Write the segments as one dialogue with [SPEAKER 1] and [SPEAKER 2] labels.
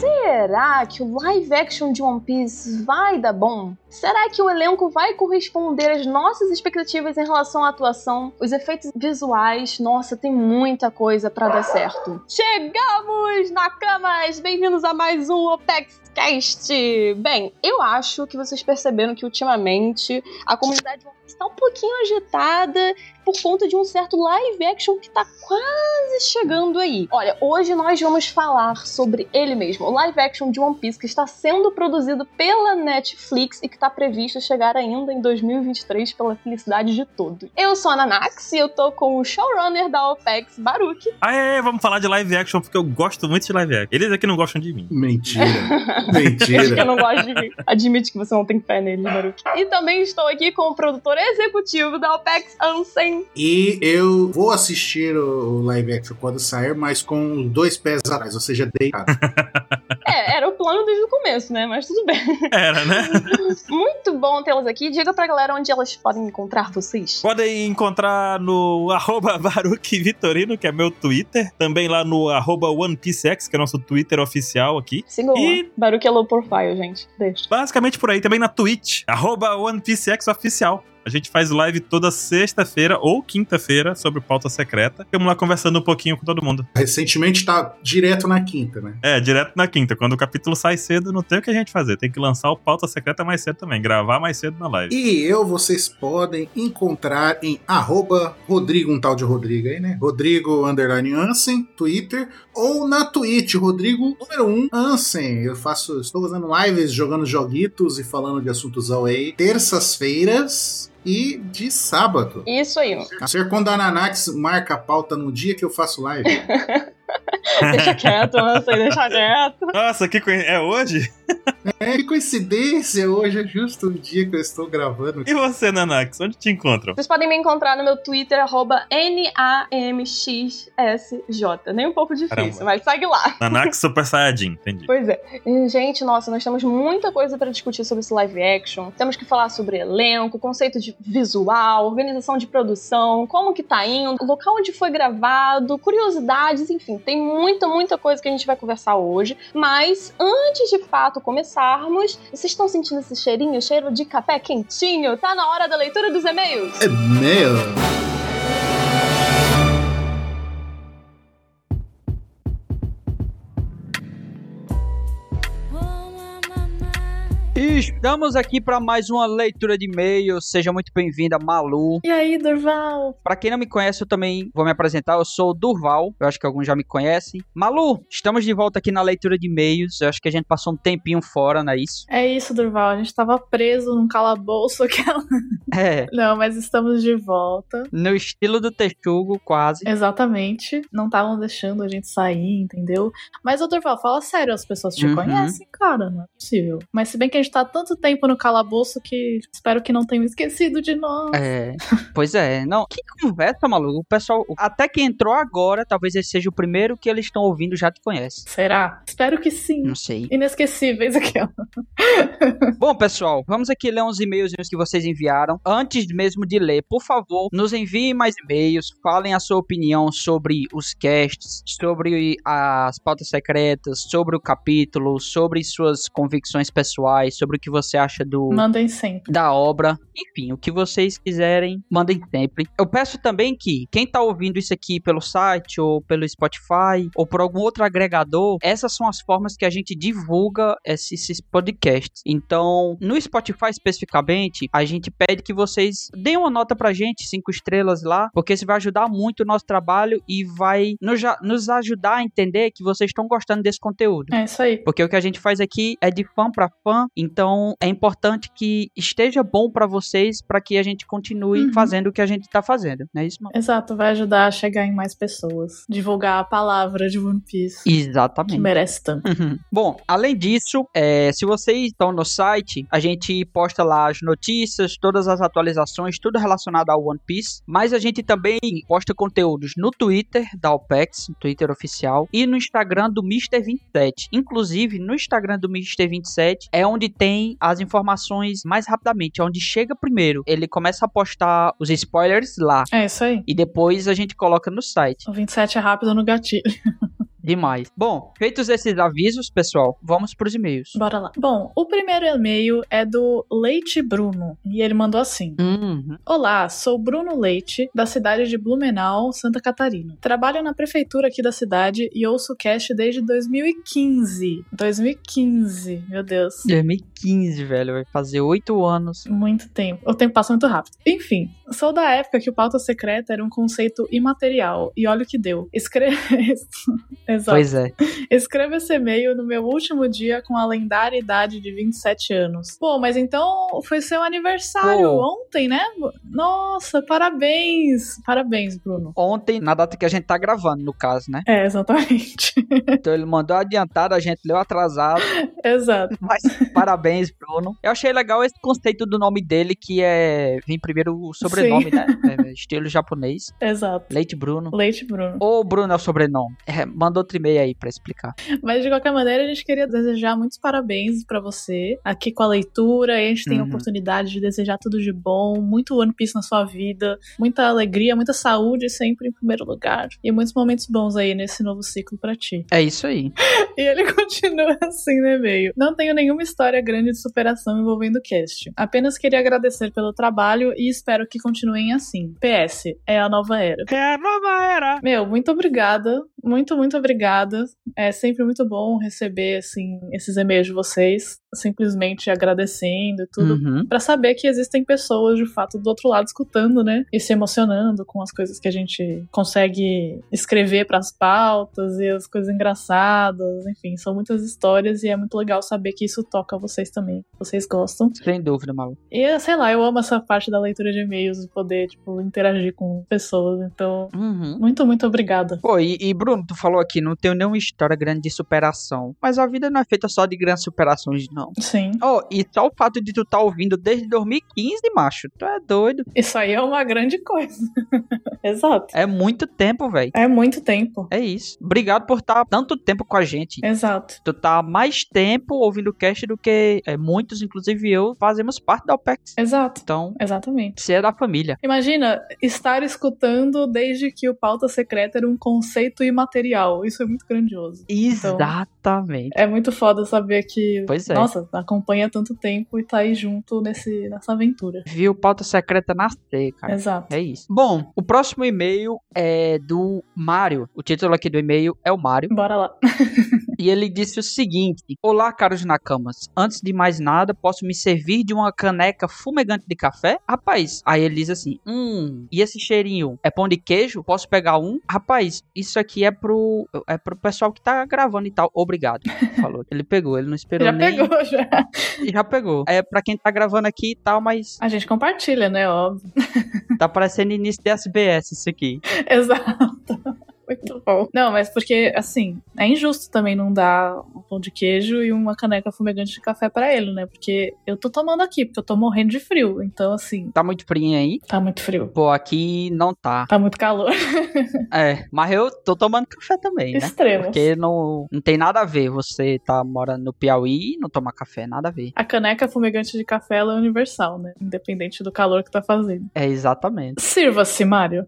[SPEAKER 1] Será que o live action de One Piece vai dar bom? Será que o elenco vai corresponder às nossas expectativas em relação à atuação, os efeitos visuais? Nossa, tem muita coisa para dar certo. Chegamos na camas! Bem-vindos a mais um OPEX Cast! Bem, eu acho que vocês perceberam que ultimamente a comunidade está um pouquinho agitada por conta de um certo live action que está quase chegando aí. Olha, hoje nós vamos falar sobre ele mesmo, o live action de One Piece que está sendo produzido pela Netflix e que está previsto chegar ainda em 2023 pela felicidade de todos. Eu sou a Nanax e eu tô com o showrunner da OPEX, Baruque.
[SPEAKER 2] Aê, vamos falar de live action porque eu gosto muito de live action. Eles aqui não gostam de mim.
[SPEAKER 3] Mentira.
[SPEAKER 1] Acho que eu
[SPEAKER 3] Mentira.
[SPEAKER 1] não gosto de mim. Admite que você não tem fé nele, Baruque. E também estou aqui com o produtor executivo da OPEX, Ansem.
[SPEAKER 3] E eu vou assistir o live action quando sair, mas com os dois pés atrás, ou seja, deitado.
[SPEAKER 1] É, era o plano desde o começo, né? Mas tudo bem.
[SPEAKER 2] Era, né?
[SPEAKER 1] Muito bom tê-las aqui. Diga pra galera onde elas podem encontrar vocês.
[SPEAKER 2] Podem encontrar no arroba Baruque Vitorino, que é meu Twitter. Também lá no arroba OnePieceX, que é nosso Twitter oficial aqui.
[SPEAKER 1] Sigam
[SPEAKER 2] E-
[SPEAKER 1] lá. Baruque é low profile, gente. Deixa.
[SPEAKER 2] Basicamente por aí, também na Twitch, arroba OnePieceX oficial. A gente faz live toda sexta-feira ou quinta-feira sobre pauta secreta. Ficamos lá conversando um pouquinho com todo mundo.
[SPEAKER 3] Recentemente tá direto na quinta, né?
[SPEAKER 2] É, direto na quinta. Quando o capítulo sai cedo, não tem o que a gente fazer. Tem que lançar o pauta secreta mais cedo também. Gravar mais cedo na live.
[SPEAKER 3] E eu vocês podem encontrar em arroba Rodrigo, um tal de Rodrigo aí, né? Rodrigo Underline Ansem, Twitter, ou na Twitch, Rodrigo número 1 Ansem. Eu faço, estou fazendo lives, jogando joguitos e falando de assuntos away, terças-feiras e de sábado.
[SPEAKER 1] Isso aí.
[SPEAKER 3] A ser quando a Nanax marca a pauta no dia que eu faço live.
[SPEAKER 1] Deixa quieto, Ansem. Deixa quieto.
[SPEAKER 2] Nossa, que coisa. É hoje?
[SPEAKER 3] É, que coincidência, hoje é justo o dia que eu estou gravando.
[SPEAKER 2] E você, Nanax, onde te encontram?
[SPEAKER 1] Vocês podem me encontrar no meu Twitter, arroba NAMXSJ. Nem um pouco difícil,
[SPEAKER 2] Caramba.
[SPEAKER 1] mas segue lá.
[SPEAKER 2] Nanax Super Saiyajin, entendi.
[SPEAKER 1] Pois é. E, Gente, nossa, nós temos muita coisa pra discutir sobre esse live action. Temos que falar sobre elenco, conceito de visual, organização de produção, como que tá indo, o local onde foi gravado, curiosidades, enfim, tem muita, muita coisa que a gente vai conversar hoje. Mas antes de fato começarmos, vocês estão sentindo esse cheirinho, cheiro de café quentinho? Tá na hora da leitura dos e-mails.
[SPEAKER 3] É meu.
[SPEAKER 4] E Estamos aqui para mais uma leitura de e-mail. Seja muito bem-vinda, Malu.
[SPEAKER 5] E aí, Durval?
[SPEAKER 4] Para quem não me conhece, eu também vou me apresentar. Eu sou o Durval. Eu acho que alguns já me conhecem. Malu, estamos de volta aqui na leitura de e-mails. Eu acho que a gente passou um tempinho fora, não é isso?
[SPEAKER 5] É isso, Durval. A gente tava preso num calabouço. Aquela...
[SPEAKER 4] É.
[SPEAKER 5] Não, mas estamos de volta.
[SPEAKER 4] No estilo do Texugo, quase.
[SPEAKER 5] Exatamente. Não estavam deixando a gente sair, entendeu? Mas, ô, Durval, fala sério, as pessoas te
[SPEAKER 4] Uhum.
[SPEAKER 5] conhecem, cara. Não é possível. Mas se bem que a gente tá há tanto tempo no calabouço que espero que não tenham esquecido de nós.
[SPEAKER 4] É. Pois é. Não, que conversa, maluco. O pessoal, até que entrou agora, talvez esse seja o primeiro que eles estão ouvindo já te conhece.
[SPEAKER 5] Será? Espero que sim.
[SPEAKER 4] Não sei.
[SPEAKER 5] Inesquecíveis aqui, ó.
[SPEAKER 4] Bom, pessoal, vamos aqui ler uns e-mails que vocês enviaram. Antes mesmo de ler, por favor, nos enviem mais e-mails, falem a sua opinião sobre os casts, sobre as pautas secretas, sobre o capítulo, sobre suas convicções pessoais, sobre o que você acha do
[SPEAKER 5] Mandem sempre.
[SPEAKER 4] da obra. Enfim, o que vocês quiserem, mandem sempre. Eu peço também que quem tá ouvindo isso aqui pelo site ou pelo Spotify ou por algum outro agregador, essas são as formas que a gente divulga esses, esses podcasts. Então, no Spotify especificamente, a gente pede que vocês deem uma nota pra gente, cinco estrelas lá, porque isso vai ajudar muito o nosso trabalho e vai nos, a- nos ajudar a entender que vocês estão gostando desse conteúdo.
[SPEAKER 5] É isso aí.
[SPEAKER 4] Porque o que a gente faz aqui é de fã pra fã, então é importante que esteja bom pra vocês pra que a gente continue
[SPEAKER 5] Uhum.
[SPEAKER 4] fazendo o que a gente tá fazendo, não é isso, mano?
[SPEAKER 5] Exato, vai ajudar a chegar em mais pessoas. Divulgar a palavra de One Piece. Que
[SPEAKER 4] Exatamente.
[SPEAKER 5] merece tanto.
[SPEAKER 4] Uhum. Bom, além disso, é, se vocês estão no site, a gente posta lá as notícias, todas as atualizações, tudo relacionado ao One Piece. Mas a gente também posta conteúdos no Twitter da OPEX, no Twitter oficial, e no Instagram do Mr. 27. Inclusive, no Instagram do Mr. 27 é onde tem as informações mais rapidamente, é onde chega primeiro. Ele começa a postar os spoilers lá.
[SPEAKER 5] É isso aí.
[SPEAKER 4] E depois a gente coloca no site.
[SPEAKER 5] O 27 é rápido no gatilho.
[SPEAKER 4] Demais. Bom, feitos esses avisos, pessoal, vamos pros e-mails.
[SPEAKER 5] Bora lá. Bom, o primeiro e-mail é do Leite Bruno. E ele mandou assim:
[SPEAKER 4] Uhum.
[SPEAKER 5] Olá, sou Bruno Leite, da cidade de Blumenau, Santa Catarina. Trabalho na prefeitura aqui da cidade e ouço o cast desde 2015. 2015, meu Deus.
[SPEAKER 4] 2015, velho, vai fazer oito anos.
[SPEAKER 5] Muito tempo. O tempo passa muito rápido. Enfim, sou da época que o pauta secreta era um conceito imaterial. E olha o que deu. Escreva. Exato.
[SPEAKER 4] Pois é.
[SPEAKER 5] Escreva esse e-mail no meu último dia com a lendária idade de 27 anos. Pô, mas então foi seu aniversário
[SPEAKER 4] Pô.
[SPEAKER 5] ontem, né? Nossa, parabéns! Parabéns, Bruno.
[SPEAKER 4] Ontem, na data que a gente tá gravando, no caso, né?
[SPEAKER 5] É, exatamente.
[SPEAKER 4] Então ele mandou adiantado, a gente leu atrasado.
[SPEAKER 5] Exato.
[SPEAKER 4] Mas parabéns, Bruno. Eu achei legal esse conceito do nome dele, que é. Vem primeiro o sobrenome, né? É, estilo japonês.
[SPEAKER 5] Exato.
[SPEAKER 4] Leite Bruno.
[SPEAKER 5] Leite, Bruno.
[SPEAKER 4] Ô, Bruno é o sobrenome. É, manda outro e-mail aí pra explicar.
[SPEAKER 5] Mas de qualquer maneira, a gente queria desejar muitos parabéns pra você aqui com a leitura. E a gente tem a
[SPEAKER 4] Uhum.
[SPEAKER 5] oportunidade de desejar tudo de bom, muito One Piece na sua vida, muita alegria, muita saúde sempre em primeiro lugar e muitos momentos bons aí nesse novo ciclo pra ti.
[SPEAKER 4] É isso aí.
[SPEAKER 5] E ele continua assim no e-mail. Não tenho nenhuma história grande de superação envolvendo o cast. Apenas queria agradecer pelo trabalho e espero que continuem assim. PS, é a nova era.
[SPEAKER 2] É a nova era.
[SPEAKER 5] Meu, muito obrigada. Muito, muito obrigada. É sempre muito bom receber, assim, esses e-mails de vocês. Simplesmente agradecendo e tudo.
[SPEAKER 4] Uhum.
[SPEAKER 5] Pra saber que existem pessoas, de fato, do outro lado escutando, né? E se emocionando com as coisas que a gente consegue escrever pras pautas e as coisas engraçadas. Enfim, são muitas histórias e é muito legal saber que isso toca vocês também. Vocês gostam.
[SPEAKER 4] Sem dúvida, maluco.
[SPEAKER 5] E, sei lá, eu amo essa parte da leitura de e-mails e poder, tipo, interagir com pessoas. Então,
[SPEAKER 4] Uhum.
[SPEAKER 5] muito, muito obrigada.
[SPEAKER 4] Pô, e, e, Bruno, tu falou aqui, não tenho nenhuma história grande de superação. Mas a vida não é feita só de grandes superações, não.
[SPEAKER 5] Sim.
[SPEAKER 4] Ó, e só o fato de tu tá ouvindo desde 2015, macho, tu é doido.
[SPEAKER 5] Isso aí é uma grande coisa. Exato.
[SPEAKER 4] É muito tempo, velho.
[SPEAKER 5] É muito tempo.
[SPEAKER 4] É isso. Obrigado por estar tanto tempo com a gente.
[SPEAKER 5] Exato.
[SPEAKER 4] Tu tá mais tempo ouvindo o cast do que é, muitos, inclusive eu, fazemos parte da OPEX.
[SPEAKER 5] Exato.
[SPEAKER 4] Então,
[SPEAKER 5] Exatamente.
[SPEAKER 4] você é da família.
[SPEAKER 5] Imagina estar escutando desde que o pauta secreta era um conceito imaterial. Isso é muito grandioso.
[SPEAKER 4] Exatamente.
[SPEAKER 5] É muito foda saber que,
[SPEAKER 4] Pois Então. é.
[SPEAKER 5] nossa, acompanha tanto tempo e tá aí junto nesse, nessa aventura.
[SPEAKER 4] Viu pauta secreta nascer, cara.
[SPEAKER 5] Exato.
[SPEAKER 4] É isso. Bom, o próximo e-mail é do Mário. O título aqui do e-mail é o Mário.
[SPEAKER 5] Bora lá.
[SPEAKER 4] E ele disse o seguinte: Olá, caros Nakamas. Antes de mais nada, posso me servir de uma caneca fumegante de café? Rapaz. Aí ele diz assim: Hum, e esse cheirinho? É pão de queijo? Posso pegar um? Rapaz, isso aqui é pro, é pro pessoal que tá gravando e tal. Obrigado. Falou. Ele pegou, ele não esperou
[SPEAKER 5] Já
[SPEAKER 4] nem.
[SPEAKER 5] pegou, já.
[SPEAKER 4] Já pegou. É pra quem tá gravando aqui e tal, mas
[SPEAKER 5] A gente compartilha, né? Óbvio.
[SPEAKER 4] tá parecendo início de SBS isso aqui.
[SPEAKER 5] Exato. Muito bom. Não, mas porque, assim, é injusto também não dar um pão de queijo e uma caneca fumegante de café pra ele, né? Porque eu tô tomando aqui, porque eu tô morrendo de frio. Então, assim,
[SPEAKER 4] Tá muito frio aí?
[SPEAKER 5] tá muito frio.
[SPEAKER 4] Pô, aqui não tá.
[SPEAKER 5] Tá muito calor.
[SPEAKER 4] É, mas eu tô tomando café também, né?
[SPEAKER 5] Extremo.
[SPEAKER 4] Porque não, não tem nada a ver você tá morando no Piauí e não tomar café, nada a ver.
[SPEAKER 5] A caneca fumegante de café ela é universal, né? Independente do calor que tá fazendo.
[SPEAKER 4] É exatamente.
[SPEAKER 5] Sirva-se, Mário.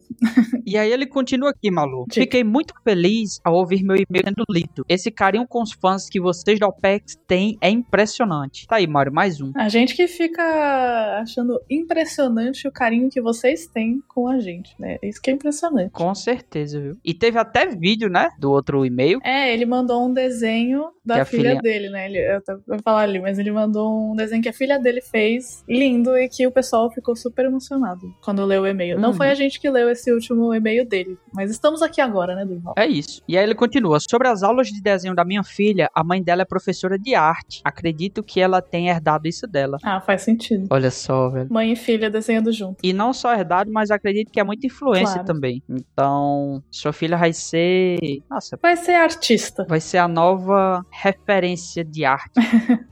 [SPEAKER 4] E aí ele continua aqui, Malu.
[SPEAKER 5] Diga.
[SPEAKER 4] Fiquei muito feliz ao ouvir meu e-mail sendo lido. Esse carinho com os fãs que vocês da OPEX têm é impressionante. Tá aí, Mário, mais um.
[SPEAKER 5] A gente que fica achando impressionante o carinho que vocês têm com a gente, né? Isso que é impressionante.
[SPEAKER 4] Com certeza, viu? E teve até vídeo, né? Do outro e-mail.
[SPEAKER 5] É, ele mandou um desenho
[SPEAKER 4] Que
[SPEAKER 5] da
[SPEAKER 4] a
[SPEAKER 5] filha,
[SPEAKER 4] filha-
[SPEAKER 5] dele, né? Ele, eu tô- vou falar ali, mas ele mandou um desenho que a filha dele fez, lindo, e que o pessoal ficou super emocionado quando leu o e-mail. Não
[SPEAKER 4] Uhum.
[SPEAKER 5] foi a gente que leu esse último e-mail dele, mas estamos aqui agora, né, Durval?
[SPEAKER 4] É isso. E aí ele continua. Sobre as aulas de desenho da minha filha, a mãe dela é professora de arte. Acredito que ela tenha herdado isso dela.
[SPEAKER 5] Ah, faz sentido.
[SPEAKER 4] Olha só, velho.
[SPEAKER 5] Mãe e filha desenhando junto.
[SPEAKER 4] E não só herdado, mas acredito que é muita influência
[SPEAKER 5] Claro.
[SPEAKER 4] também. Então, sua filha vai ser. Nossa,
[SPEAKER 5] Vai ser artista.
[SPEAKER 4] vai ser a nova referência de arte.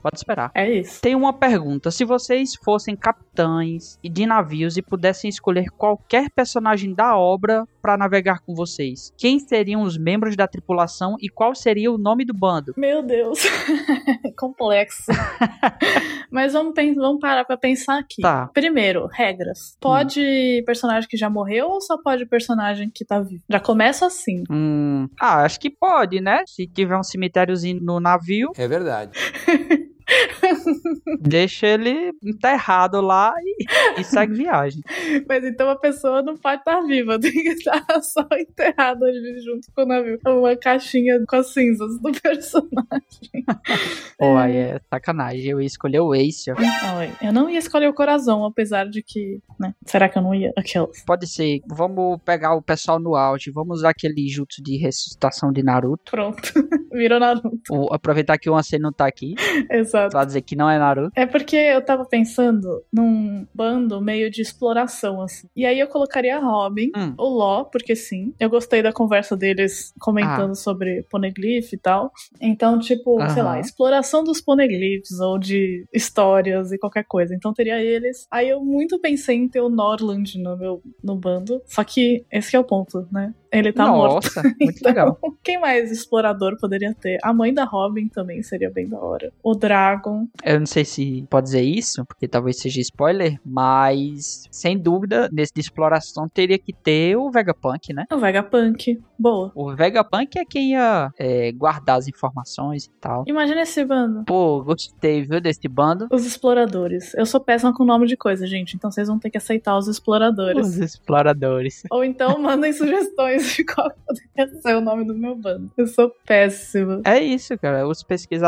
[SPEAKER 4] Pode esperar.
[SPEAKER 5] É isso.
[SPEAKER 4] Tem uma pergunta. Se vocês fossem capitães e de navios e pudessem escolher qualquer personagem da obra pra para navegar com vocês. Quem seriam os membros da tripulação e qual seria o nome do bando?
[SPEAKER 5] Meu Deus. Complexo. Mas vamos, pen- vamos parar pra pensar aqui.
[SPEAKER 4] Tá.
[SPEAKER 5] Primeiro, regras. Pode personagem que já morreu ou só pode personagem que tá vivo? Já começa assim.
[SPEAKER 4] Hum, ah, acho que pode, né? Se tiver um cemitériozinho no navio,
[SPEAKER 6] É verdade.
[SPEAKER 4] deixa ele enterrado lá e, e segue viagem.
[SPEAKER 5] Mas então a pessoa não pode estar viva, tem que estar só enterrada ali junto com o navio. É Uma caixinha com as cinzas do personagem.
[SPEAKER 4] Pô, aí é sacanagem. Eu ia escolher o Ace. ó.
[SPEAKER 5] Então, é, eu não ia escolher o coração, apesar de que. Né? Será que eu não ia? Aquelas.
[SPEAKER 4] Pode ser. Vamos pegar o pessoal no auge. Vamos usar aquele jutsu de ressuscitação de Naruto.
[SPEAKER 5] Pronto. Virou Naruto.
[SPEAKER 4] O- aproveitar que o Ansei não tá aqui.
[SPEAKER 5] Exato.
[SPEAKER 4] Pra dizer que não é Naruto.
[SPEAKER 5] É porque eu tava pensando num bando meio de exploração, assim. E aí eu colocaria Robin,
[SPEAKER 4] Hum.
[SPEAKER 5] o Ló, porque sim. Eu gostei da conversa deles
[SPEAKER 4] Ah.
[SPEAKER 5] comentando sobre poneglyph e tal. Então, tipo, sei
[SPEAKER 4] Aham.
[SPEAKER 5] lá, exploração dos poneglyphs ou de histórias e qualquer coisa. Então teria eles. Aí eu muito pensei em ter o Norland no meu no bando. Só que esse que é o ponto, né? Ele tá morto.
[SPEAKER 4] Nossa, muito
[SPEAKER 5] Então,
[SPEAKER 4] legal.
[SPEAKER 5] Quem mais explorador poderia ter? A mãe da Robin também seria bem da hora. O Dragon.
[SPEAKER 4] Eu não sei se pode dizer isso, porque talvez seja spoiler, mas sem dúvida, nesse de exploração teria que ter o Vegapunk, né?
[SPEAKER 5] O É um Vegapunk. Boa.
[SPEAKER 4] O Vegapunk é quem ia é, guardar as informações e tal.
[SPEAKER 5] Imagina esse bando.
[SPEAKER 4] Pô, gostei, viu, desse bando.
[SPEAKER 5] Os exploradores. Eu sou péssima com nome de coisa, gente. Então vocês vão ter que aceitar os exploradores.
[SPEAKER 4] Os exploradores.
[SPEAKER 5] Ou então mandem sugestões de qual poderia ser o nome do meu bando. Eu sou péssima.
[SPEAKER 4] É isso, cara. Os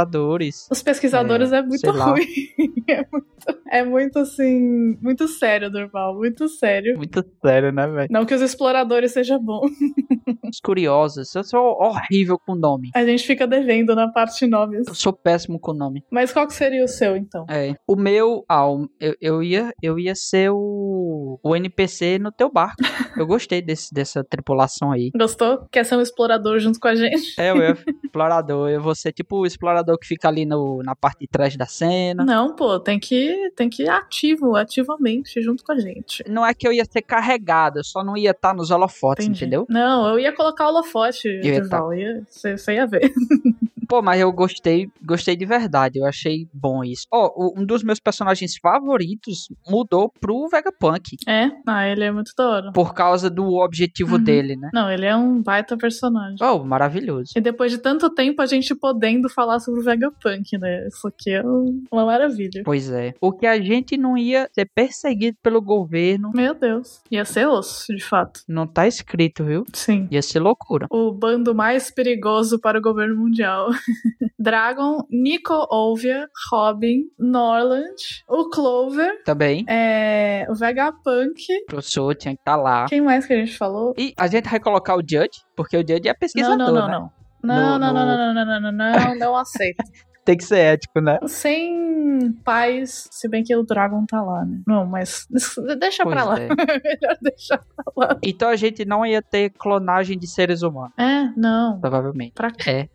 [SPEAKER 4] pesquisadores.
[SPEAKER 5] Os pesquisadores
[SPEAKER 4] É,
[SPEAKER 5] é, muito
[SPEAKER 4] sei lá.
[SPEAKER 5] ruim. É muito, é muito, assim. Muito sério, Durval. Muito sério.
[SPEAKER 4] Muito sério, né, velho?
[SPEAKER 5] Não que os exploradores seja bom.
[SPEAKER 4] Os curiosos. Eu sou horrível com nome.
[SPEAKER 5] A gente fica devendo na parte nomes.
[SPEAKER 4] Eu sou péssimo com nome.
[SPEAKER 5] Mas qual que seria o seu, então?
[SPEAKER 4] É. O meu. Ah, o- eu, eu, ia, eu ia ser o, o NPC no teu barco. Eu gostei desse, dessa tripulação aí.
[SPEAKER 5] Gostou? Quer ser um explorador junto com a gente?
[SPEAKER 4] É, eu ia explorador. Eu vou ser tipo o explorador que fica ali no, na parte de trás da cena.
[SPEAKER 5] Não, pô, tem que, tem que ir ativo, ativamente, junto com a gente.
[SPEAKER 4] Não é que eu ia ser carregado, eu só não ia estar nos holofotes,
[SPEAKER 5] Entendi.
[SPEAKER 4] Assim, entendeu?
[SPEAKER 5] Não, eu ia colocar o holofote,
[SPEAKER 4] ia tá.
[SPEAKER 5] Durval. ia- Você você ia ver.
[SPEAKER 4] Pô, mas eu gostei, gostei de verdade, eu achei bom isso. Ó, o- um dos meus personagens favoritos mudou pro Vegapunk,
[SPEAKER 5] É? Ah, ele é muito da hora.
[SPEAKER 4] por causa do objetivo
[SPEAKER 5] Uhum.
[SPEAKER 4] dele, né?
[SPEAKER 5] Não, ele é um baita personagem.
[SPEAKER 4] Oh, maravilhoso.
[SPEAKER 5] E depois de tanto tempo a gente podendo falar sobre o Vegapunk, né? Isso aqui é um- uma maravilha.
[SPEAKER 4] Pois é. O que a gente não ia ser perseguido pelo governo
[SPEAKER 5] Meu Deus. Ia ser osso, de fato.
[SPEAKER 4] não tá escrito, viu?
[SPEAKER 5] Sim.
[SPEAKER 4] Ia ser loucura.
[SPEAKER 5] O bando mais perigoso para o governo mundial. Dragon, Nico Olvia, Robin, Norland, o Clover,
[SPEAKER 4] Também,
[SPEAKER 5] é, o Vegapunk.
[SPEAKER 4] o professor tinha que estar lá.
[SPEAKER 5] Quem mais que a gente falou?
[SPEAKER 4] E a gente vai colocar o Judge, porque o Judge é
[SPEAKER 5] Não,
[SPEAKER 4] pesquisador,
[SPEAKER 5] não, não,
[SPEAKER 4] né?
[SPEAKER 5] não.
[SPEAKER 4] No-
[SPEAKER 5] Não, não, não,
[SPEAKER 4] no-
[SPEAKER 5] não, não, não, não, não, não aceito.
[SPEAKER 4] Tem que ser ético, né?
[SPEAKER 5] Sem paz, se bem que o Dragon tá lá, né? Não, mas deixa pra lá.
[SPEAKER 4] Pois é.
[SPEAKER 5] Melhor deixar.
[SPEAKER 4] Então a gente não ia ter clonagem de seres humanos,
[SPEAKER 5] É, não.
[SPEAKER 4] provavelmente.
[SPEAKER 5] Pra quê?
[SPEAKER 4] É.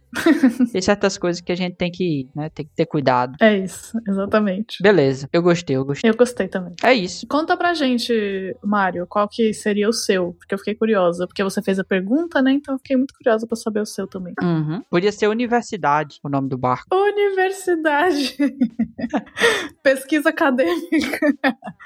[SPEAKER 4] Tem certas coisas que a gente tem que, né, tem que ter cuidado.
[SPEAKER 5] É isso, exatamente.
[SPEAKER 4] Beleza, eu gostei, eu gostei.
[SPEAKER 5] Eu gostei também.
[SPEAKER 4] É isso.
[SPEAKER 5] Conta pra gente, Mário, qual que seria o seu? Porque eu fiquei curiosa. Porque você fez a pergunta, né? Então eu fiquei muito curiosa pra saber o seu também.
[SPEAKER 4] Uhum. Podia ser universidade o nome do barco.
[SPEAKER 5] Universidade. Pesquisa acadêmica.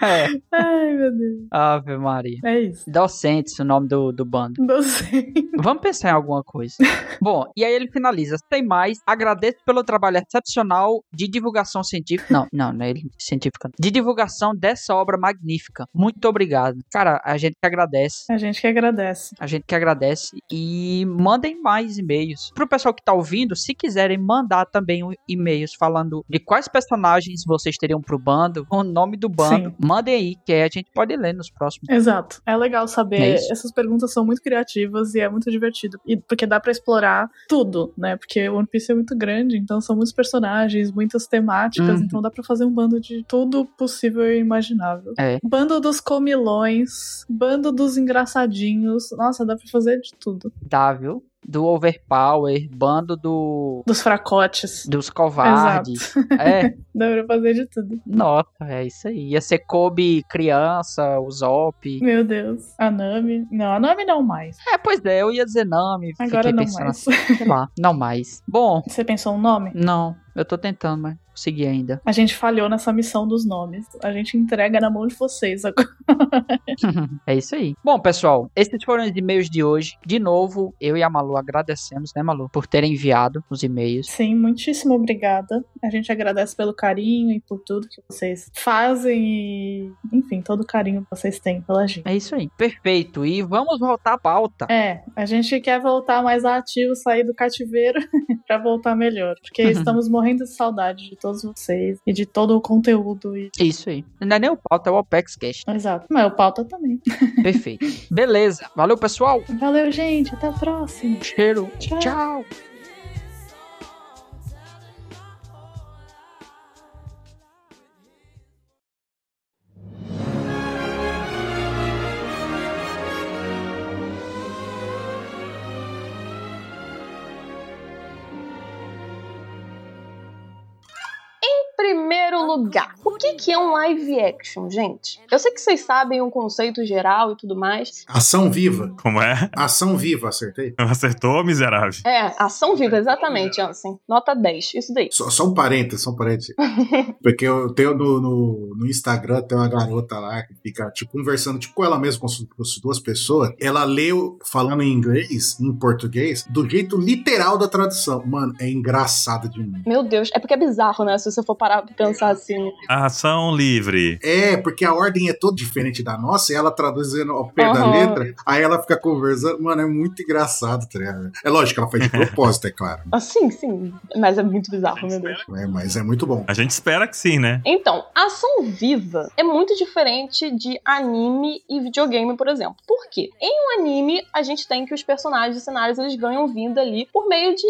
[SPEAKER 4] É.
[SPEAKER 5] Ai, meu Deus.
[SPEAKER 4] Ave Maria.
[SPEAKER 5] É isso.
[SPEAKER 4] Docentes, o nome do, do bando.
[SPEAKER 5] Docente.
[SPEAKER 4] Vamos pensar em alguma coisa. Bom, e aí ele finaliza. Sem mais, agradeço pelo trabalho excepcional de divulgação científica. Não, não, não é ele científica. De divulgação dessa obra magnífica. Muito obrigado. Cara, a gente que agradece.
[SPEAKER 5] A gente que agradece.
[SPEAKER 4] A gente que agradece. E mandem mais e-mails. Pro pessoal que tá ouvindo, se quiserem mandar também um- e-mails falando de quais personagens vocês teriam pro bando, o nome do bando,
[SPEAKER 5] Sim.
[SPEAKER 4] mandem aí, que a gente pode ler nos próximos.
[SPEAKER 5] Exato. É legal saber.
[SPEAKER 4] É isso.
[SPEAKER 5] Essas perguntas são muito criativas e é muito divertido. E porque dá pra explorar tudo, né? Porque One Piece é muito grande, então são muitos personagens, muitas temáticas,
[SPEAKER 4] Uhum.
[SPEAKER 5] então dá pra fazer um bando de tudo possível e imaginável.
[SPEAKER 4] É.
[SPEAKER 5] Bando dos comilões, bando dos engraçadinhos. Nossa, dá pra fazer de tudo.
[SPEAKER 4] Dá, viu? do overpower, bando do
[SPEAKER 5] Dos fracotes.
[SPEAKER 4] dos covardes. É,
[SPEAKER 5] Dá pra fazer de tudo.
[SPEAKER 4] nota, é isso aí. Ia ser Kobe criança, o Zop.
[SPEAKER 5] Meu Deus. A Nami. Não, a Nami não mais.
[SPEAKER 4] É, pois é, eu ia dizer Nami.
[SPEAKER 5] Agora
[SPEAKER 4] fiquei
[SPEAKER 5] não
[SPEAKER 4] pensando
[SPEAKER 5] mais.
[SPEAKER 4] assim, sei lá, não mais. Bom,
[SPEAKER 5] Você pensou no nome?
[SPEAKER 4] não, eu tô tentando, mas não consegui ainda.
[SPEAKER 5] A gente falhou nessa missão dos nomes. A gente entrega na mão de vocês agora.
[SPEAKER 4] é isso aí. Bom, pessoal, esses foram os e-mails de hoje. De novo, eu e a Malu agradecemos, né, Malu, por terem enviado os e-mails.
[SPEAKER 5] Sim, muitíssimo obrigada. A gente agradece pelo carinho e por tudo que vocês fazem e, enfim, todo o carinho que vocês têm pela gente.
[SPEAKER 4] É isso aí. Perfeito. E vamos voltar à pauta.
[SPEAKER 5] É, a gente quer voltar mais ativo, sair do cativeiro pra voltar melhor, porque estamos morrendo de saudade de todos vocês e de todo o conteúdo e
[SPEAKER 4] Isso aí. Não é nem o pauta, é o Opex Cash.
[SPEAKER 5] Exato. Mas o pauta também.
[SPEAKER 4] Perfeito. Beleza. Valeu, pessoal.
[SPEAKER 5] Valeu, gente. Até a próxima.
[SPEAKER 4] Cheiro.
[SPEAKER 5] Tchau.
[SPEAKER 4] Tchau.
[SPEAKER 1] primeiro lugar, o que, que é um live action, gente? Eu sei que vocês sabem o conceito geral e tudo mais.
[SPEAKER 3] Ação viva.
[SPEAKER 2] Como é?
[SPEAKER 3] Ação viva, acertei.
[SPEAKER 2] Acertou, miserável?
[SPEAKER 1] É, ação viva, exatamente, Ansem. Nota 10, isso daí.
[SPEAKER 3] Só, só um parênteses, só um parênteses. Porque eu tenho no, no, no Instagram, tem uma garota lá que fica, tipo, conversando, tipo, com ela mesma, com as, com as duas pessoas. Ela leu, falando em inglês, em português, do jeito literal da tradução. Mano, é engraçado de mim.
[SPEAKER 1] Meu Deus, é porque é bizarro, né? Se você for parar pra pensar assim.
[SPEAKER 2] Ação livre.
[SPEAKER 3] É, porque a ordem é toda diferente da nossa, e ela traduzindo ao pé da
[SPEAKER 1] Aham.
[SPEAKER 3] letra, aí ela fica conversando. Mano, é muito engraçado, tá ligado? É lógico que ela faz de propósito, é claro.
[SPEAKER 1] Assim, sim, mas é muito bizarro, meu Deus.
[SPEAKER 3] né? mas é muito bom.
[SPEAKER 2] A gente espera que sim, né?
[SPEAKER 1] Então, ação viva é muito diferente de anime e videogame, por exemplo. Por quê? Em um anime, a gente tem que os personagens e cenários eles ganham vida ali por meio de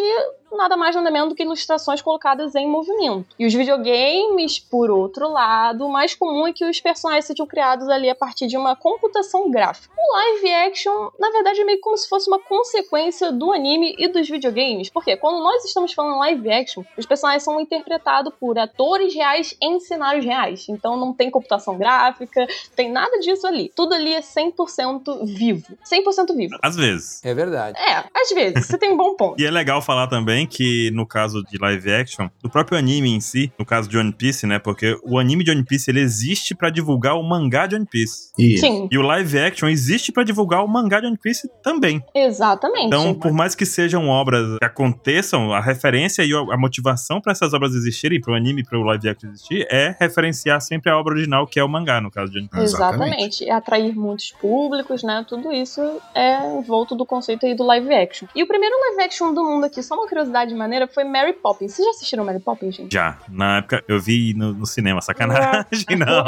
[SPEAKER 1] nada mais nada menos do que ilustrações colocadas em movimento. E os videogames, por outro lado, o mais comum é que os personagens sejam criados ali a partir de uma computação gráfica. O live action, na verdade, é meio como se fosse uma consequência do anime e dos videogames. Porque quando nós estamos falando live action, os personagens são interpretados por atores reais em cenários reais. Então não tem computação gráfica, tem nada disso ali. Tudo ali é 100% vivo. 100% vivo.
[SPEAKER 2] Às vezes.
[SPEAKER 6] É verdade.
[SPEAKER 1] É, às vezes, você tem um bom ponto.
[SPEAKER 2] E é legal falar também que, no caso de live action, do próprio anime em si, no caso de One Piece, né? Porque o anime de One Piece, ele existe pra divulgar o mangá de One Piece.
[SPEAKER 3] E
[SPEAKER 1] Sim,
[SPEAKER 2] E o live action existe pra divulgar o mangá de One Piece também.
[SPEAKER 1] exatamente.
[SPEAKER 2] Então, por mais que sejam obras que aconteçam, a referência e a motivação pra essas obras existirem, pro anime e pro live action existir, é referenciar sempre a obra original, que é o mangá, no caso de One Piece.
[SPEAKER 1] Exatamente. É Atrair muitos públicos, né? Tudo isso é envolto do conceito aí do live action. E o primeiro live action do mundo aqui, só uma curiosidade maneira, foi Mary Poppins. Vocês já assistiram Mary Poppins, gente?
[SPEAKER 2] Já. Na época, eu vi no, no cinema, sacanagem, não.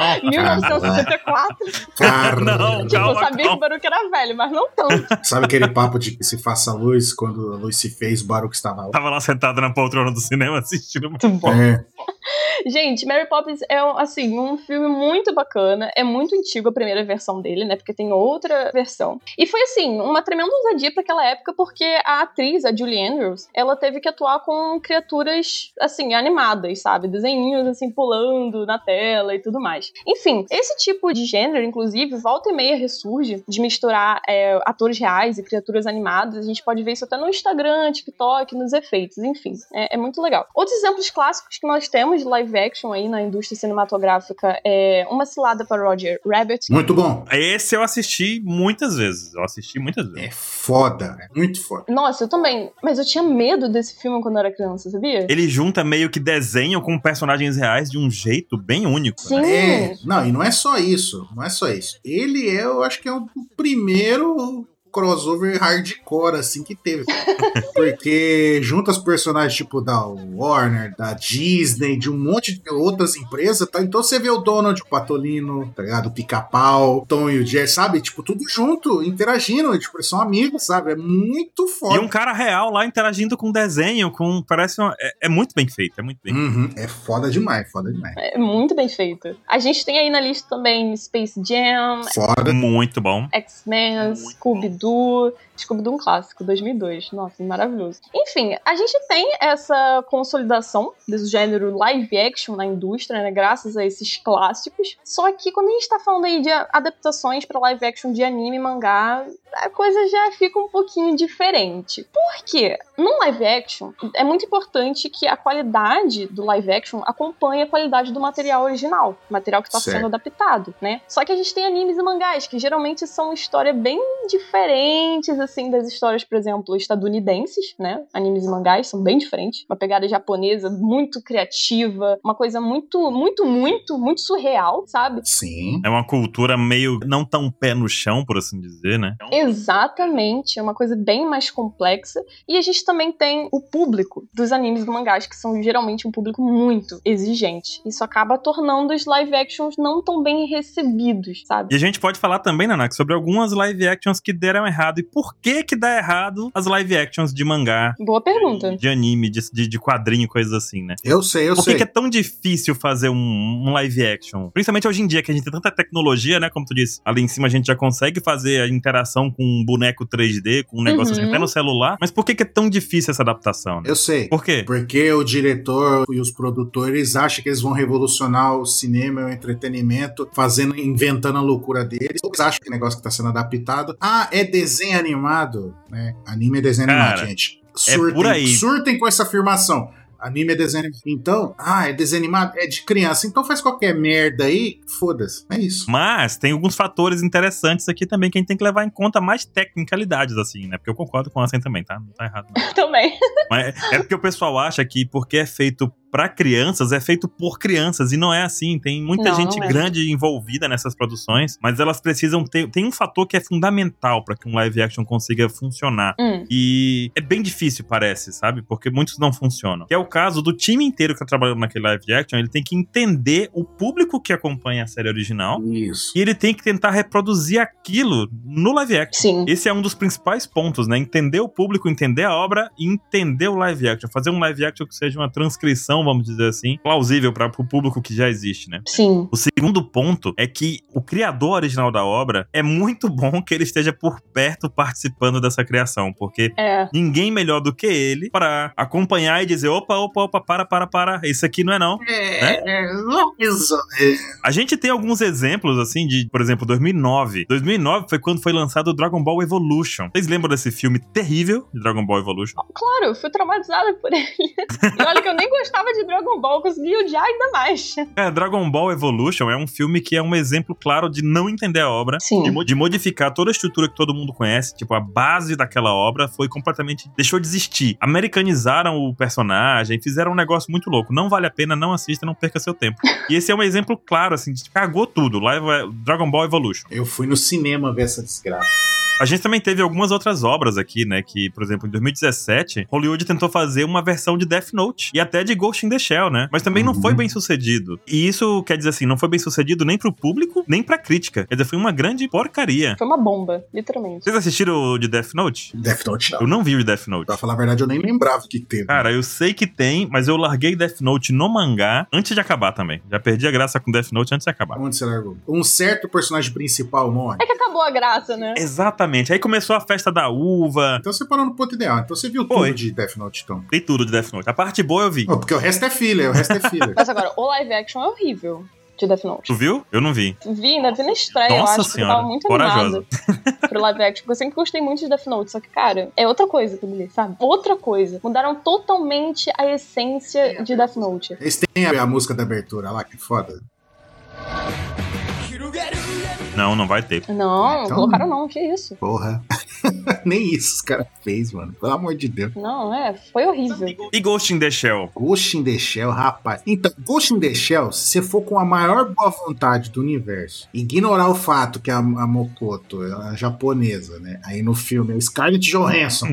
[SPEAKER 1] 1964.
[SPEAKER 3] Cara,
[SPEAKER 2] Não,
[SPEAKER 1] Tipo, eu
[SPEAKER 2] Calma,
[SPEAKER 1] sabia que
[SPEAKER 2] calma.
[SPEAKER 1] o Baruch era velho, mas não tanto.
[SPEAKER 3] sabe aquele papo de que se faça luz quando a luz se fez, o barulho que estava alto?
[SPEAKER 2] Tava lá sentado na poltrona do cinema assistindo.
[SPEAKER 1] Muito bom.
[SPEAKER 3] É,
[SPEAKER 1] Gente, Mary Poppins é assim, um filme muito bacana. É muito antigo a primeira versão dele, né? Porque tem outra versão. E foi assim, uma tremenda ousadia pra aquela época, porque a atriz, a Julie Andrews, ela teve que atuar com criaturas assim, animadas, sabe? Desenhinhos assim pulando na tela e tudo mais. Enfim, esse tipo de gênero, inclusive, volta e meia ressurge de misturar é, atores reais e criaturas animadas. A gente pode ver isso até no Instagram, TikTok, nos efeitos, enfim. É, é muito legal. Outros exemplos clássicos que nós temos de live action aí na indústria cinematográfica é Uma Cilada para Roger Rabbit.
[SPEAKER 3] muito bom.
[SPEAKER 2] Esse eu assisti muitas vezes. Eu assisti muitas vezes.
[SPEAKER 3] É foda, é muito foda.
[SPEAKER 1] Nossa, eu também. Mas eu tinha medo desse filme quando eu era criança, sabia?
[SPEAKER 2] Ele junta meio que desenho com personagens reais de um jeito bem único. né?
[SPEAKER 1] Sim.
[SPEAKER 3] É, não, e não é só isso, não é só isso. Ele é, eu acho que é o primeiro crossover hardcore, assim, que teve. Porque junta os personagens, tipo, da Warner, da Disney, de um monte de outras empresas, tá? Então você vê o Donald, o Patolino, tá ligado? O Pica-Pau, Tom e o Jerry, sabe? Tipo, tudo junto, interagindo, tipo, eles são amigos, sabe? É muito
[SPEAKER 2] E
[SPEAKER 3] foda.
[SPEAKER 2] um cara real lá interagindo com desenho, com. Parece uma. É, é muito bem feito, é muito bem.
[SPEAKER 3] Uhum, é foda demais, foda demais.
[SPEAKER 1] É muito bem feito. A gente tem aí na lista também Space Jam,
[SPEAKER 3] Foda.
[SPEAKER 2] Muito bom.
[SPEAKER 1] X-Men, Scooby-Doo, Scooby-Doo um clássico, 2002. Nossa, maravilhoso. Enfim, a gente tem essa consolidação desse gênero live action na indústria, né? Graças a esses clássicos. Só que quando a gente tá falando aí de adaptações para live action de anime e mangá, a coisa já fica um pouquinho diferente. Por quê? Num live action, é muito importante que a qualidade do live action acompanhe a qualidade do material original, material que está
[SPEAKER 3] Certo.
[SPEAKER 1] sendo adaptado, né? Só que a gente tem animes e mangás que geralmente são história bem diferentes, assim, das histórias, por exemplo, estadunidenses, né? Animes e mangás são bem diferentes. Uma pegada japonesa muito criativa, uma coisa muito, muito, muito, muito surreal, sabe?
[SPEAKER 3] Sim.
[SPEAKER 2] É uma cultura meio não tão pé no chão, por assim dizer, né?
[SPEAKER 3] Então
[SPEAKER 1] Exatamente, é uma coisa bem mais complexa. E a gente também tem o público dos animes e mangás, que são geralmente um público muito exigente. Isso acaba tornando os live actions não tão bem recebidos, sabe?
[SPEAKER 2] E a gente pode falar também, Nanak, sobre algumas live actions que deram errado e por que que dá errado as live actions de mangá,
[SPEAKER 1] Boa pergunta.
[SPEAKER 2] de anime, de, de, de quadrinho, coisas assim, né?
[SPEAKER 3] Eu sei, eu
[SPEAKER 2] Por que,
[SPEAKER 3] sei.
[SPEAKER 2] que é tão difícil fazer um, um live action? Principalmente hoje em dia, que a gente tem tanta tecnologia, né? Como tu disse, ali em cima a gente já consegue fazer a interação com um boneco 3D, com um negócio
[SPEAKER 1] Uhum.
[SPEAKER 2] assim, até no celular. Mas por que, que é tão difícil essa adaptação? Né?
[SPEAKER 3] Eu sei.
[SPEAKER 2] Por quê?
[SPEAKER 3] Porque o diretor e os produtores acham que eles vão revolucionar o cinema e o entretenimento, fazendo, inventando a loucura deles. Ou eles acham que o negócio que está sendo adaptado. Ah, é desenho animado. Né? Anime é desenho
[SPEAKER 2] Cara,
[SPEAKER 3] animado, gente.
[SPEAKER 2] é
[SPEAKER 3] Surtem,
[SPEAKER 2] por aí.
[SPEAKER 3] surtem com essa afirmação. Anime é desenho animado. Então, ah, é desenho animado? É de criança. Então faz qualquer merda aí, foda-se. É isso.
[SPEAKER 2] Mas tem alguns fatores interessantes aqui também que a gente tem que levar em conta mais tecnicalidades, assim, né? Porque eu concordo com a Assen também, tá? Não tá errado. não.
[SPEAKER 1] Também.
[SPEAKER 2] Mas é porque o pessoal acha que porque é feito pra crianças, é feito por crianças. E não é assim. Tem muita
[SPEAKER 1] Não,
[SPEAKER 2] gente
[SPEAKER 1] não é.
[SPEAKER 2] grande envolvida nessas produções, mas elas precisam ter. Tem um fator que é fundamental pra que um live action consiga funcionar.
[SPEAKER 1] Hum.
[SPEAKER 2] E é bem difícil, parece, sabe? Porque muitos não funcionam. Que é o caso do time inteiro que tá trabalhando naquele live action, ele tem que entender o público que acompanha a série original
[SPEAKER 3] Isso.
[SPEAKER 2] e ele tem que tentar reproduzir aquilo no live action.
[SPEAKER 1] Sim.
[SPEAKER 2] Esse é um dos principais pontos, né? Entender o público, entender a obra e entender o live action. Fazer um live action que seja uma transcrição, vamos dizer assim, plausível para o público que já existe, né?
[SPEAKER 1] Sim.
[SPEAKER 2] O segundo ponto é que o criador original da obra é muito bom que ele esteja por perto participando dessa criação, porque
[SPEAKER 1] É.
[SPEAKER 2] ninguém melhor do que ele para acompanhar e dizer: opa, opa, opa, para, para, para, isso aqui não é não.
[SPEAKER 3] É, é, não, isso. É.
[SPEAKER 2] A gente tem alguns exemplos, assim, de, por exemplo, 2009. 2009 foi quando foi lançado o Dragon Ball Evolution. Vocês lembram desse filme terrível de Dragon Ball Evolution?
[SPEAKER 1] Claro, eu fui traumatizada por ele. E olha que eu nem gostava de Dragon Ball, eu consegui odiar ainda mais.
[SPEAKER 2] É, Dragon Ball Evolution é um filme que é um exemplo claro de não entender a obra. De,
[SPEAKER 1] Sim.
[SPEAKER 2] mo- de modificar toda a estrutura que todo mundo conhece, tipo, a base daquela obra foi completamente. deixou de existir. Americanizaram o personagem, fizeram um negócio muito louco. Não vale a pena, não assista, não perca seu tempo. e esse é um exemplo claro, assim, de cagou tudo. Lá é Dragon Ball Evolution.
[SPEAKER 3] Eu fui no cinema ver essa desgraça.
[SPEAKER 2] A gente também teve algumas outras obras aqui, né? Que, por exemplo, em 2017, Hollywood tentou fazer uma versão de Death Note e até de Ghost in the Shell, né? Mas também não
[SPEAKER 3] Uhum.
[SPEAKER 2] foi bem sucedido. E isso quer dizer assim, não foi bem sucedido nem pro público, nem pra crítica. Quer dizer, foi uma grande porcaria.
[SPEAKER 1] Foi uma bomba, literalmente.
[SPEAKER 2] Vocês assistiram o de Death Note?
[SPEAKER 3] Death Note não.
[SPEAKER 2] Eu não vi o de Death Note.
[SPEAKER 3] Pra falar a verdade, eu nem lembrava que teve.
[SPEAKER 2] Cara, eu sei que tem, mas eu larguei Death Note no mangá antes de acabar também. Já perdi a graça com Death Note antes de acabar.
[SPEAKER 3] Onde você largou? Um certo personagem principal morre.
[SPEAKER 1] É que acabou a graça, né?
[SPEAKER 2] Exatamente. Aí começou a festa da uva.
[SPEAKER 3] Então você parou no ponto ideal. Então você viu tudo
[SPEAKER 2] Foi.
[SPEAKER 3] de Death Note, então.
[SPEAKER 2] Tem tudo de Death Note. A parte boa eu vi.
[SPEAKER 3] Não, porque o resto é filha, o resto é filha.
[SPEAKER 1] Mas agora, o live action é horrível de Death Note.
[SPEAKER 2] Tu viu? Eu não vi.
[SPEAKER 1] Vi, ainda vi na estreia,
[SPEAKER 2] Nossa
[SPEAKER 1] eu acho, porque eu
[SPEAKER 2] senhora,
[SPEAKER 1] tava muito
[SPEAKER 2] corajosa.
[SPEAKER 1] animada pro live action, porque eu sempre gostei muito de Death Note, só que, cara, é outra coisa tudo ali, sabe? Outra coisa. Mudaram totalmente a essência de Death Note.
[SPEAKER 3] Eles têm a, a música da abertura lá, que foda.
[SPEAKER 2] Não, não vai ter. É,
[SPEAKER 1] Não,
[SPEAKER 3] Então-
[SPEAKER 1] colocaram não, que isso.
[SPEAKER 3] Porra. Nem isso os caras fez, mano. Pelo amor de Deus.
[SPEAKER 1] Não, é, foi horrível.
[SPEAKER 2] E Ghost in the Shell?
[SPEAKER 3] Ghost in the Shell, rapaz. Então, Ghost in the Shell, se você for com a maior boa vontade do universo, ignorar o fato que a, a Mokoto é uma japonesa, né? Aí no filme é o Scarlett Johansson,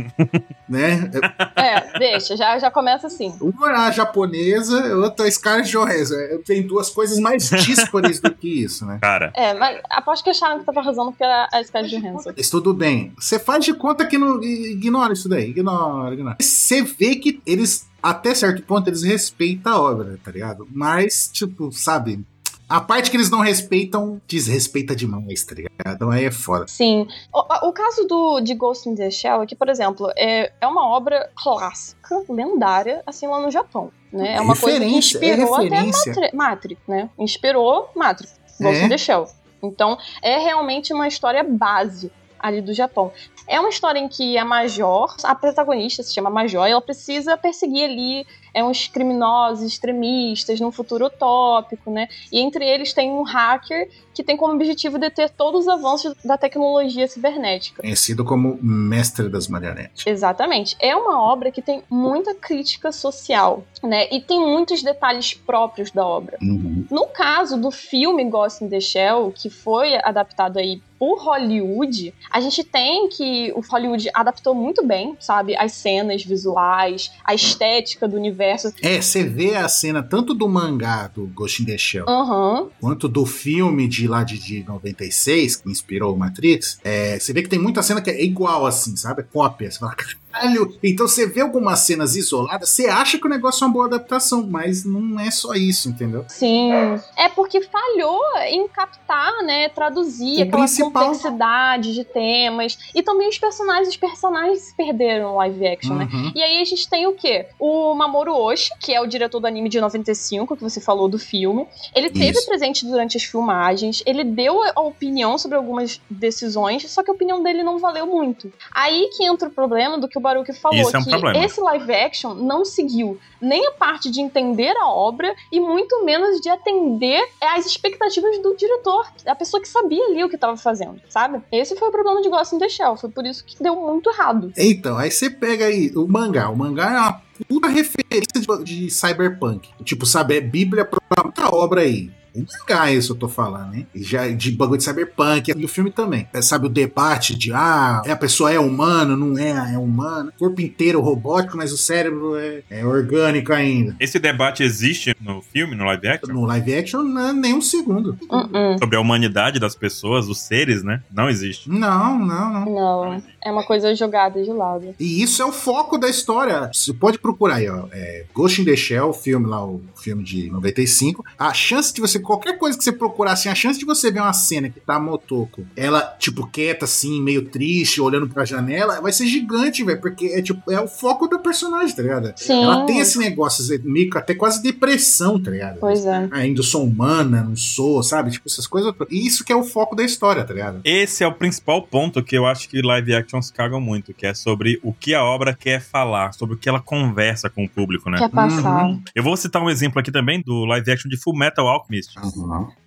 [SPEAKER 3] né?
[SPEAKER 1] É, deixa, já, já começa assim.
[SPEAKER 3] Uma é a japonesa, outra é a Scarlett Johansson. Tem duas coisas mais díspares do que isso, né?
[SPEAKER 2] Cara,
[SPEAKER 1] É, mas aposto que acharam que tava arrasando porque era a Scarlett Johansson.
[SPEAKER 3] Mas tudo bem. Você faz de conta que não. i- Ignora isso daí. Ignora, ignora. Você vê que eles, até certo ponto, eles respeitam a obra, tá ligado? Mas, tipo, sabe? A parte que eles não respeitam, desrespeita demais, tá ligado? Então aí é foda.
[SPEAKER 1] Sim. O, o caso do, de Ghost in the Shell é que, por exemplo, é, é uma obra clássica, lendária, assim, lá no Japão. Né? É uma coisa que
[SPEAKER 3] Referência, é
[SPEAKER 1] inspirou até
[SPEAKER 3] referência.
[SPEAKER 1] Matri- Matrix, né? Inspirou Matrix, Ghost
[SPEAKER 3] É.
[SPEAKER 1] in the Shell. Então, é realmente uma história base ali do Japão. É uma história em que a Major, a protagonista se chama Major, e ela precisa perseguir ali é, uns criminosos extremistas num futuro utópico, né? E entre eles tem um hacker que tem como objetivo deter todos os avanços da tecnologia cibernética.
[SPEAKER 3] Conhecido como mestre das marionetes.
[SPEAKER 1] Exatamente. É uma obra que tem muita crítica social, né? E tem muitos detalhes próprios da obra.
[SPEAKER 3] Uhum.
[SPEAKER 1] No caso do filme Ghost in the Shell, que foi adaptado aí por Hollywood, a gente tem que o Hollywood adaptou muito bem, sabe? As cenas visuais, a estética do universo.
[SPEAKER 3] É, você vê a cena tanto do mangá do Ghost in the Shell
[SPEAKER 1] Aham,
[SPEAKER 3] quanto do filme de lá de, de 96, que inspirou o Matrix, é, você vê que tem muita cena que é igual assim, sabe? É cópia. Você fala, caralho. Então você vê algumas cenas isoladas, você acha que o negócio é uma boa adaptação, mas não é só isso, entendeu?
[SPEAKER 1] sim. É porque falhou em captar, né? Traduzir
[SPEAKER 3] O
[SPEAKER 1] aquela
[SPEAKER 3] principal-
[SPEAKER 1] complexidade de temas. E também os personagens, os personagens se perderam no live action, né?
[SPEAKER 3] Uhum.
[SPEAKER 1] E aí a gente tem o quê? O Mamoru Oshii, que é o diretor do anime de 95, que você falou do filme. Ele esteve
[SPEAKER 3] Isso.
[SPEAKER 1] presente durante as filmagens, ele deu a opinião sobre algumas decisões, só que a opinião dele não valeu muito. Aí que entra o problema do que o Baruch falou,
[SPEAKER 2] Isso é um
[SPEAKER 1] que
[SPEAKER 2] problema.
[SPEAKER 1] esse live action não seguiu nem a parte de entender a obra e muito menos de atender às expectativas do diretor, a pessoa que sabia ali o que estava fazendo, sabe? Esse foi o problema de Ghost in the Shell, foi por isso que deu muito errado.
[SPEAKER 3] Então, aí você pega aí o mangá. O mangá é uma puta referência de, de cyberpunk. Tipo, sabe, é bíblia pra outra obra aí. O mangá, é isso eu tô falando, né? Já de bagulho de cyberpunk e o filme também. É, sabe, o debate de, ah, é, a pessoa é humana, não é, é humana. O corpo inteiro robótico, mas o cérebro é, é orgânico ainda.
[SPEAKER 2] Esse debate existe no filme, no live action?
[SPEAKER 3] No live action, não é nem um segundo.
[SPEAKER 1] Uh-uh.
[SPEAKER 2] Sobre a humanidade das pessoas, os seres, né? Não existe.
[SPEAKER 3] Não, não, não.
[SPEAKER 1] Não, é uma coisa jogada de lado.
[SPEAKER 3] E isso é o foco da história. Você pode procurar aí, ó. É Ghost in the Shell, o filme lá, o filme de 95. A chance de você, qualquer coisa que você procurar, assim, a chance de você ver uma cena que tá motoco, ela, tipo, quieta, assim, meio triste, olhando pra janela, vai ser gigante, velho. Porque é, tipo, é o foco da personagem, tá ligado?
[SPEAKER 1] Sim.
[SPEAKER 3] Ela tem esse negócio, esse mico, até quase depressão, tá ligado?
[SPEAKER 1] Pois
[SPEAKER 2] né?
[SPEAKER 1] é.
[SPEAKER 3] Ainda sou humana, não sou, sabe? Tipo, essas coisas. E isso que é o foco da história, tá ligado?
[SPEAKER 2] Esse é o principal ponto que eu acho que live actions cagam muito, que é sobre o que a obra quer falar, sobre o que ela conversa com o público, né?
[SPEAKER 1] Quer passar.
[SPEAKER 3] Uhum.
[SPEAKER 2] Eu vou citar um exemplo aqui também do live action de Full Metal Alchemist,
[SPEAKER 3] Ah.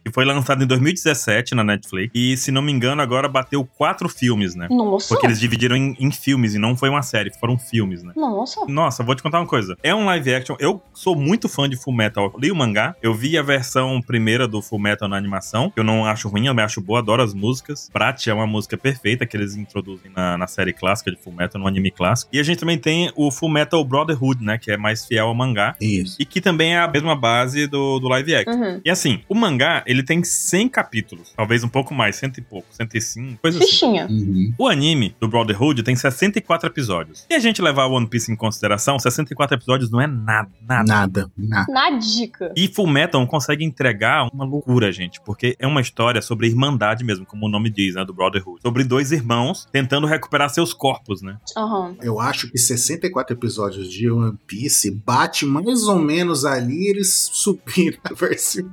[SPEAKER 2] que foi lançado em 2017 na Netflix. E, se não me engano, agora bateu quatro filmes, né?
[SPEAKER 1] Nossa.
[SPEAKER 2] Porque eles dividiram em, em filmes e não foi uma série, foram filmes, né?
[SPEAKER 1] Nossa. Uhum.
[SPEAKER 2] Nossa, vou te contar uma coisa. É um live action. Eu sou muito fã de Full Metal. Eu Li o mangá. Eu vi a versão primeira do Full Metal na animação. Eu não acho ruim, eu me acho boa, adoro as músicas. Brat é uma música perfeita que eles introduzem na, na série clássica de Full Metal, no anime clássico. E a gente também tem o Full Metal Brotherhood, né? Que é mais fiel ao mangá.
[SPEAKER 3] Isso.
[SPEAKER 2] E que também é a mesma base do, do live action.
[SPEAKER 1] Uhum.
[SPEAKER 2] E assim, o mangá, ele tem 100 capítulos. Talvez um pouco mais, cento e pouco, 105, coisa assim.
[SPEAKER 1] Fichinha.
[SPEAKER 2] O anime do Brotherhood tem 64 episódios. E a gente levar One Piece em consideração, 64 episódios não é nada, nada.
[SPEAKER 3] Nada, nada.
[SPEAKER 1] Na dica.
[SPEAKER 2] E Fullmetal consegue entregar uma loucura, gente, porque é uma história sobre irmandade mesmo, como o nome diz, né, do Brotherhood. Sobre dois irmãos tentando recuperar seus corpos, né?
[SPEAKER 1] Aham.
[SPEAKER 3] Eu acho que 64 episódios de One Piece bate mais ou menos ali eles subiram a versão.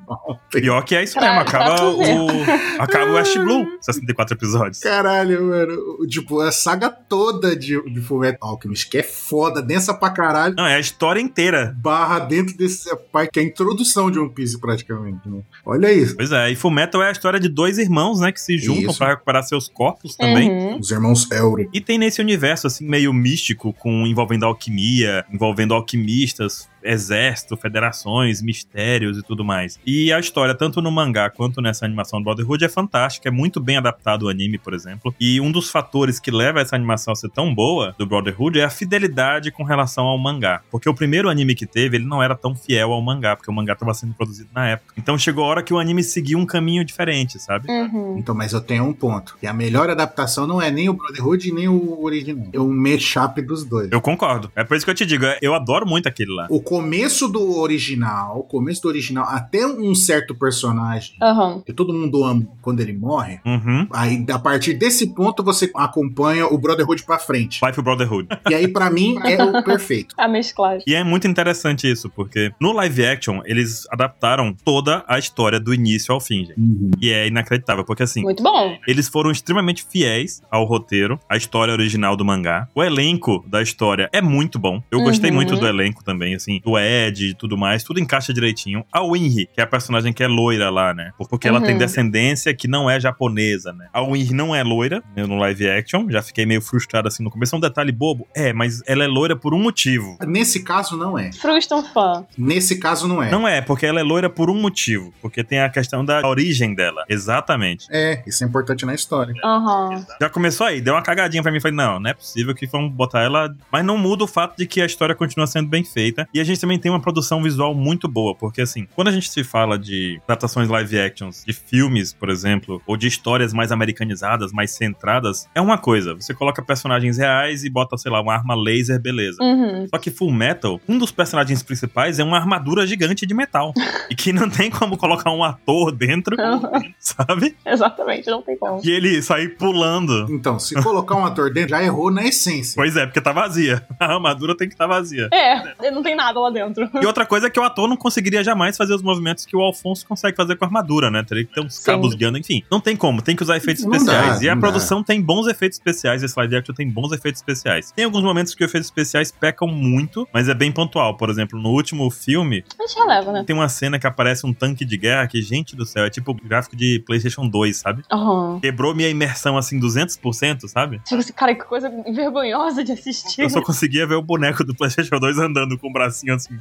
[SPEAKER 2] Pior que é isso mesmo,
[SPEAKER 1] Caralho,
[SPEAKER 2] acaba
[SPEAKER 1] dá pra ver.
[SPEAKER 2] o acaba o Ash Blue, 64 episódios.
[SPEAKER 3] Caralho, mano. Tipo, a saga toda de, de Fullmetal Alchemist, que é foda, densa pra caralho.
[SPEAKER 2] Não, é a história inteira.
[SPEAKER 3] Barra dentro desse parte que é a introdução de One Piece, praticamente. né? Olha isso.
[SPEAKER 2] Pois é, e Fullmetal é a história de dois irmãos, né, que se juntam
[SPEAKER 3] Isso.
[SPEAKER 2] pra recuperar seus corpos também.
[SPEAKER 1] Uhum.
[SPEAKER 3] Os irmãos Elric.
[SPEAKER 2] E tem nesse universo, assim, meio místico, com envolvendo alquimia, envolvendo alquimistas, exército, federações, mistérios e tudo mais. E a história, tanto no mangá quanto nessa animação do Brotherhood, é fantástica, é muito bem adaptado ao anime, por exemplo. E um dos fatores que leva essa animação a ser tão boa do Brotherhood é a fidelidade com relação ao mangá. Porque o primeiro anime que teve, ele não era tão fiel ao mangá, porque o mangá estava sendo produzido na época. Então chegou a hora que o anime seguiu um caminho diferente, sabe?
[SPEAKER 1] Uhum.
[SPEAKER 3] Então, mas eu tenho um ponto. E a melhor adaptação não é nem o Brotherhood nem o original. É um mashup dos dois.
[SPEAKER 2] Eu concordo. É por isso que eu te digo, é- eu adoro muito aquele lá.
[SPEAKER 3] O começo do original, começo do original, até um certo personagem
[SPEAKER 1] Aham.
[SPEAKER 3] que todo mundo ama quando ele morre,
[SPEAKER 2] Uhum.
[SPEAKER 3] aí a partir desse ponto você acompanha o Brotherhood pra frente.
[SPEAKER 2] Vai pro Brotherhood.
[SPEAKER 3] E aí pra mim é o perfeito.
[SPEAKER 1] A mesclagem.
[SPEAKER 2] E é muito interessante isso, porque no live action eles adaptaram toda a história do início ao fim, gente. E é inacreditável, porque assim,
[SPEAKER 1] Muito bom.
[SPEAKER 2] Eles foram extremamente fiéis ao roteiro, à história original do mangá. O elenco da história é muito bom. Eu gostei
[SPEAKER 1] Uhum.
[SPEAKER 2] muito do elenco também, assim, do Ed e tudo mais, tudo encaixa direitinho. A Winry, que é a personagem que é loira lá, né? Porque ela
[SPEAKER 1] Uhum.
[SPEAKER 2] tem descendência que não é japonesa, né? A Winry não é loira né, no live action, já fiquei meio frustrado assim no começo. É um detalhe bobo? É, mas ela é loira por um motivo.
[SPEAKER 3] Nesse caso não é.
[SPEAKER 1] Frustra um fã.
[SPEAKER 3] Nesse caso não é.
[SPEAKER 2] Não é, porque ela é loira por um motivo. Porque tem a questão da origem dela. Exatamente.
[SPEAKER 3] É, isso é importante na história.
[SPEAKER 1] Aham.
[SPEAKER 2] Já começou aí, deu uma cagadinha pra mim. Falei, não, não é possível que vão botar ela. Mas não muda o fato de que a história continua sendo bem feita. E a gente também tem uma produção visual muito boa, porque assim, quando a gente se fala de adaptações live actions, de filmes, por exemplo, ou de histórias mais americanizadas, mais centradas, é uma coisa. Você coloca personagens reais e bota, sei lá, uma arma laser, beleza.
[SPEAKER 1] Uhum.
[SPEAKER 2] Só que Full Metal, um dos personagens principais é uma armadura gigante de metal. e que não tem como colocar um ator dentro, sabe?
[SPEAKER 1] Exatamente, não tem como.
[SPEAKER 2] E ele sair pulando.
[SPEAKER 3] Então, se colocar um ator dentro, já errou na essência.
[SPEAKER 2] Pois é, porque tá vazia. A armadura tem que estar vazia.
[SPEAKER 1] É, não tem nada lá dentro.
[SPEAKER 2] E outra coisa é que o ator não conseguiria jamais fazer os movimentos que o Alfonso consegue fazer com a armadura, né? Teria que ter uns
[SPEAKER 1] Sim.
[SPEAKER 2] cabos guiando, enfim. Não tem como, tem que usar efeitos
[SPEAKER 3] Não
[SPEAKER 2] especiais.
[SPEAKER 3] dá,
[SPEAKER 2] e a
[SPEAKER 3] não
[SPEAKER 2] produção tem bons efeitos especiais, esse live action tem bons efeitos especiais. Tem alguns momentos que os efeitos especiais pecam muito, mas é bem pontual. Por exemplo, no último filme,
[SPEAKER 1] A gente releva, né?
[SPEAKER 2] tem uma cena que aparece um tanque de guerra que, gente do céu, é tipo gráfico de PlayStation 2, sabe?
[SPEAKER 1] Aham.
[SPEAKER 2] Quebrou minha imersão assim 200%, sabe?
[SPEAKER 1] Tipo assim, cara, que coisa vergonhosa de assistir.
[SPEAKER 2] Eu só conseguia ver o boneco do PlayStation 2 andando com o bracinho assim.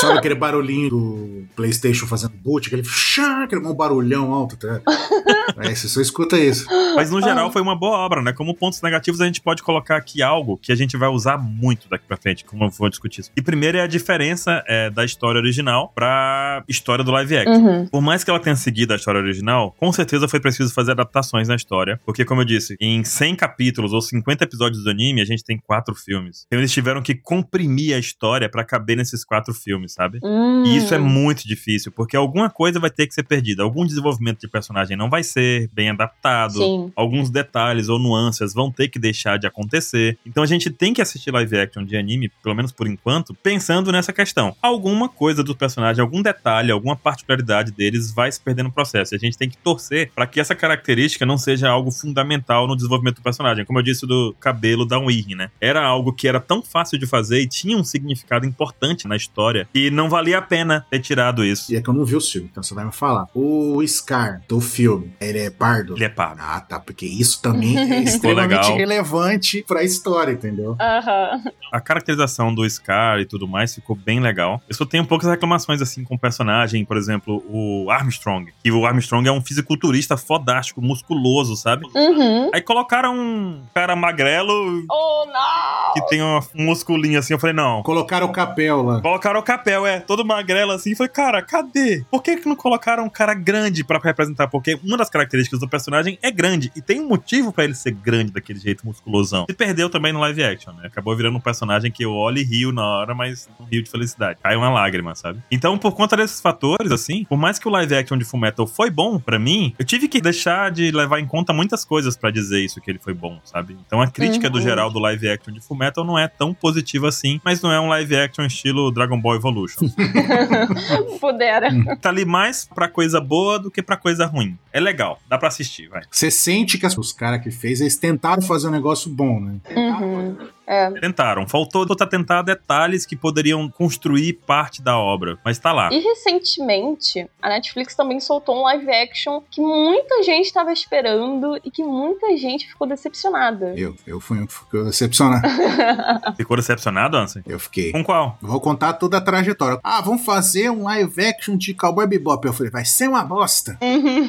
[SPEAKER 3] Sabe aquele barulhinho do PlayStation fazendo boot, aquele, chá, aquele um barulhão alto, tá? É, você só escuta isso.
[SPEAKER 2] Mas no geral foi uma boa obra, né? Como pontos negativos, a gente pode colocar aqui algo que a gente vai usar muito daqui pra frente, como eu vou discutir isso. E primeiro é a diferença é, da história original pra história do live action.
[SPEAKER 1] Uhum.
[SPEAKER 2] Por mais que ela tenha seguido a história original, com certeza foi preciso fazer adaptações na história. Porque, como eu disse, em 100 capítulos ou 50 episódios do anime, a gente tem quatro filmes. Então eles tiveram que comprimir a história pra caber nesses quatro filmes, sabe? E isso é
[SPEAKER 1] Hum.
[SPEAKER 2] muito difícil, porque alguma coisa vai ter que ser perdida. Algum desenvolvimento de personagem não vai ser bem adaptado
[SPEAKER 1] Sim.
[SPEAKER 2] alguns detalhes ou nuances vão ter que deixar de acontecer. Então a gente tem que assistir live action de anime, pelo menos por enquanto, pensando nessa questão. Alguma coisa do personagem, algum detalhe, alguma particularidade deles vai se perder no processo. E a gente tem que torcer para que essa característica não seja algo fundamental no desenvolvimento do personagem. Como eu disse do cabelo da Winry, né? Era algo que era tão fácil de fazer e tinha um significado importante na história e não valia a pena ter tirado isso.
[SPEAKER 3] E é que eu não vi o filme, então você vai me falar. O Scar do filme, ele é pardo?
[SPEAKER 2] Ele é pardo.
[SPEAKER 3] Ah, tá, porque isso também é extremamente
[SPEAKER 2] legal.
[SPEAKER 3] relevante pra história, entendeu?
[SPEAKER 1] Aham.
[SPEAKER 2] A caracterização do Scar e tudo mais ficou bem legal. Eu só tenho poucas reclamações assim com o personagem, por exemplo, o Armstrong. E o Armstrong é um fisiculturista fodástico, musculoso, sabe?
[SPEAKER 1] Uhum.
[SPEAKER 2] Aí colocaram um cara magrelo
[SPEAKER 1] Oh, não!
[SPEAKER 2] que tem uma- um musculinho assim. Eu falei, não.
[SPEAKER 3] Colocaram o capel lá.
[SPEAKER 2] Colocaram o capel, é, todo magrelo assim. Eu Falei, cara, cadê? Por que, que não colocaram um cara grande pra representar? Porque uma das características do personagem é grande. E tem um motivo pra ele ser grande daquele jeito musculosão. Se perdeu também no live action, né? Acabou virando um personagem que eu olho e rio na hora, mas não rio de felicidade. Cai uma lágrima, sabe? Então, por conta desses fatores, assim, por mais que o live action de Fullmetal foi bom pra mim, eu tive que deixar de levar em conta muitas coisas pra dizer isso que ele foi bom, sabe? Então a crítica do
[SPEAKER 1] Uhum.
[SPEAKER 2] geral do live action de Fullmetal não é tão positiva assim, mas não é um live action estilo Dragon Ball Evolution.
[SPEAKER 1] Pudera.
[SPEAKER 2] tá ali mais pra coisa boa do que pra coisa ruim. É legal, dá pra assistir, vai.
[SPEAKER 3] Você sente que as- os caras que fez, eles tentaram fazer um negócio bom, né?
[SPEAKER 1] Uhum.
[SPEAKER 2] Tentaram, faltou botar tentar detalhes que poderiam construir parte da obra, mas tá lá.
[SPEAKER 1] E recentemente, a Netflix também soltou um live action que muita gente estava esperando e que muita gente ficou decepcionada.
[SPEAKER 3] Eu, eu fui um que ficou decepcionado.
[SPEAKER 2] Ficou decepcionado, Ansem?
[SPEAKER 3] Eu fiquei.
[SPEAKER 2] Com qual?
[SPEAKER 3] Eu Vou contar toda a trajetória. Ah, vamos fazer um live action de Cowboy Bebop. Eu falei, vai ser uma bosta.
[SPEAKER 1] Uhum.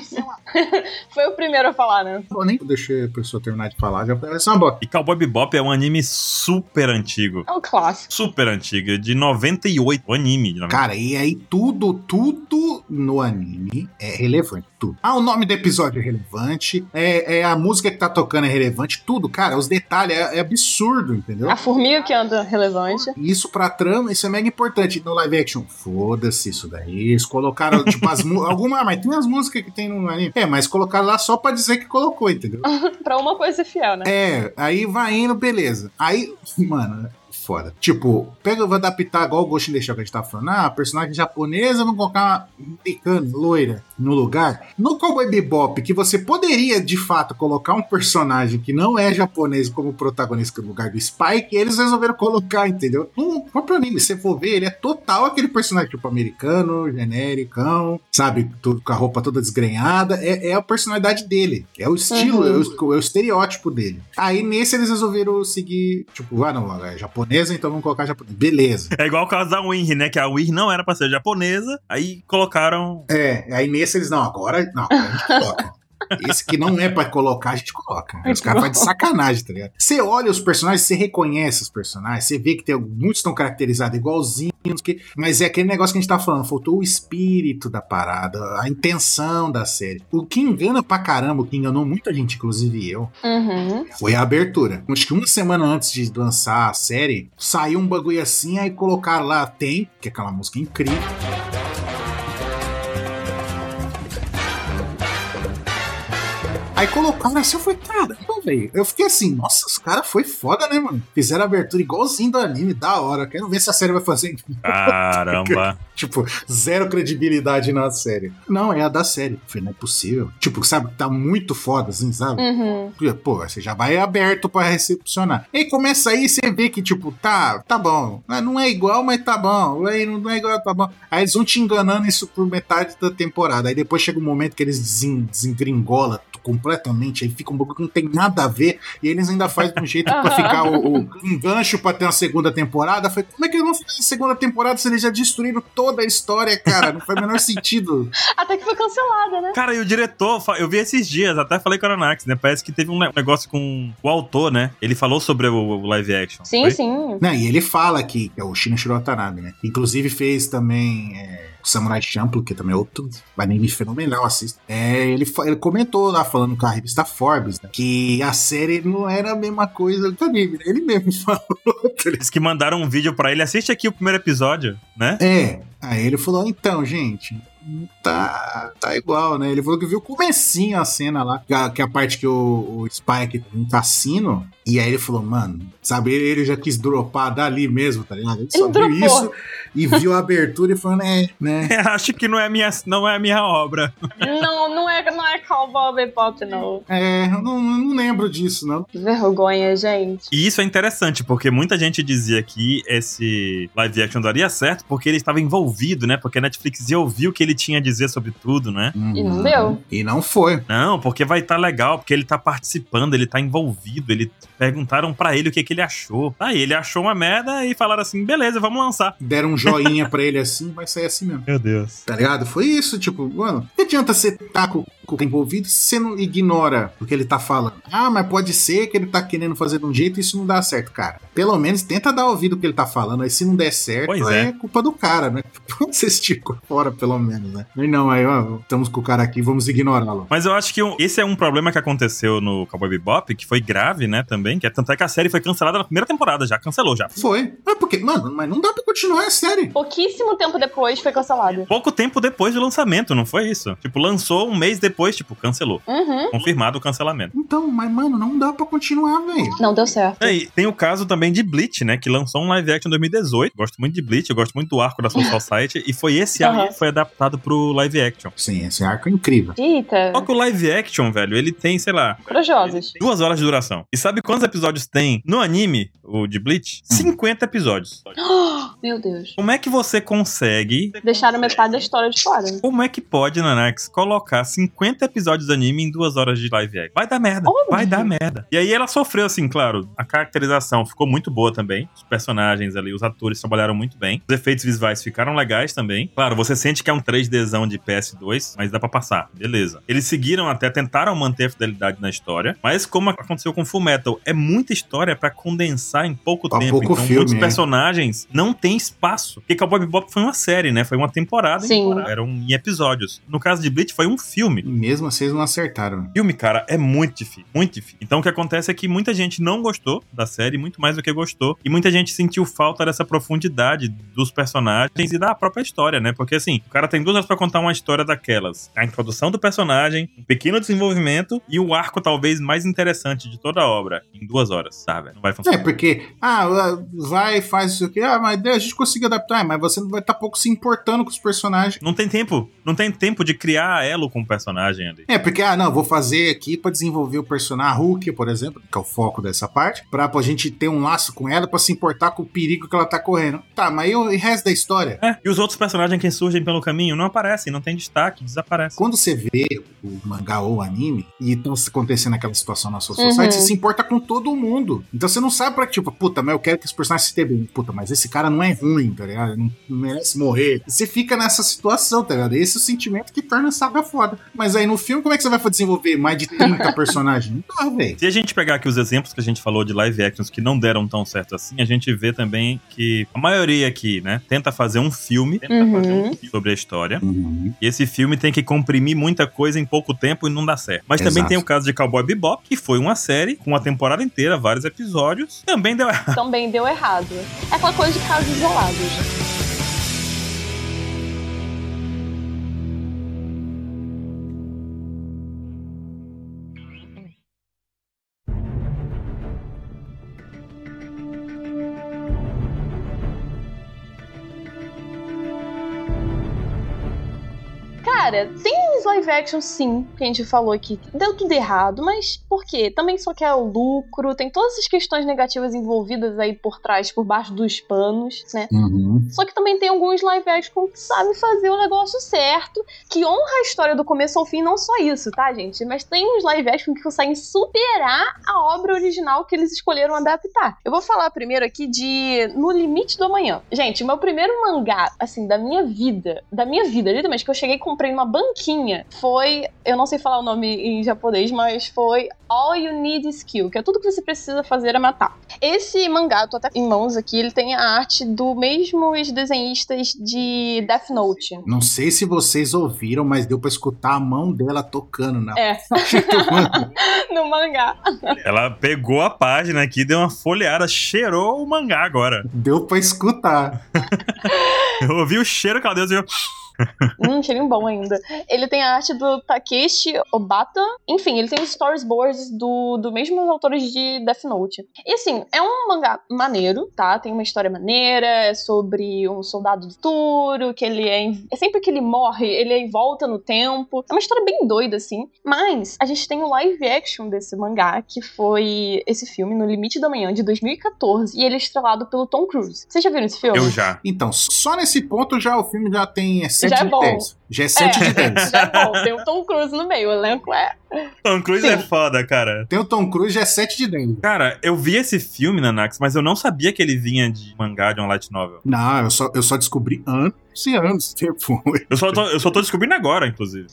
[SPEAKER 1] Foi o primeiro a falar, né?
[SPEAKER 3] Eu nem deixei a pessoa terminar de falar, já falei, isso é uma bosta.
[SPEAKER 2] E Cowboy Bebop é um anime super antigo.
[SPEAKER 1] É um clássico.
[SPEAKER 2] Super antigo, de 98. O um anime de 98.
[SPEAKER 3] Cara, e aí tudo, tudo no anime é relevante, tudo. Ah, o nome do episódio é relevante, é, é a música que tá tocando é relevante, tudo, cara, os detalhes é, é absurdo, entendeu?
[SPEAKER 1] A formiga que anda relevante.
[SPEAKER 3] E Isso pra trama, isso é mega importante. No live action, foda-se isso daí. Eles colocaram, tipo, as mu- alguma, mas tem as músicas que tem no anime. É, mas colocaram lá só pra dizer que colocou, entendeu?
[SPEAKER 1] pra uma coisa ser fiel, né?
[SPEAKER 3] É, aí vai indo, beleza. Aí, mano, foda. Tipo, pega, eu vou adaptar igual o Ghost in the Shell que a gente tá falando. Ah, personagem japonesa, vamos colocar uma americana, loira, no lugar. No Cowboy Bebop, que você poderia, de fato, colocar um personagem que não é japonês como protagonista no lugar do Spike, eles resolveram colocar, entendeu? No próprio anime, se você for ver, ele é total aquele personagem, tipo, americano, genericão, sabe? Tudo, com a roupa toda desgrenhada. É, é a personalidade dele. É o estilo,
[SPEAKER 1] Uhum.
[SPEAKER 3] é o o- é o estereótipo dele. Aí nesse eles resolveram seguir, tipo, ah não, é japonesa, então vamos colocar japonesa. Beleza.
[SPEAKER 2] É igual o caso da Winry, né? Que a Winry não era pra ser japonesa, aí colocaram.
[SPEAKER 3] É, aí nesse eles, não, agora, não, agora a gente coloca. Esse que não é pra colocar, a gente coloca. Aí Os caras fazem de sacanagem, tá ligado? Você olha os personagens, você reconhece os personagens, você vê que tem, muitos estão caracterizados igualzinhos, que, mas é aquele negócio que a gente tá falando, faltou o espírito da parada, a intenção da série. O que engana pra caramba, o que enganou muita gente, inclusive eu,
[SPEAKER 1] Uhum.
[SPEAKER 3] Foi a abertura. Acho que uma semana antes de lançar a série, saiu um bagulho assim, aí colocaram lá Tem, que é aquela música incrível. Aí colocaram assim, eu falei, cara, então, velho. Eu fiquei assim, nossa, os caras foi foda, né, mano? Fizeram a abertura igualzinho do anime, da hora. Quero ver se a série vai fazer,
[SPEAKER 2] Caramba.
[SPEAKER 3] tipo, zero credibilidade na série. Não, é a da série. Eu falei, não é possível. Tipo, sabe, tá muito foda, assim, sabe?
[SPEAKER 1] Uhum.
[SPEAKER 3] Pô, você já vai aberto pra recepcionar. E começa aí, você vê que, tipo, tá, tá bom. Ah, Não é igual, mas tá bom. Aí não não é igual, tá bom. Aí eles vão te enganando isso por metade da temporada. Aí depois chega um momento que eles desen- desengringolam tu- completamente. Aí fica um pouco que não tem nada a ver. E eles ainda fazem de um jeito pra
[SPEAKER 1] Aham.
[SPEAKER 3] ficar o, o- um gancho pra ter uma segunda temporada. Falei, como é que eles vão fazer a segunda temporada se eles já destruíram toda a história, cara? Não faz o menor sentido.
[SPEAKER 1] Até que foi cancelada, né?
[SPEAKER 2] Cara, e o diretor, fa- eu vi esses dias, até falei com a Aranax, né? Parece que teve um ne- negócio com o autor, né? Ele falou sobre o, o live action.
[SPEAKER 1] Sim,
[SPEAKER 2] foi?
[SPEAKER 1] sim.
[SPEAKER 3] Não, e ele fala que é o Shinichiro Watanabe, né? Inclusive fez também é, o Samurai Champloo, que também é outro anime fenomenal, assista. É, ele, fa- ele comentou lá, falando com a revista Forbes, né, que a série não era a mesma coisa do anime, né? Ele mesmo falou. tá ligado?
[SPEAKER 2] Diz que mandaram um vídeo pra ele, assiste aqui o primeiro episódio, né?
[SPEAKER 3] é, aí ele falou, então, gente... Tá, tá igual, né? Ele falou que viu o comecinho a cena lá, que a, que a parte que o, o Spike tá no cassino, e aí ele falou, mano, sabe, ele, ele já quis dropar dali mesmo, tá ligado? Ele só
[SPEAKER 1] Ele
[SPEAKER 3] viu
[SPEAKER 1] dropou.
[SPEAKER 3] isso e viu a abertura e falou, né, né.
[SPEAKER 2] Acho que não é a minha, não é a minha obra.
[SPEAKER 1] Não, não é, não é Cowboy Bebop, não.
[SPEAKER 3] É, eu não, não lembro disso, não.
[SPEAKER 1] Que vergonha, gente.
[SPEAKER 2] E isso é interessante, porque muita gente dizia que esse live action daria certo porque ele estava envolvido, né? Porque a Netflix ia ouvir o que ele tinha a dizer sobre tudo, né?
[SPEAKER 1] E não deu.
[SPEAKER 3] Hum, E não foi.
[SPEAKER 2] Não, porque vai estar legal, porque ele tá participando, ele tá envolvido, ele perguntaram pra ele o que, que ele achou. Tá Aí ele achou uma merda e falaram assim: "Beleza, vamos lançar".
[SPEAKER 3] Deram um joinha pra ele assim, vai sair assim mesmo.
[SPEAKER 2] Meu Deus.
[SPEAKER 3] Tá ligado? Foi isso, tipo, mano, não adianta você tá com com o cara envolvido se você não ignora o que ele tá falando. Ah, mas pode ser que ele tá querendo fazer de um jeito e isso não dá certo, cara. Pelo menos tenta dar ouvido o que ele tá falando, aí se não der certo,
[SPEAKER 2] Pois
[SPEAKER 3] é,
[SPEAKER 2] é.
[SPEAKER 3] culpa do cara, né? Você esticou fora, pelo menos, né? E não, aí, ó, estamos com o cara aqui, vamos ignorá-lo.
[SPEAKER 2] Mas eu acho que um- esse é um problema que aconteceu no Cowboy Bebop, que foi grave, né, também, que é tanto é que a série foi cancelada na primeira temporada já, cancelou já.
[SPEAKER 3] Foi. Mas porque, mano, mas não dá pra continuar, é sério.
[SPEAKER 1] Pouquíssimo tempo depois foi cancelado.
[SPEAKER 2] Pouco tempo depois do lançamento, não foi isso? Tipo, lançou um mês depois, tipo, cancelou.
[SPEAKER 1] Uhum.
[SPEAKER 2] Confirmado o cancelamento.
[SPEAKER 3] Então, mas mano, não dá pra continuar, velho.
[SPEAKER 1] Não deu certo.
[SPEAKER 2] É, E tem o caso também de Bleach, né? Que lançou um live action em 2018. Gosto muito de Bleach, eu gosto muito do arco da Social Society. E foi esse aí
[SPEAKER 1] Aham.
[SPEAKER 2] que foi adaptado pro live action.
[SPEAKER 3] Sim, esse arco é incrível.
[SPEAKER 1] Eita,
[SPEAKER 2] Só que o live action, velho, ele tem, sei lá,
[SPEAKER 1] corajosos.
[SPEAKER 2] duas horas de duração. E sabe quantos episódios tem no anime, o de Bleach? 50 episódios.
[SPEAKER 1] Meu Deus.
[SPEAKER 2] Como é que você consegue
[SPEAKER 1] Deixaram metade da história de fora.
[SPEAKER 2] Como é que pode, Nanax, colocar 50 episódios de anime em duas horas de live action? Vai dar merda.
[SPEAKER 1] Óbvio.
[SPEAKER 2] Vai dar merda. E aí ela sofreu, assim, claro. A caracterização ficou muito boa também. Os personagens ali, os atores trabalharam muito bem. Os efeitos visuais ficaram legais também. Claro, você sente que é um 3Dzão de PS2, mas dá pra passar. Beleza. Eles seguiram até, tentaram manter a fidelidade na história. Mas como aconteceu com Full Metal, é muita história pra condensar em pouco
[SPEAKER 3] Pra
[SPEAKER 2] tempo.
[SPEAKER 3] pouco
[SPEAKER 2] então,
[SPEAKER 3] filme,
[SPEAKER 2] muitos
[SPEAKER 3] é.
[SPEAKER 2] personagens não têm espaço. Porque Cowboy Bebop foi uma série, né? Foi uma temporada
[SPEAKER 1] Sim.
[SPEAKER 2] eram em episódios. No caso de Bleach, foi um filme.
[SPEAKER 3] E mesmo assim, eles não acertaram.
[SPEAKER 2] Filme, cara, é muito difícil, muito difícil. Então o que acontece é que muita gente não gostou da série, muito mais do que gostou, e muita gente sentiu falta dessa profundidade dos personagens e da própria história, né? Porque assim, o cara tem duas horas pra contar uma história daquelas. A introdução do personagem, um pequeno desenvolvimento e o arco talvez mais interessante de toda a obra em duas horas, sabe? Não vai
[SPEAKER 3] É,
[SPEAKER 2] funcionar.
[SPEAKER 3] porque, ah, vai, faz isso aqui, ah, mas a gente conseguiu adaptar, mas você não vai estar pouco se importando com os personagens.
[SPEAKER 2] Não tem tempo, não tem tempo de criar elo com o personagem ali.
[SPEAKER 3] É, porque, ah, não, vou fazer aqui pra desenvolver o personagem Hulk, por exemplo, que é o foco dessa parte, pra, pra gente ter um laço com ela, pra se importar com o perigo que ela tá correndo. Tá, mas e o e o resto da história?
[SPEAKER 2] É, e os outros personagens que surgem pelo caminho não aparecem, não tem destaque, desaparecem.
[SPEAKER 3] Quando você vê o mangá ou o anime e estão acontecendo aquela situação na sua
[SPEAKER 1] Uhum.
[SPEAKER 3] sociedade, você se importa com todo mundo. Então você não sabe pra que, tipo, puta, mas eu quero que esse personagem se dê bem. Puta, mas esse cara não é ruim, tá ligado? Ele Não, não merece morrer. Você fica nessa situação, tá ligado? Esse é o sentimento que torna a saga foda. Mas aí no filme, como é que você vai desenvolver mais de 30 personagens? Não dá, velho.
[SPEAKER 2] Se a gente pegar aqui os exemplos que a gente falou de live actions que não deram tão certo assim, a gente vê também que a maioria aqui, né, tenta fazer um filme, tenta
[SPEAKER 1] Uhum.
[SPEAKER 2] fazer um filme sobre a história. E esse filme tem que comprimir muita coisa em pouco tempo e não dá certo. Mas também
[SPEAKER 3] Exato.
[SPEAKER 2] tem o caso de Cowboy Bebop, que foi uma série com uma temporada inteira, vários episódios. Também deu errado.
[SPEAKER 1] Também deu errado. É aquela coisa de casos isolados. Cara, tem uns live action sim, que a gente falou aqui. que Deu tudo errado, mas por quê? Também só quer o lucro, tem todas essas questões negativas envolvidas aí por trás, por baixo dos panos, né? Só que também tem alguns live action que sabem fazer o negócio certo, que honra a história do começo ao fim, não só isso, tá, gente? Mas tem uns live action que conseguem superar a obra original que eles escolheram adaptar. Eu vou falar primeiro aqui de No Limite do Amanhã. Gente, o meu primeiro mangá, assim, da minha vida, da minha vida, literalmente, que eu cheguei e comprei numa banquinha, foi, eu não sei falar o nome em japonês, mas foi All You Need Is Kill, que é tudo que você precisa fazer é matar. Esse mangá, eu tô até em mãos aqui, ele tem a arte do mesmos desenhistas de Death Note.
[SPEAKER 3] Não sei se vocês ouviram, mas deu pra escutar a mão dela tocando na.
[SPEAKER 1] É, no mangá.
[SPEAKER 2] Ela pegou a página aqui, deu uma folheada, cheirou o mangá agora.
[SPEAKER 3] Deu pra escutar.
[SPEAKER 2] Eu ouvi o cheiro que ela deu, eu
[SPEAKER 1] Hum, cheirinho bom ainda. Ele tem a arte do Takeshi Obata. Enfim, ele tem os storyboards do, do mesmos autores de Death Note. E assim, é um mangá maneiro, tá? Tem uma história maneira, é sobre um soldado do futuro, que ele é, em- é. Sempre que ele morre, ele é em volta no tempo. É uma história bem doida, assim. Mas a gente tem o live action desse mangá, que foi esse filme, No Limite da Manhã, de 2014, e ele é estrelado pelo Tom Cruise. Vocês já viram esse filme?
[SPEAKER 2] Eu já.
[SPEAKER 3] Então, só nesse ponto já o filme já tem 7
[SPEAKER 1] Já é
[SPEAKER 3] de
[SPEAKER 1] bom.
[SPEAKER 3] 10. Já é 7 de 10.
[SPEAKER 1] Já é bom, tem o Tom Cruise no meio, o elenco é
[SPEAKER 2] Tom Cruise
[SPEAKER 1] Sim.
[SPEAKER 2] é foda, cara.
[SPEAKER 3] Tem o Tom Cruise, já é 7 de 10.
[SPEAKER 2] Cara, eu vi esse filme, Nanax, mas eu não sabia que ele vinha de mangá de uma light novel.
[SPEAKER 3] Não, eu só, eu só descobri anos e anos depois.
[SPEAKER 2] Eu só tô, eu só tô descobrindo agora, inclusive.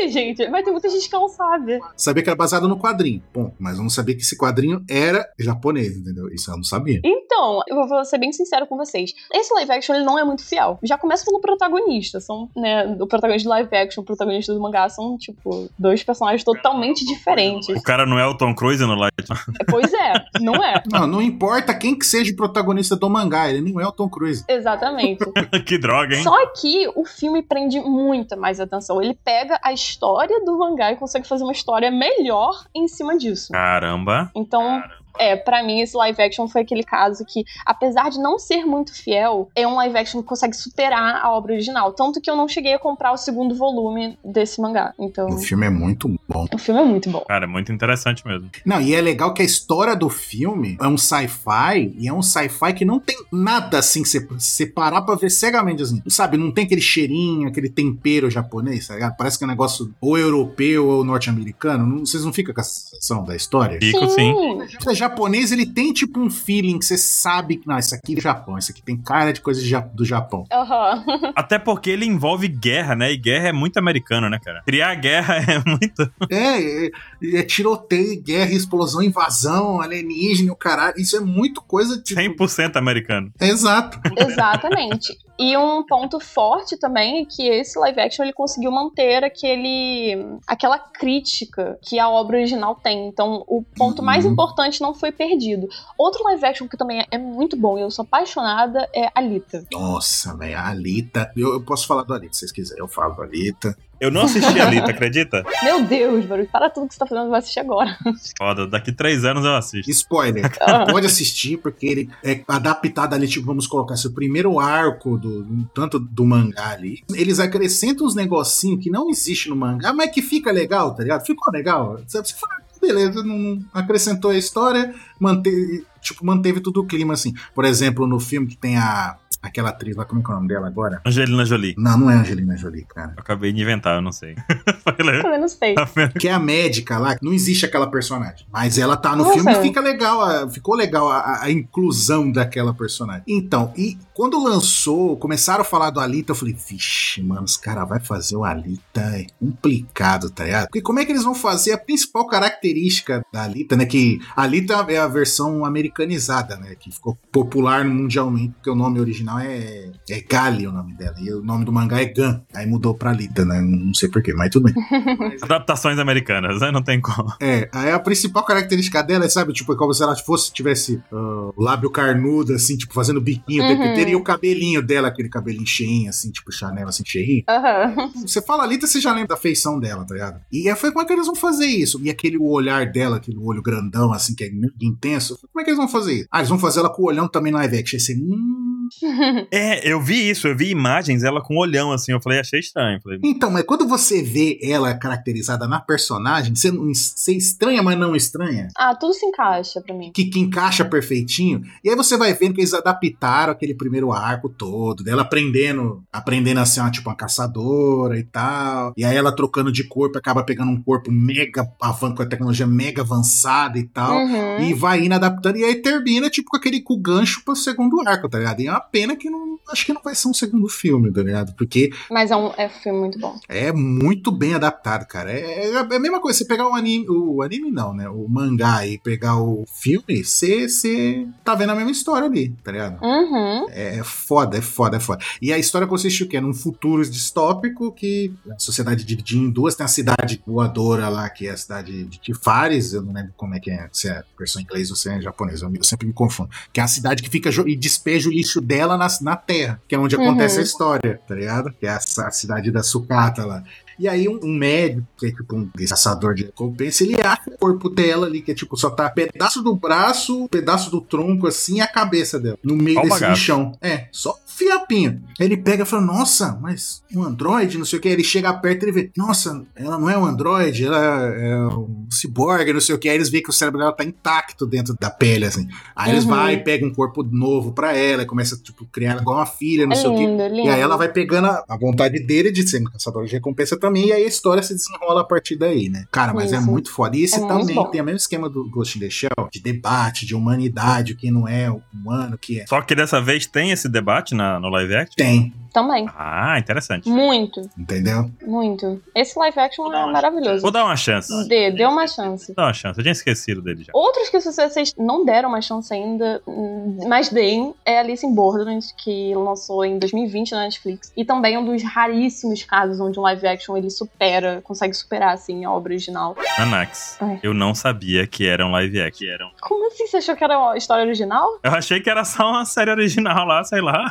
[SPEAKER 1] Ih, gente, vai ter muita gente que não sabe.
[SPEAKER 3] Sabia que era baseado no quadrinho. Bom, mas eu não sabia que esse quadrinho era japonês, entendeu? Isso eu não sabia.
[SPEAKER 1] Então, eu vou ser bem sincero com vocês. Esse live action ele não é muito fiel. Já começa pelo protagonista. São, né, o protagonista do live action e o protagonista do mangá são, tipo, dois personagens totalmente diferentes.
[SPEAKER 2] O cara não é o Tom Cruise no light novel.
[SPEAKER 1] Pois é, não é.
[SPEAKER 3] Não, não importa quem que seja o protagonista do mangá, ele não é o Tom Cruise.
[SPEAKER 1] Exatamente.
[SPEAKER 2] que droga, hein?
[SPEAKER 1] Só que o filme prende muita mais atenção. Ele pega a história do mangá e consegue fazer uma história melhor em cima disso.
[SPEAKER 2] Caramba.
[SPEAKER 1] Então, É, pra mim esse live action foi aquele caso que, apesar de não ser muito fiel, é um live action que consegue superar a obra original. Tanto que eu não cheguei a comprar o segundo volume desse mangá. Então,
[SPEAKER 3] O filme é muito bom.
[SPEAKER 1] o filme é muito bom.
[SPEAKER 2] Cara, é muito interessante mesmo.
[SPEAKER 3] Não, e é legal que a história do filme é um sci-fi, e é um sci-fi que não tem nada assim, que você- você parar pra ver cegamente, assim, sabe? Não tem aquele cheirinho, aquele tempero japonês, tá ligado? Parece que é um negócio ou europeu ou norte-americano. Não- Vocês não ficam com a sensação da história?
[SPEAKER 2] Fico sim.
[SPEAKER 3] O japonês, ele tem tipo um feeling que você sabe que, não, isso aqui é do Japão, isso aqui tem cara de coisa de Ja- do Japão.
[SPEAKER 1] Aham.
[SPEAKER 2] Até porque ele envolve guerra, né? E guerra é muito americano, né, cara? Criar guerra é muito.
[SPEAKER 3] É, é, é tiroteio, guerra, explosão, invasão, alienígena, o caralho. Isso é muito coisa de.
[SPEAKER 2] 100% americano.
[SPEAKER 3] Exato.
[SPEAKER 1] Exatamente. E um ponto forte também é que esse live action ele conseguiu manter aquele, aquela crítica que a obra original tem. Então, o ponto mais
[SPEAKER 3] Uhum.
[SPEAKER 1] importante não foi perdido. Outro live action que também é- é muito bom e eu sou apaixonada é Alita.
[SPEAKER 3] Nossa, velho, a Alita. Eu, eu posso falar do Alita, se vocês quiserem. Eu falo do Alita.
[SPEAKER 2] Eu não assisti a Lita, acredita?
[SPEAKER 1] Meu Deus, barulho, para tudo que você tá fazendo, vai assistir agora.
[SPEAKER 2] Foda, daqui três anos eu assisto.
[SPEAKER 3] Spoiler.
[SPEAKER 1] Ah.
[SPEAKER 3] Pode assistir, porque ele é adaptado ali, tipo, vamos colocar assim, o primeiro arco do do- tanto do mangá ali. Eles acrescentam uns negocinhos que não existe no mangá, mas que fica legal, tá ligado? Ficou legal. Sabe? Você fala, "Ah, beleza, não- não acrescentou a história, manteve, tipo, manteve tudo o clima, assim. Por exemplo, no filme que tem a. Aquela atriz lá, como é que é o nome dela agora?
[SPEAKER 2] Angelina Jolie.
[SPEAKER 3] Não, não é Angelina Jolie, cara.
[SPEAKER 2] Eu acabei de inventar, eu não sei. Falei,
[SPEAKER 1] Eu não sei.
[SPEAKER 2] tá vendo?
[SPEAKER 3] que é a médica lá, não existe aquela personagem. Mas ela tá no
[SPEAKER 1] Nossa.
[SPEAKER 3] filme e fica legal, a- ficou legal a- a, a inclusão daquela personagem. Então, e quando lançou, começaram a falar do Alita, eu falei, vixe, mano, os caras vai fazer o Alita, é complicado, tá ligado? Porque como é que eles vão fazer a principal característica da Alita, né? Que a Alita é a versão americanizada, né? Que ficou popular mundialmente, porque o nome original é, é Gali, o nome dela. E o nome do mangá é Gun. Aí mudou pra Alita, né? Não sei porquê, mas tudo bem.
[SPEAKER 2] Adaptações americanas, né? Não tem como.
[SPEAKER 3] É, aí a principal característica dela é, sabe, tipo, é como se ela fosse, tivesse ah, o lábio carnudo, assim, tipo, fazendo biquinho o tempo
[SPEAKER 1] Uhum.
[SPEAKER 3] inteiro, e o cabelinho dela, aquele cabelinho cheinho, assim, tipo, Chanel, assim, cheinho.
[SPEAKER 1] Aham.
[SPEAKER 3] Você fala Alita, você já lembra da feição dela, tá ligado? E aí foi como é que eles vão fazer isso? E aquele olhar dela, aquele olho grandão, assim, que é meio intenso, como é que eles vão fazer isso? Ah, eles vão fazer ela com o olhão também no live action, assim, hum...
[SPEAKER 2] É, eu vi isso, eu vi imagens, ela com um olhão assim. Eu falei, achei estranho. Falei, "Hum,
[SPEAKER 3] Então, mas quando você vê ela caracterizada na personagem, você, não, você é estranha, mas não estranha?
[SPEAKER 1] Ah, tudo se encaixa pra mim.
[SPEAKER 3] que, que encaixa perfeitinho. E aí você vai vendo que eles adaptaram aquele primeiro arco todo, dela aprendendo, aprendendo a ser uma, tipo uma caçadora e tal. E aí ela trocando de corpo, acaba pegando um corpo mega avan com a tecnologia mega avançada e tal.
[SPEAKER 1] Uhum.
[SPEAKER 3] E vai indo adaptando, e aí termina, tipo, com aquele com o gancho pro segundo arco, tá ligado? E é uma pena que não. Acho que não vai ser um segundo filme, tá ligado? Porque
[SPEAKER 1] Mas é um, é um filme muito bom.
[SPEAKER 3] é muito bem adaptado, cara. É, é a- é a mesma coisa, você pegar o anime. O anime não, né? O mangá e pegar o filme, você você tá vendo a mesma história ali, tá ligado?
[SPEAKER 1] Uhum.
[SPEAKER 3] É, é foda, é foda, é foda. E a história consiste o quê? Num futuro distópico que a sociedade é dividida em duas. Tem a cidade voadora lá, que é a cidade de Tifares. Eu não lembro como é que é, se é a versão inglesa ou se é japonesa. Eu, eu sempre me confundo. Que é a cidade que fica jo- e despeja o lixo dela na, na terra, que é onde acontece
[SPEAKER 1] Uhum.
[SPEAKER 3] a história, tá ligado? Que é a, a cidade da sucata lá. E aí um, um médico, que é tipo um caçador de recompensa, ele acha o corpo dela ali, que é tipo, só tá pedaço do braço, pedaço do tronco, assim, e a cabeça dela. No meio
[SPEAKER 2] Só uma
[SPEAKER 3] desse
[SPEAKER 2] gata.
[SPEAKER 3] lixão. É, só um fiapinho. Aí ele pega e fala, nossa, mas um androide, não sei o que. Aí ele chega perto e ele vê, nossa, ela não é um androide, ela é um ciborgue, não sei o que. Aí eles veem que o cérebro dela tá intacto dentro da pele, assim. Aí eles
[SPEAKER 1] Uhum.
[SPEAKER 3] vai e pegam um corpo novo pra ela, e começa, tipo, criar ela igual uma filha, não
[SPEAKER 1] É
[SPEAKER 3] sei o que.
[SPEAKER 1] lindo, é
[SPEAKER 3] E
[SPEAKER 1] lindo.
[SPEAKER 3] aí ela vai pegando a, a vontade dele de ser um caçador de recompensa também, e aí a história se desenrola a partir daí, né? Cara, mas é
[SPEAKER 1] Isso.
[SPEAKER 3] muito foda. E esse
[SPEAKER 1] É muito
[SPEAKER 3] também
[SPEAKER 1] bom.
[SPEAKER 3] tem o mesmo esquema do Ghost in the Shell, de debate, de humanidade, o que não é humano, o que é.
[SPEAKER 2] Só que dessa vez tem esse debate na, no live action?
[SPEAKER 3] Tem,
[SPEAKER 1] Também.
[SPEAKER 2] Ah, interessante.
[SPEAKER 1] Muito,
[SPEAKER 3] entendeu?
[SPEAKER 1] muito. Esse live action
[SPEAKER 2] dar
[SPEAKER 1] é
[SPEAKER 2] uma-
[SPEAKER 1] maravilhoso.
[SPEAKER 2] Vou dar uma chance. Vou
[SPEAKER 1] Dê, dê uma chance.
[SPEAKER 2] dar uma chance. Eu tinha esquecido dele já.
[SPEAKER 1] Outros que se vocês não deram uma chance ainda, hum, mas deem, é Alice in Borderland, que lançou em 2020 na Netflix. E também é um dos raríssimos casos onde um live action ele supera, consegue superar, assim, a obra original.
[SPEAKER 2] Anax.
[SPEAKER 1] Ai.
[SPEAKER 2] Eu não sabia que era um live action. Que era um-
[SPEAKER 1] Como assim? Você achou que era a história original?
[SPEAKER 2] Eu achei que era só uma série original lá, sei lá.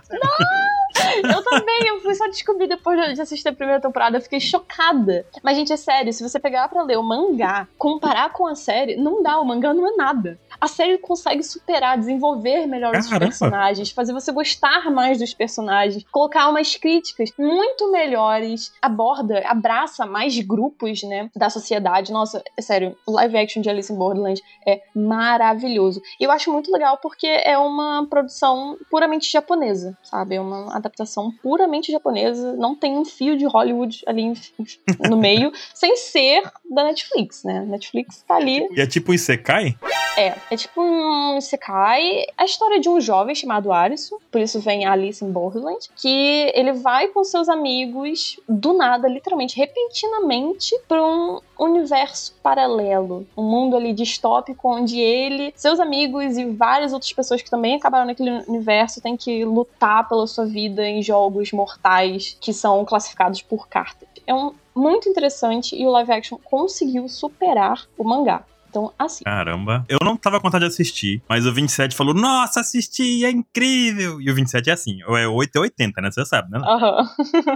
[SPEAKER 1] Eu também, eu fui só descobrir depois de assistir a primeira temporada, eu fiquei chocada. Mas, gente, é sério, se você pegar pra ler o mangá, comparar com a série, não dá, o mangá não é nada. A série consegue superar, desenvolver melhor os
[SPEAKER 2] Caramba.
[SPEAKER 1] personagens, fazer você gostar mais dos personagens, colocar umas críticas muito melhores, aborda, abraça mais grupos, né, da sociedade. Nossa, é sério, o live action de Alice in Borderlands é maravilhoso. E eu acho muito legal porque é uma produção puramente japonesa, sabe? É uma adaptação puramente japonesa, não tem um fio de Hollywood ali em- no meio, sem ser da Netflix, né? Netflix tá ali.
[SPEAKER 2] E é tipo Isekai?
[SPEAKER 1] É, é tipo um Isekai, a história de um jovem chamado Alisson, por isso vem Alice in Borderland, que ele vai com seus amigos do nada, literalmente, repentinamente, pra um universo paralelo, um mundo ali distópico onde ele, seus amigos e várias outras pessoas que também acabaram naquele universo têm que lutar pela sua vida em jogos mortais que são classificados por cartas. É um muito interessante e o live action conseguiu superar o mangá. Então, assim.
[SPEAKER 2] Ah. Caramba. Eu não tava com vontade de assistir, mas o 27 falou, nossa, assisti, é incrível. E o 27 é assim, ou é 8 ou 80, né? Você sabe, né?
[SPEAKER 1] Aham.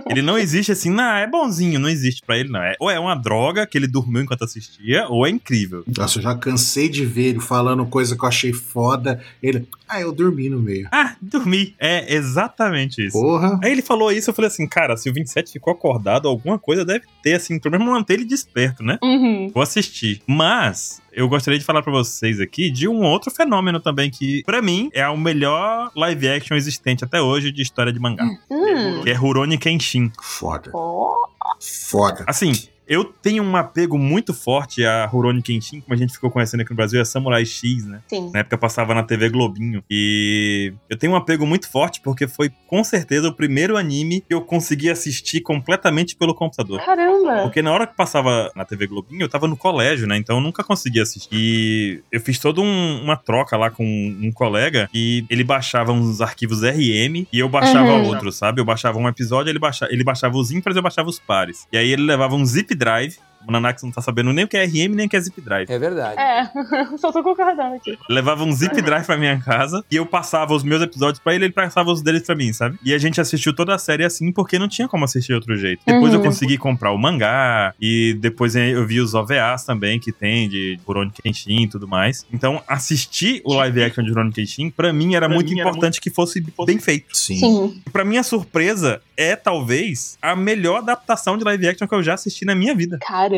[SPEAKER 2] Ele não existe assim, não, é bonzinho, não existe pra ele, não. É, ou é uma droga que ele dormiu enquanto assistia, ou é incrível.
[SPEAKER 3] Nossa, eu já cansei de ver ele falando coisa que eu achei foda. Ele, ah, eu dormi no meio.
[SPEAKER 2] Ah, dormi. É exatamente isso.
[SPEAKER 3] Porra.
[SPEAKER 2] Aí ele falou isso, eu falei assim, cara, se o 27 ficou acordado, alguma coisa deve ter, assim, pelo menos manter ele desperto, né?
[SPEAKER 1] Uhum.
[SPEAKER 2] Vou assistir. Mas eu gostaria de falar pra vocês aqui de um outro fenômeno também que, pra mim, é o melhor live action existente até hoje de história de mangá,
[SPEAKER 1] Hum.
[SPEAKER 2] que é Rurouni Kenshin.
[SPEAKER 3] Foda.
[SPEAKER 1] Ó.
[SPEAKER 3] Foda.
[SPEAKER 2] Assim, eu tenho um apego muito forte a Rurouni Kenshin, como a gente ficou conhecendo aqui no Brasil, é Samurai X, né?
[SPEAKER 1] Sim.
[SPEAKER 2] Na época eu passava na TV Globinho. E eu tenho um apego muito forte porque foi com certeza o primeiro anime que eu consegui assistir completamente pelo computador.
[SPEAKER 1] Caramba.
[SPEAKER 2] Porque na hora que passava na TV Globinho, eu tava no colégio, né? Então eu nunca conseguia assistir. E eu fiz toda um- uma troca lá com um colega e ele baixava uns arquivos RM e eu baixava
[SPEAKER 1] Uhum.
[SPEAKER 2] outro, sabe? Eu baixava um episódio, ele baixava, ele baixava os ímpares, eu baixava os pares. E aí ele levava um zip drive. O Nanax não tá sabendo nem o que é RM, nem o que é zip drive.
[SPEAKER 6] É verdade.
[SPEAKER 1] É, só tô concordando aqui.
[SPEAKER 2] Levava um zip drive pra minha casa e eu passava os meus episódios pra ele, ele passava os deles pra mim, sabe? E a gente assistiu toda a série assim porque não tinha como assistir de outro jeito. Depois eu
[SPEAKER 1] Uhum.
[SPEAKER 2] consegui comprar o mangá e depois eh, eu vi os OVAs também que tem de Rurouni Kenshin e tudo mais. Então, assistir o live action de Rurouni Kenshin pra mim era
[SPEAKER 7] Pra
[SPEAKER 2] muito
[SPEAKER 7] mim era
[SPEAKER 2] importante que fosse bem feito.
[SPEAKER 3] Sim.
[SPEAKER 1] Sim.
[SPEAKER 2] E Pra minha surpresa, é talvez a melhor adaptação de live action que eu já assisti na minha vida.
[SPEAKER 1] Caramba.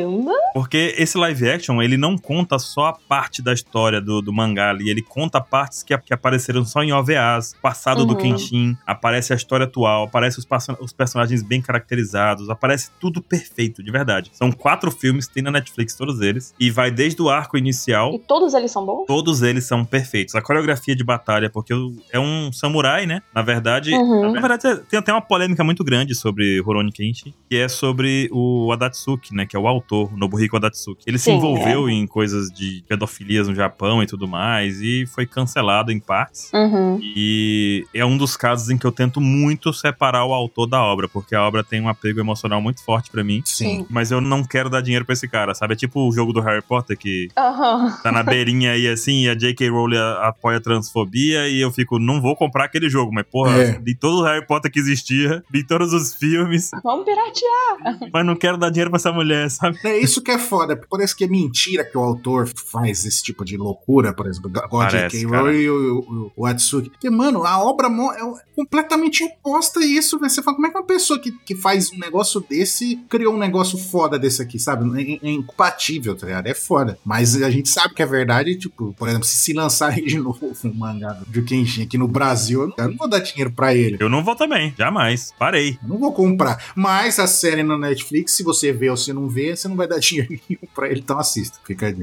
[SPEAKER 2] Porque esse live action, ele não conta só a parte da história do, do mangá ali, ele conta partes que, que apareceram só em OVAs, passado do
[SPEAKER 1] Uhum.
[SPEAKER 2] Kenshin, aparece a história atual, aparece os, perso- os personagens bem caracterizados, aparece tudo perfeito, de verdade. São quatro filmes, tem na Netflix todos eles, e vai desde o arco inicial
[SPEAKER 1] E todos eles são bons?
[SPEAKER 2] todos eles são perfeitos. A coreografia de batalha, porque o- é um samurai, né? Na verdade,
[SPEAKER 1] Uhum.
[SPEAKER 2] na verdade é, tem até uma polêmica muito grande sobre Rurouni Kenshin, que é sobre o Adatsuki, né? Que é o autor, o Nobuhiko Adatsuki. Ele se
[SPEAKER 1] Sim,
[SPEAKER 2] envolveu em coisas de pedofilias no Japão e tudo mais, e foi cancelado em partes.
[SPEAKER 1] Uhum.
[SPEAKER 2] E é um dos casos em que eu tento muito separar o autor da obra, porque a obra tem um apego emocional muito forte pra mim.
[SPEAKER 3] Sim.
[SPEAKER 2] Mas eu não quero dar dinheiro pra esse cara, sabe? É tipo o jogo do Harry Potter que
[SPEAKER 1] Aham.
[SPEAKER 2] tá na beirinha aí assim, e a J.K. Rowling a- apoia a transfobia, e eu fico, não vou comprar aquele jogo, mas porra,
[SPEAKER 3] É.
[SPEAKER 2] li todo o Harry Potter que existia, li todos os filmes,
[SPEAKER 1] Vamos piratear.
[SPEAKER 2] mas não quero dar dinheiro pra essa mulher, sabe?
[SPEAKER 3] É isso que é foda. porque Parece que é mentira que o autor faz esse tipo de loucura, por exemplo, God
[SPEAKER 2] Parece,
[SPEAKER 3] J.K.
[SPEAKER 2] cara.
[SPEAKER 3] Rowling e o, o, o Atsuki. Porque, mano, a obra mo- é completamente oposta a isso, velho. Você fala, como é que uma pessoa que, que faz um negócio desse criou um negócio foda desse aqui, sabe? É, é incompatível, tá ligado? É foda. Mas a gente sabe que é verdade, tipo, por exemplo, se se lançarem de novo um mangá do Kenshin aqui no Brasil, eu não, eu não vou dar dinheiro pra ele.
[SPEAKER 2] Eu não vou também, jamais, parei.
[SPEAKER 3] Eu não vou comprar. Mas a série na Netflix, se você vê ou se não vê, você não vai dar dinheiro nenhum pra ele, então assista. Fica aí.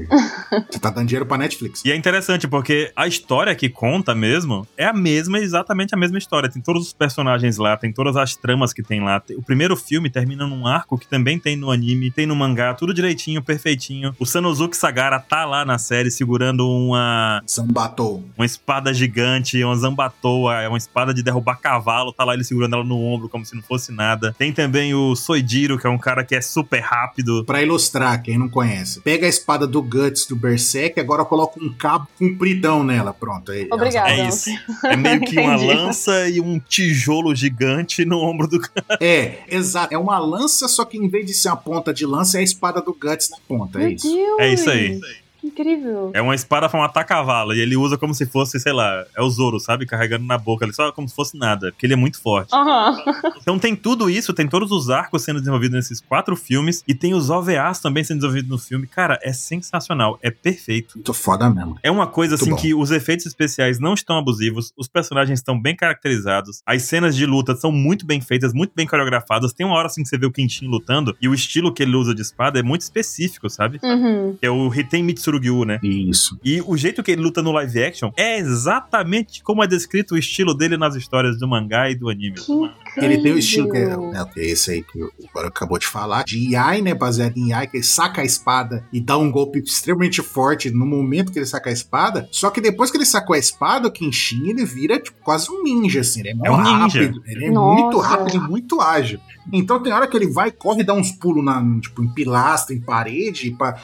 [SPEAKER 3] você tá dando dinheiro pra Netflix.
[SPEAKER 2] E é interessante porque a história que conta mesmo é a mesma, exatamente a mesma história. Tem todos os personagens lá, tem todas as tramas que tem lá. Tem- O primeiro filme termina num arco que também tem no anime, tem no mangá, tudo direitinho, perfeitinho. O Sanosuke Sagara tá lá na série segurando uma
[SPEAKER 3] Sambatou.
[SPEAKER 2] uma espada gigante, uma zambatoa, é uma espada de derrubar cavalo, tá lá ele segurando ela no ombro. como se não fosse nada. Tem também o Soidiro, que é um cara que é super rápido.
[SPEAKER 3] Pra ilustrar, quem não conhece, pega a espada do Guts do Berserk, agora coloca um cabo compridão nela. Pronto. Aí,
[SPEAKER 1] Obrigada.
[SPEAKER 2] É isso. É meio que uma
[SPEAKER 1] Entendi.
[SPEAKER 2] lança e um tijolo gigante no ombro do cara.
[SPEAKER 3] É, exato. É uma lança, só que em vez de ser a ponta de lança, é a espada do Guts na ponta.
[SPEAKER 1] Meu
[SPEAKER 3] É isso.
[SPEAKER 1] Deus!
[SPEAKER 2] É isso aí.
[SPEAKER 1] Incrível.
[SPEAKER 2] É uma espada pra matar cavalo. E ele usa como se fosse, sei lá, é o Zoro, sabe? Carregando na boca ali, só como se fosse nada. Porque ele é muito forte.
[SPEAKER 1] Aham.
[SPEAKER 2] Então tem tudo isso, tem todos os arcos sendo desenvolvidos nesses quatro filmes. E tem os OVAs também sendo desenvolvidos no filme. Cara, é sensacional. É perfeito.
[SPEAKER 3] Muito foda mesmo.
[SPEAKER 2] É uma coisa
[SPEAKER 3] Muito
[SPEAKER 2] assim
[SPEAKER 3] bom.
[SPEAKER 2] que os efeitos especiais não estão abusivos, os personagens estão bem caracterizados, as cenas de luta são muito bem feitas, muito bem coreografadas. Tem uma hora assim que você vê o Quintin lutando e o estilo que ele usa de espada é muito específico, sabe?
[SPEAKER 1] Uhum.
[SPEAKER 2] É o Hiten Mitsurugyu, né?
[SPEAKER 3] Isso.
[SPEAKER 2] E o jeito que ele luta no live action é exatamente como é descrito o estilo dele nas histórias do mangá e do anime.
[SPEAKER 1] Que incrível.
[SPEAKER 3] Ele tem o estilo que é, né, que é esse aí que o Goro acabou de falar, de Iai, né? Baseado em Iai, que ele saca a espada e dá um golpe extremamente forte no momento que ele saca a espada. Só que depois que ele sacou a espada, o Kenshin, ele vira tipo, quase um ninja, assim. Ele é,
[SPEAKER 2] É um
[SPEAKER 3] muito
[SPEAKER 2] ninja.
[SPEAKER 3] rápido. Ele é
[SPEAKER 1] Nossa.
[SPEAKER 3] muito rápido e muito ágil. Então tem hora que ele vai, corre, dá uns pulos na, tipo, em pilastra, em parede, pra-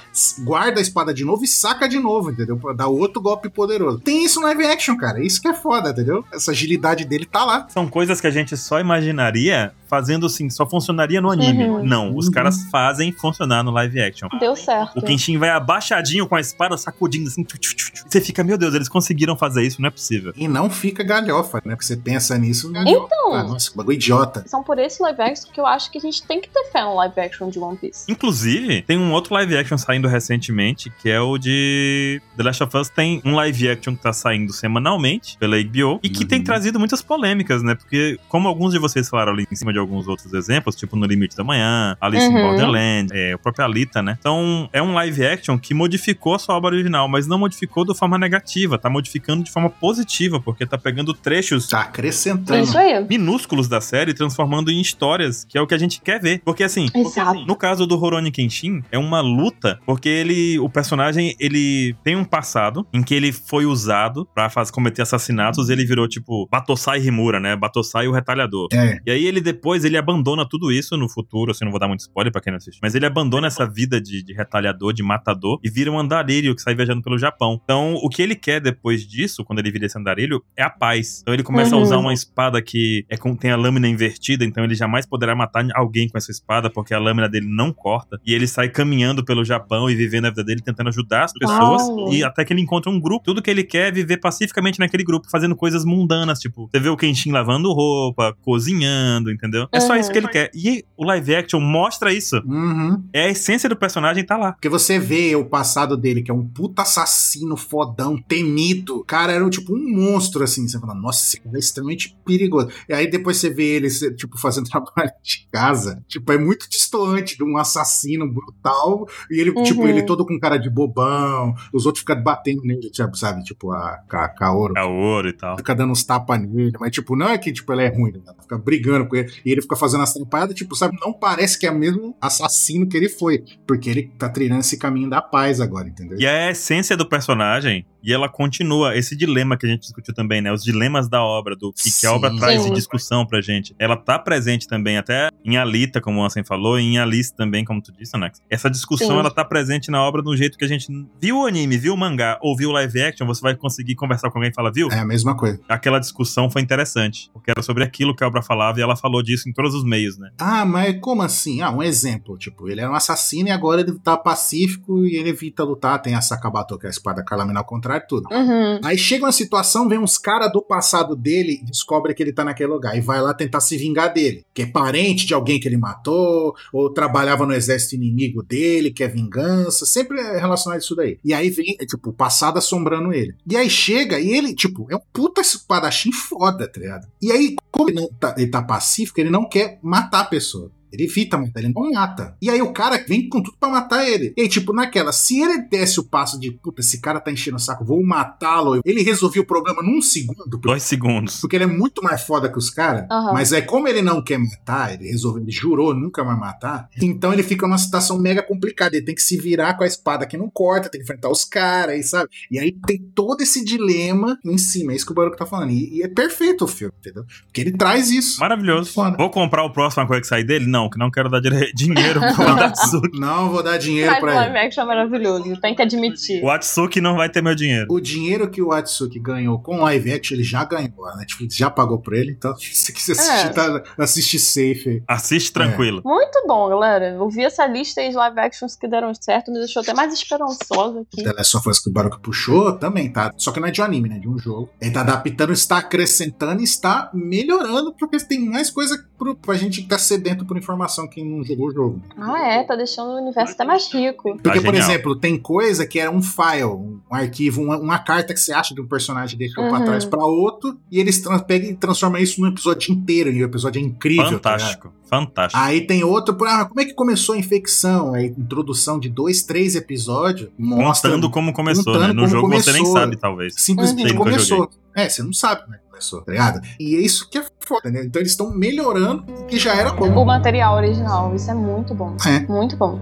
[SPEAKER 3] guarda a espada de novo e saca de novo, entendeu? Pra dar outro golpe poderoso. Tem isso no live action, cara. Isso que é foda, entendeu? Essa agilidade dele tá lá.
[SPEAKER 2] São coisas que a gente só imaginaria fazendo assim, só funcionaria no anime.
[SPEAKER 1] Uhum.
[SPEAKER 2] Não, os
[SPEAKER 3] Uhum.
[SPEAKER 2] caras fazem funcionar no live action.
[SPEAKER 1] Deu certo.
[SPEAKER 2] O Kenshin vai abaixadinho com a espada, sacudindo assim. tchu, tchu, tchu, tchu. Você fica, meu Deus, eles conseguiram fazer isso, não é possível.
[SPEAKER 3] E não fica galhofa, né? Porque você pensa nisso. galhofa.
[SPEAKER 1] Então.
[SPEAKER 3] Ah, nossa, que bagulho idiota.
[SPEAKER 1] São por esse live action que eu acho que a gente tem que ter fé no live action de One Piece.
[SPEAKER 2] Inclusive, tem um outro live action saindo recentemente, que é o de The Last of Us. Tem um live action que tá saindo semanalmente pela HBO e que
[SPEAKER 3] Uhum.
[SPEAKER 2] tem trazido muitas polêmicas, né? Porque, como alguns de vocês falaram ali em cima de alguns outros exemplos, tipo No Limite da Manhã, Alice
[SPEAKER 1] Uhum.
[SPEAKER 2] in Borderland, é, o próprio Alita, né? Então, é um live action que modificou a sua obra original, mas não modificou de forma negativa, tá modificando de forma positiva, porque tá pegando trechos
[SPEAKER 3] Tá
[SPEAKER 1] É
[SPEAKER 3] acrescentando.
[SPEAKER 1] isso aí.
[SPEAKER 2] minúsculos da série, transformando em histórias, que é o que a gente quer ver. Porque assim,
[SPEAKER 1] Exato.
[SPEAKER 2] no caso do Horoni Kenshin, é uma luta, porque ele, o personagem, ele tem um passado em que ele foi usado pra faz, cometer assassinatos, ele virou tipo Batosai Rimura, né? Batosai o retalhador.
[SPEAKER 3] É.
[SPEAKER 2] E aí ele depois, ele abandona tudo isso no futuro, assim, não vou dar muito spoiler pra quem não assiste, mas ele abandona essa vida de, de retalhador, de matador, e vira um andarilho que sai viajando pelo Japão. Então, o que ele quer depois disso, quando ele vira esse andarilho, é a paz. Então ele começa
[SPEAKER 1] Uhum.
[SPEAKER 2] a usar uma espada que é com, tem a lâmina invertida, então ele jamais poderá matar alguém com essa espada, porque a lâmina dele não corta. E ele sai caminhando pelo Japão e vivendo a vida dele, tentando ajudar as pessoas.
[SPEAKER 1] Uau.
[SPEAKER 2] E até que ele encontra um grupo. Tudo que ele quer é viver pacificamente naquele grupo, fazendo coisas mundanas. Tipo, você vê o Kenshin lavando roupa, cozinhando, entendeu? É só
[SPEAKER 1] Uhum.
[SPEAKER 2] isso que ele quer. E o live action mostra isso.
[SPEAKER 3] Uhum.
[SPEAKER 2] É a essência do personagem tá lá.
[SPEAKER 3] Porque você vê o passado dele, que é um puta assassino fodão, temido. O cara era tipo um monstro, assim. Você fala, nossa, esse cara é extremamente perigoso. E aí depois você vê ele, você, tipo, fazendo trabalho de casa. Tipo, é muito distante de um assassino brutal. E ele,
[SPEAKER 1] Uhum.
[SPEAKER 3] tipo, ele todo com cara de bobão. Os outros ficam batendo nele, tipo, sabe? Tipo, a, a Kaoru.
[SPEAKER 2] É ouro e tal.
[SPEAKER 3] fica dando uns tapas nele, mas tipo, não é que tipo, ela é ruim, né? ela fica brigando com ele, e ele fica fazendo as trampadas, tipo, sabe, não parece que é o mesmo assassino que ele foi, porque ele tá trilhando esse caminho da paz agora, entendeu?
[SPEAKER 2] E é a essência do personagem, e ela continua. Esse dilema que a gente discutiu também, né? Os dilemas da obra, do que, que a obra
[SPEAKER 3] Sim.
[SPEAKER 2] traz de
[SPEAKER 1] Sim.
[SPEAKER 2] discussão pra gente. Ela tá presente também, até em Alita, como o Ansem falou, e em Alice também, como tu disse, Anax. Essa discussão,
[SPEAKER 1] Sim.
[SPEAKER 2] ela tá presente na obra de um jeito que a gente viu o anime, viu o mangá, ou viu o live action, você vai conseguir conversar com alguém e falar, viu?
[SPEAKER 3] É a mesma coisa.
[SPEAKER 2] Aquela discussão foi interessante, porque era sobre aquilo que a obra falava, e ela falou disso em todos os meios, né?
[SPEAKER 3] Ah, mas como assim? Ah, um exemplo. Tipo, ele era um assassino e agora ele tá pacífico e ele evita lutar. Tem a Sakabato, que é a espada calaminal ao contrário, tudo.
[SPEAKER 1] Uhum.
[SPEAKER 3] Aí chega uma situação, vem uns caras do passado dele, descobre que ele tá naquele lugar e vai lá tentar se vingar dele, que é parente de alguém que ele matou, ou trabalhava no exército inimigo dele, que é vingança, sempre é relacionado a isso daí. E aí vem, é, tipo, o passado assombrando ele. E aí chega e ele, tipo, é um puta espadachim foda, tá ligado? E aí, como ele, não tá, ele tá pacífico, ele não quer matar a pessoa. Ele evita, mas ele não mata. E aí o cara vem com tudo pra matar ele. E aí, tipo, naquela, se ele desse o passo de puta, esse cara tá enchendo o saco, vou matá-lo. Ele resolvia o problema num segundo.
[SPEAKER 2] Dois segundos.
[SPEAKER 3] Porque ele é muito mais foda que os caras.
[SPEAKER 1] Aham.
[SPEAKER 3] Mas é como ele não quer matar, ele resolveu, ele jurou nunca mais matar. Então ele fica numa situação mega complicada. Ele tem que se virar com a espada que não corta, tem que enfrentar os caras, e sabe? E aí tem todo esse dilema em cima. É isso que o Baruco tá falando. E, e é perfeito o filme, entendeu? Porque ele traz isso.
[SPEAKER 2] Maravilhoso.
[SPEAKER 3] Foda.
[SPEAKER 2] Vou comprar o próximo Aquaman que sair dele? Não, que não quero dar dire- dinheiro pro Atsuki.
[SPEAKER 3] Não vou dar dinheiro
[SPEAKER 1] Faz um
[SPEAKER 3] pra ele.
[SPEAKER 1] live action maravilhoso, tem que admitir.
[SPEAKER 2] O Atsuki não vai ter meu dinheiro.
[SPEAKER 3] O dinheiro que o Atsuki ganhou com live action, ele já ganhou. A Netflix já pagou por ele, então se quiser assistir,
[SPEAKER 1] É.
[SPEAKER 3] tá, assiste safe aí.
[SPEAKER 2] Assiste tranquilo.
[SPEAKER 1] Muito bom, galera. Eu vi essa lista aí de live actions que deram certo, me deixou até mais esperançosa aqui.
[SPEAKER 3] The Last of Us que o Baruch puxou também, tá? Só que não é de um anime, né? De um jogo. Ele tá adaptando, está acrescentando e está melhorando, porque tem mais coisa pro, pra gente que tá sedento por informação quem não jogou o jogo.
[SPEAKER 1] Ah, é, tá deixando o universo até mais rico.
[SPEAKER 3] Porque, por
[SPEAKER 2] genial.
[SPEAKER 3] exemplo, tem coisa que é um file, um arquivo, uma, uma carta que você acha de um personagem e deixou pra
[SPEAKER 1] Uhum.
[SPEAKER 3] trás pra outro, e eles trans, pegam e transformam isso num episódio inteiro, e o episódio é incrível. tá ligado?
[SPEAKER 2] Fantástico. Fantástico.
[SPEAKER 3] Aí tem outro, por, ah, como é que começou a infecção? Aí, introdução de dois, três episódios. mostra-
[SPEAKER 2] Contando como começou, né?
[SPEAKER 3] contando
[SPEAKER 2] No
[SPEAKER 3] como
[SPEAKER 2] jogo você nem
[SPEAKER 3] começou.
[SPEAKER 2] sabe, talvez.
[SPEAKER 3] simplesmente
[SPEAKER 2] Uhum.
[SPEAKER 3] começou. É, você não sabe como é que começou, tá ligado? E é isso que é foda, né? Então eles estão melhorando o que já era bom.
[SPEAKER 1] O material original, isso é muito bom.
[SPEAKER 3] É.
[SPEAKER 1] Muito bom.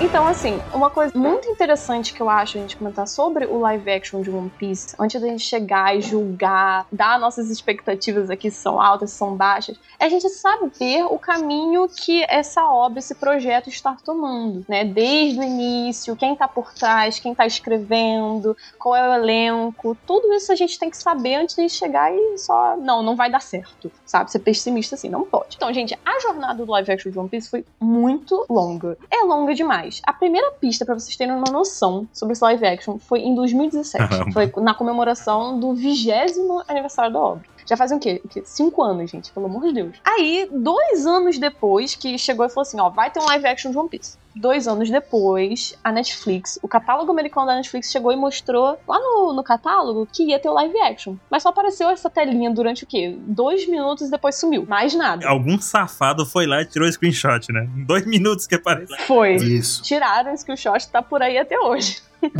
[SPEAKER 1] Então, assim, uma coisa muito interessante que eu acho a gente comentar sobre o live action de One Piece, antes da gente chegar e julgar, dar nossas expectativas aqui se são altas, se são baixas, é a gente saber o caminho que essa obra, esse projeto está tomando, né? Desde o início, quem tá por trás, quem tá escrevendo, qual é o elenco, tudo isso a gente tem que saber antes de chegar e só, não, não vai dar certo, sabe? Ser pessimista assim, não pode. Então, gente, a jornada do live action de One Piece foi muito longa. É longa demais. A primeira pista, pra vocês terem uma noção sobre esse live action, foi em 2017.
[SPEAKER 2] Caramba.
[SPEAKER 1] Foi na comemoração do vigésimo aniversário da obra. Já fazem o quê? O quê? Cinco anos, gente, pelo amor de Deus. Aí, dois anos depois, que chegou e falou assim: ó, vai ter um live action de One Piece. Dois anos depois, a Netflix, o catálogo americano da Netflix chegou e mostrou lá no, no catálogo que ia ter o live action. Mas só apareceu essa telinha durante o quê? Dois minutos e depois sumiu. Mais nada.
[SPEAKER 2] Algum safado foi lá e tirou o screenshot, né? Em dois minutos que apareceu.
[SPEAKER 1] Foi.
[SPEAKER 3] Isso.
[SPEAKER 1] Tiraram esse que o shot tá por aí até hoje.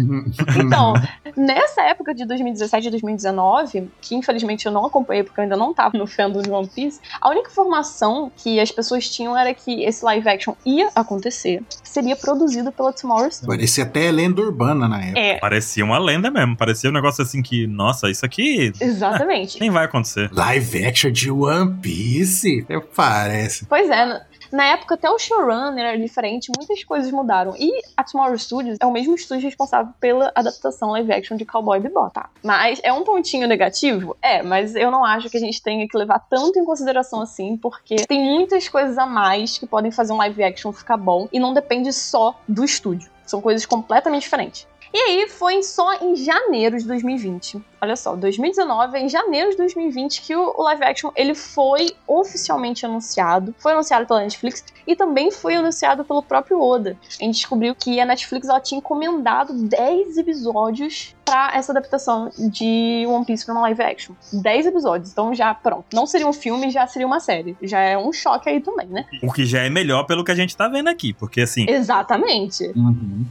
[SPEAKER 1] Então, nessa época de 2017 e 2019, que infelizmente eu não acompanhei porque eu ainda não tava no fandom de One Piece, a única informação que as pessoas tinham era que esse live action ia acontecer, seria produzido pela Tomorrow Studios.
[SPEAKER 3] Parecia até lenda urbana na época.
[SPEAKER 1] É,
[SPEAKER 2] Parecia uma lenda mesmo. Parecia um negócio assim que, nossa, isso aqui
[SPEAKER 1] exatamente.
[SPEAKER 2] nem vai acontecer.
[SPEAKER 3] Live action de One Piece? Até Parece.
[SPEAKER 1] Pois é, na- na época até o showrunner era diferente, muitas coisas mudaram. E a Tomorrow Studios é o mesmo estúdio responsável pela adaptação live action de Cowboy Bebop, tá? Mas é um pontinho negativo? É, mas eu não acho que a gente tenha que levar tanto em consideração assim, porque tem muitas coisas a mais que podem fazer um live action ficar bom e não depende só do estúdio. São coisas completamente diferentes. E aí foi só em janeiro de 2020. Olha só, 2019, é em janeiro de 2020 que o o live action ele foi oficialmente anunciado. Foi anunciado pela Netflix e também foi anunciado pelo próprio Oda. A gente descobriu que a Netflix ela tinha encomendado 10 episódios pra essa adaptação de One Piece pra uma live action. 10 episódios, então já pronto. Não seria um filme, já seria uma série. Já é um choque aí também, né?
[SPEAKER 2] O que já é melhor pelo que a gente tá vendo aqui. Porque, assim,
[SPEAKER 1] Exatamente.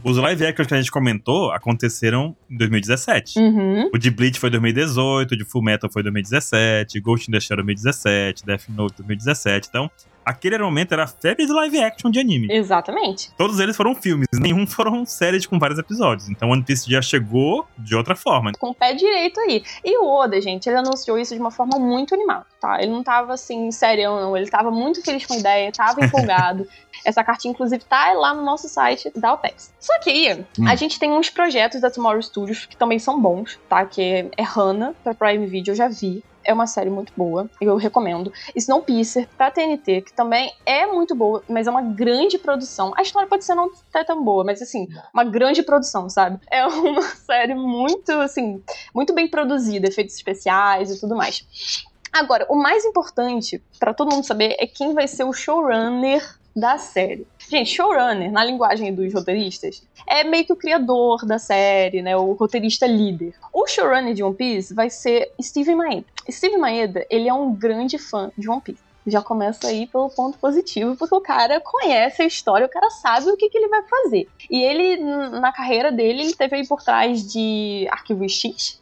[SPEAKER 2] os live actions que a gente comentou aconteceram em 2017.
[SPEAKER 1] Uhum.
[SPEAKER 2] O de Bleach foi 2018, o de Full Metal foi 2017, Ghost in the Shell 2017, Death Note 2017. Então, aquele era o momento, era a febre do live action de anime.
[SPEAKER 1] Exatamente.
[SPEAKER 2] Todos eles foram filmes, nenhum foram séries com vários episódios. Então One Piece já chegou de outra forma.
[SPEAKER 1] com o pé direito aí. E o Oda, gente, ele anunciou isso de uma forma muito animada, tá? Ele não tava assim, sério, não. Ele tava muito feliz com a ideia, tava empolgado. Essa cartinha, inclusive, tá lá no nosso site da OPEX. Só que aí, a gente tem uns projetos da Tomorrow Studios que também são bons, tá? Que é Hannah, pra Prime Video, eu já vi. É uma série muito boa, eu recomendo. Snowpiercer, pra TNT, que também é muito boa, mas é uma grande produção. A história pode ser não até tão boa, mas assim, uma grande produção, sabe? É uma série muito, assim, muito bem produzida, efeitos especiais e tudo mais. Agora, o mais importante para todo mundo saber é quem vai ser o showrunner da série. Gente, showrunner, na linguagem dos roteiristas, é meio que o criador da série, né? O roteirista líder. O showrunner de One Piece vai ser Steven Maeda. Steven Maeda, ele é um grande fã de One Piece. Já começa aí pelo ponto positivo, porque o cara conhece a história, o cara sabe o que, que ele vai fazer. E ele, n- na carreira dele, ele teve aí por trás de Arquivo X,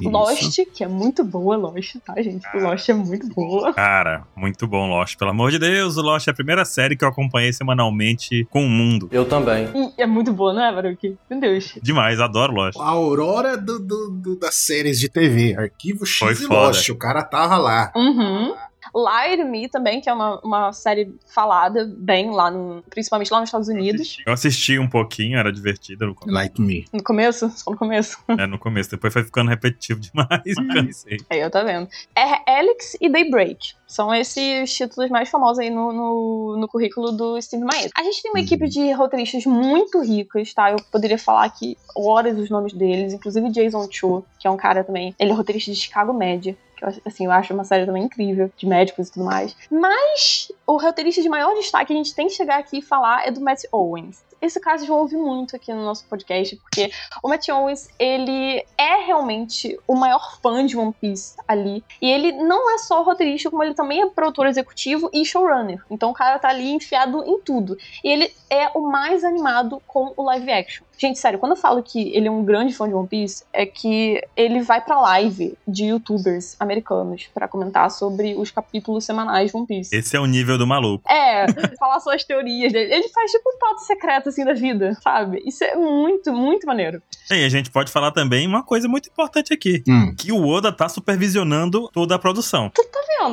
[SPEAKER 2] Isso.
[SPEAKER 1] Lost, que é muito boa, Lost, tá, gente? Lost é muito boa.
[SPEAKER 2] Cara, muito bom Lost. Pelo amor de Deus, o Lost é a primeira série que eu acompanhei semanalmente com o mundo.
[SPEAKER 6] Eu também.
[SPEAKER 1] E é muito boa, não é, Baruki? Meu Deus.
[SPEAKER 2] Demais, adoro Lost.
[SPEAKER 3] A aurora do- do- do- das séries de TV. Arquivo X
[SPEAKER 2] Foi
[SPEAKER 3] e
[SPEAKER 2] foda.
[SPEAKER 3] Lost. O cara tava lá.
[SPEAKER 1] Uhum. Lie to Me também, que é uma, uma série falada bem lá, no, principalmente lá nos Estados Unidos.
[SPEAKER 2] Eu assisti um pouquinho, era divertido no, começo,
[SPEAKER 3] Like me.
[SPEAKER 1] No começo? Só no começo.
[SPEAKER 2] né, no começo. Depois foi ficando repetitivo demais, cansei.
[SPEAKER 1] Aí eu tá vendo. É Alex e Daybreak. São esses títulos mais famosos aí no, no, no currículo do Steve Maeda. A gente tem uma equipe de roteiristas muito ricas, tá? Eu poderia falar aqui horas os nomes deles, inclusive Jason Cho, que é um cara também. Ele é roteirista de Chicago Med. Que eu, acho- assim, eu acho uma série também incrível, de médicos e tudo mais. Mas o roteirista de maior destaque que a gente tem que chegar aqui e falar é do Matt Owens. Esse caso já ouvi muito aqui no nosso podcast, porque o Matt Owens, ele é realmente o maior fã de One Piece ali. E ele não é só roteirista, como ele também é produtor executivo e showrunner. Então o cara tá ali enfiado em tudo. E ele é o mais animado com o live action. Gente, sério, quando eu falo que ele é um grande fã de One Piece, é que ele vai pra live de youtubers americanos pra comentar sobre os capítulos semanais de One Piece.
[SPEAKER 2] Esse é o nível do maluco.
[SPEAKER 1] É, falar suas teorias dele. Ele faz tipo um pauta secreto assim da vida, sabe? Isso é muito, muito maneiro.
[SPEAKER 2] E a gente pode falar também uma coisa muito importante aqui.
[SPEAKER 3] Hum.
[SPEAKER 2] Que o Oda tá supervisionando toda a produção.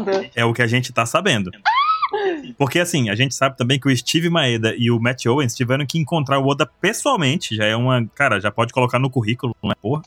[SPEAKER 1] vendo?
[SPEAKER 2] É o que a gente tá sabendo. Porque assim, a gente sabe também que o Steve Maeda e o Matt Owens tiveram que encontrar o Oda pessoalmente. Já é uma. Cara, já pode colocar no currículo, né? Porra.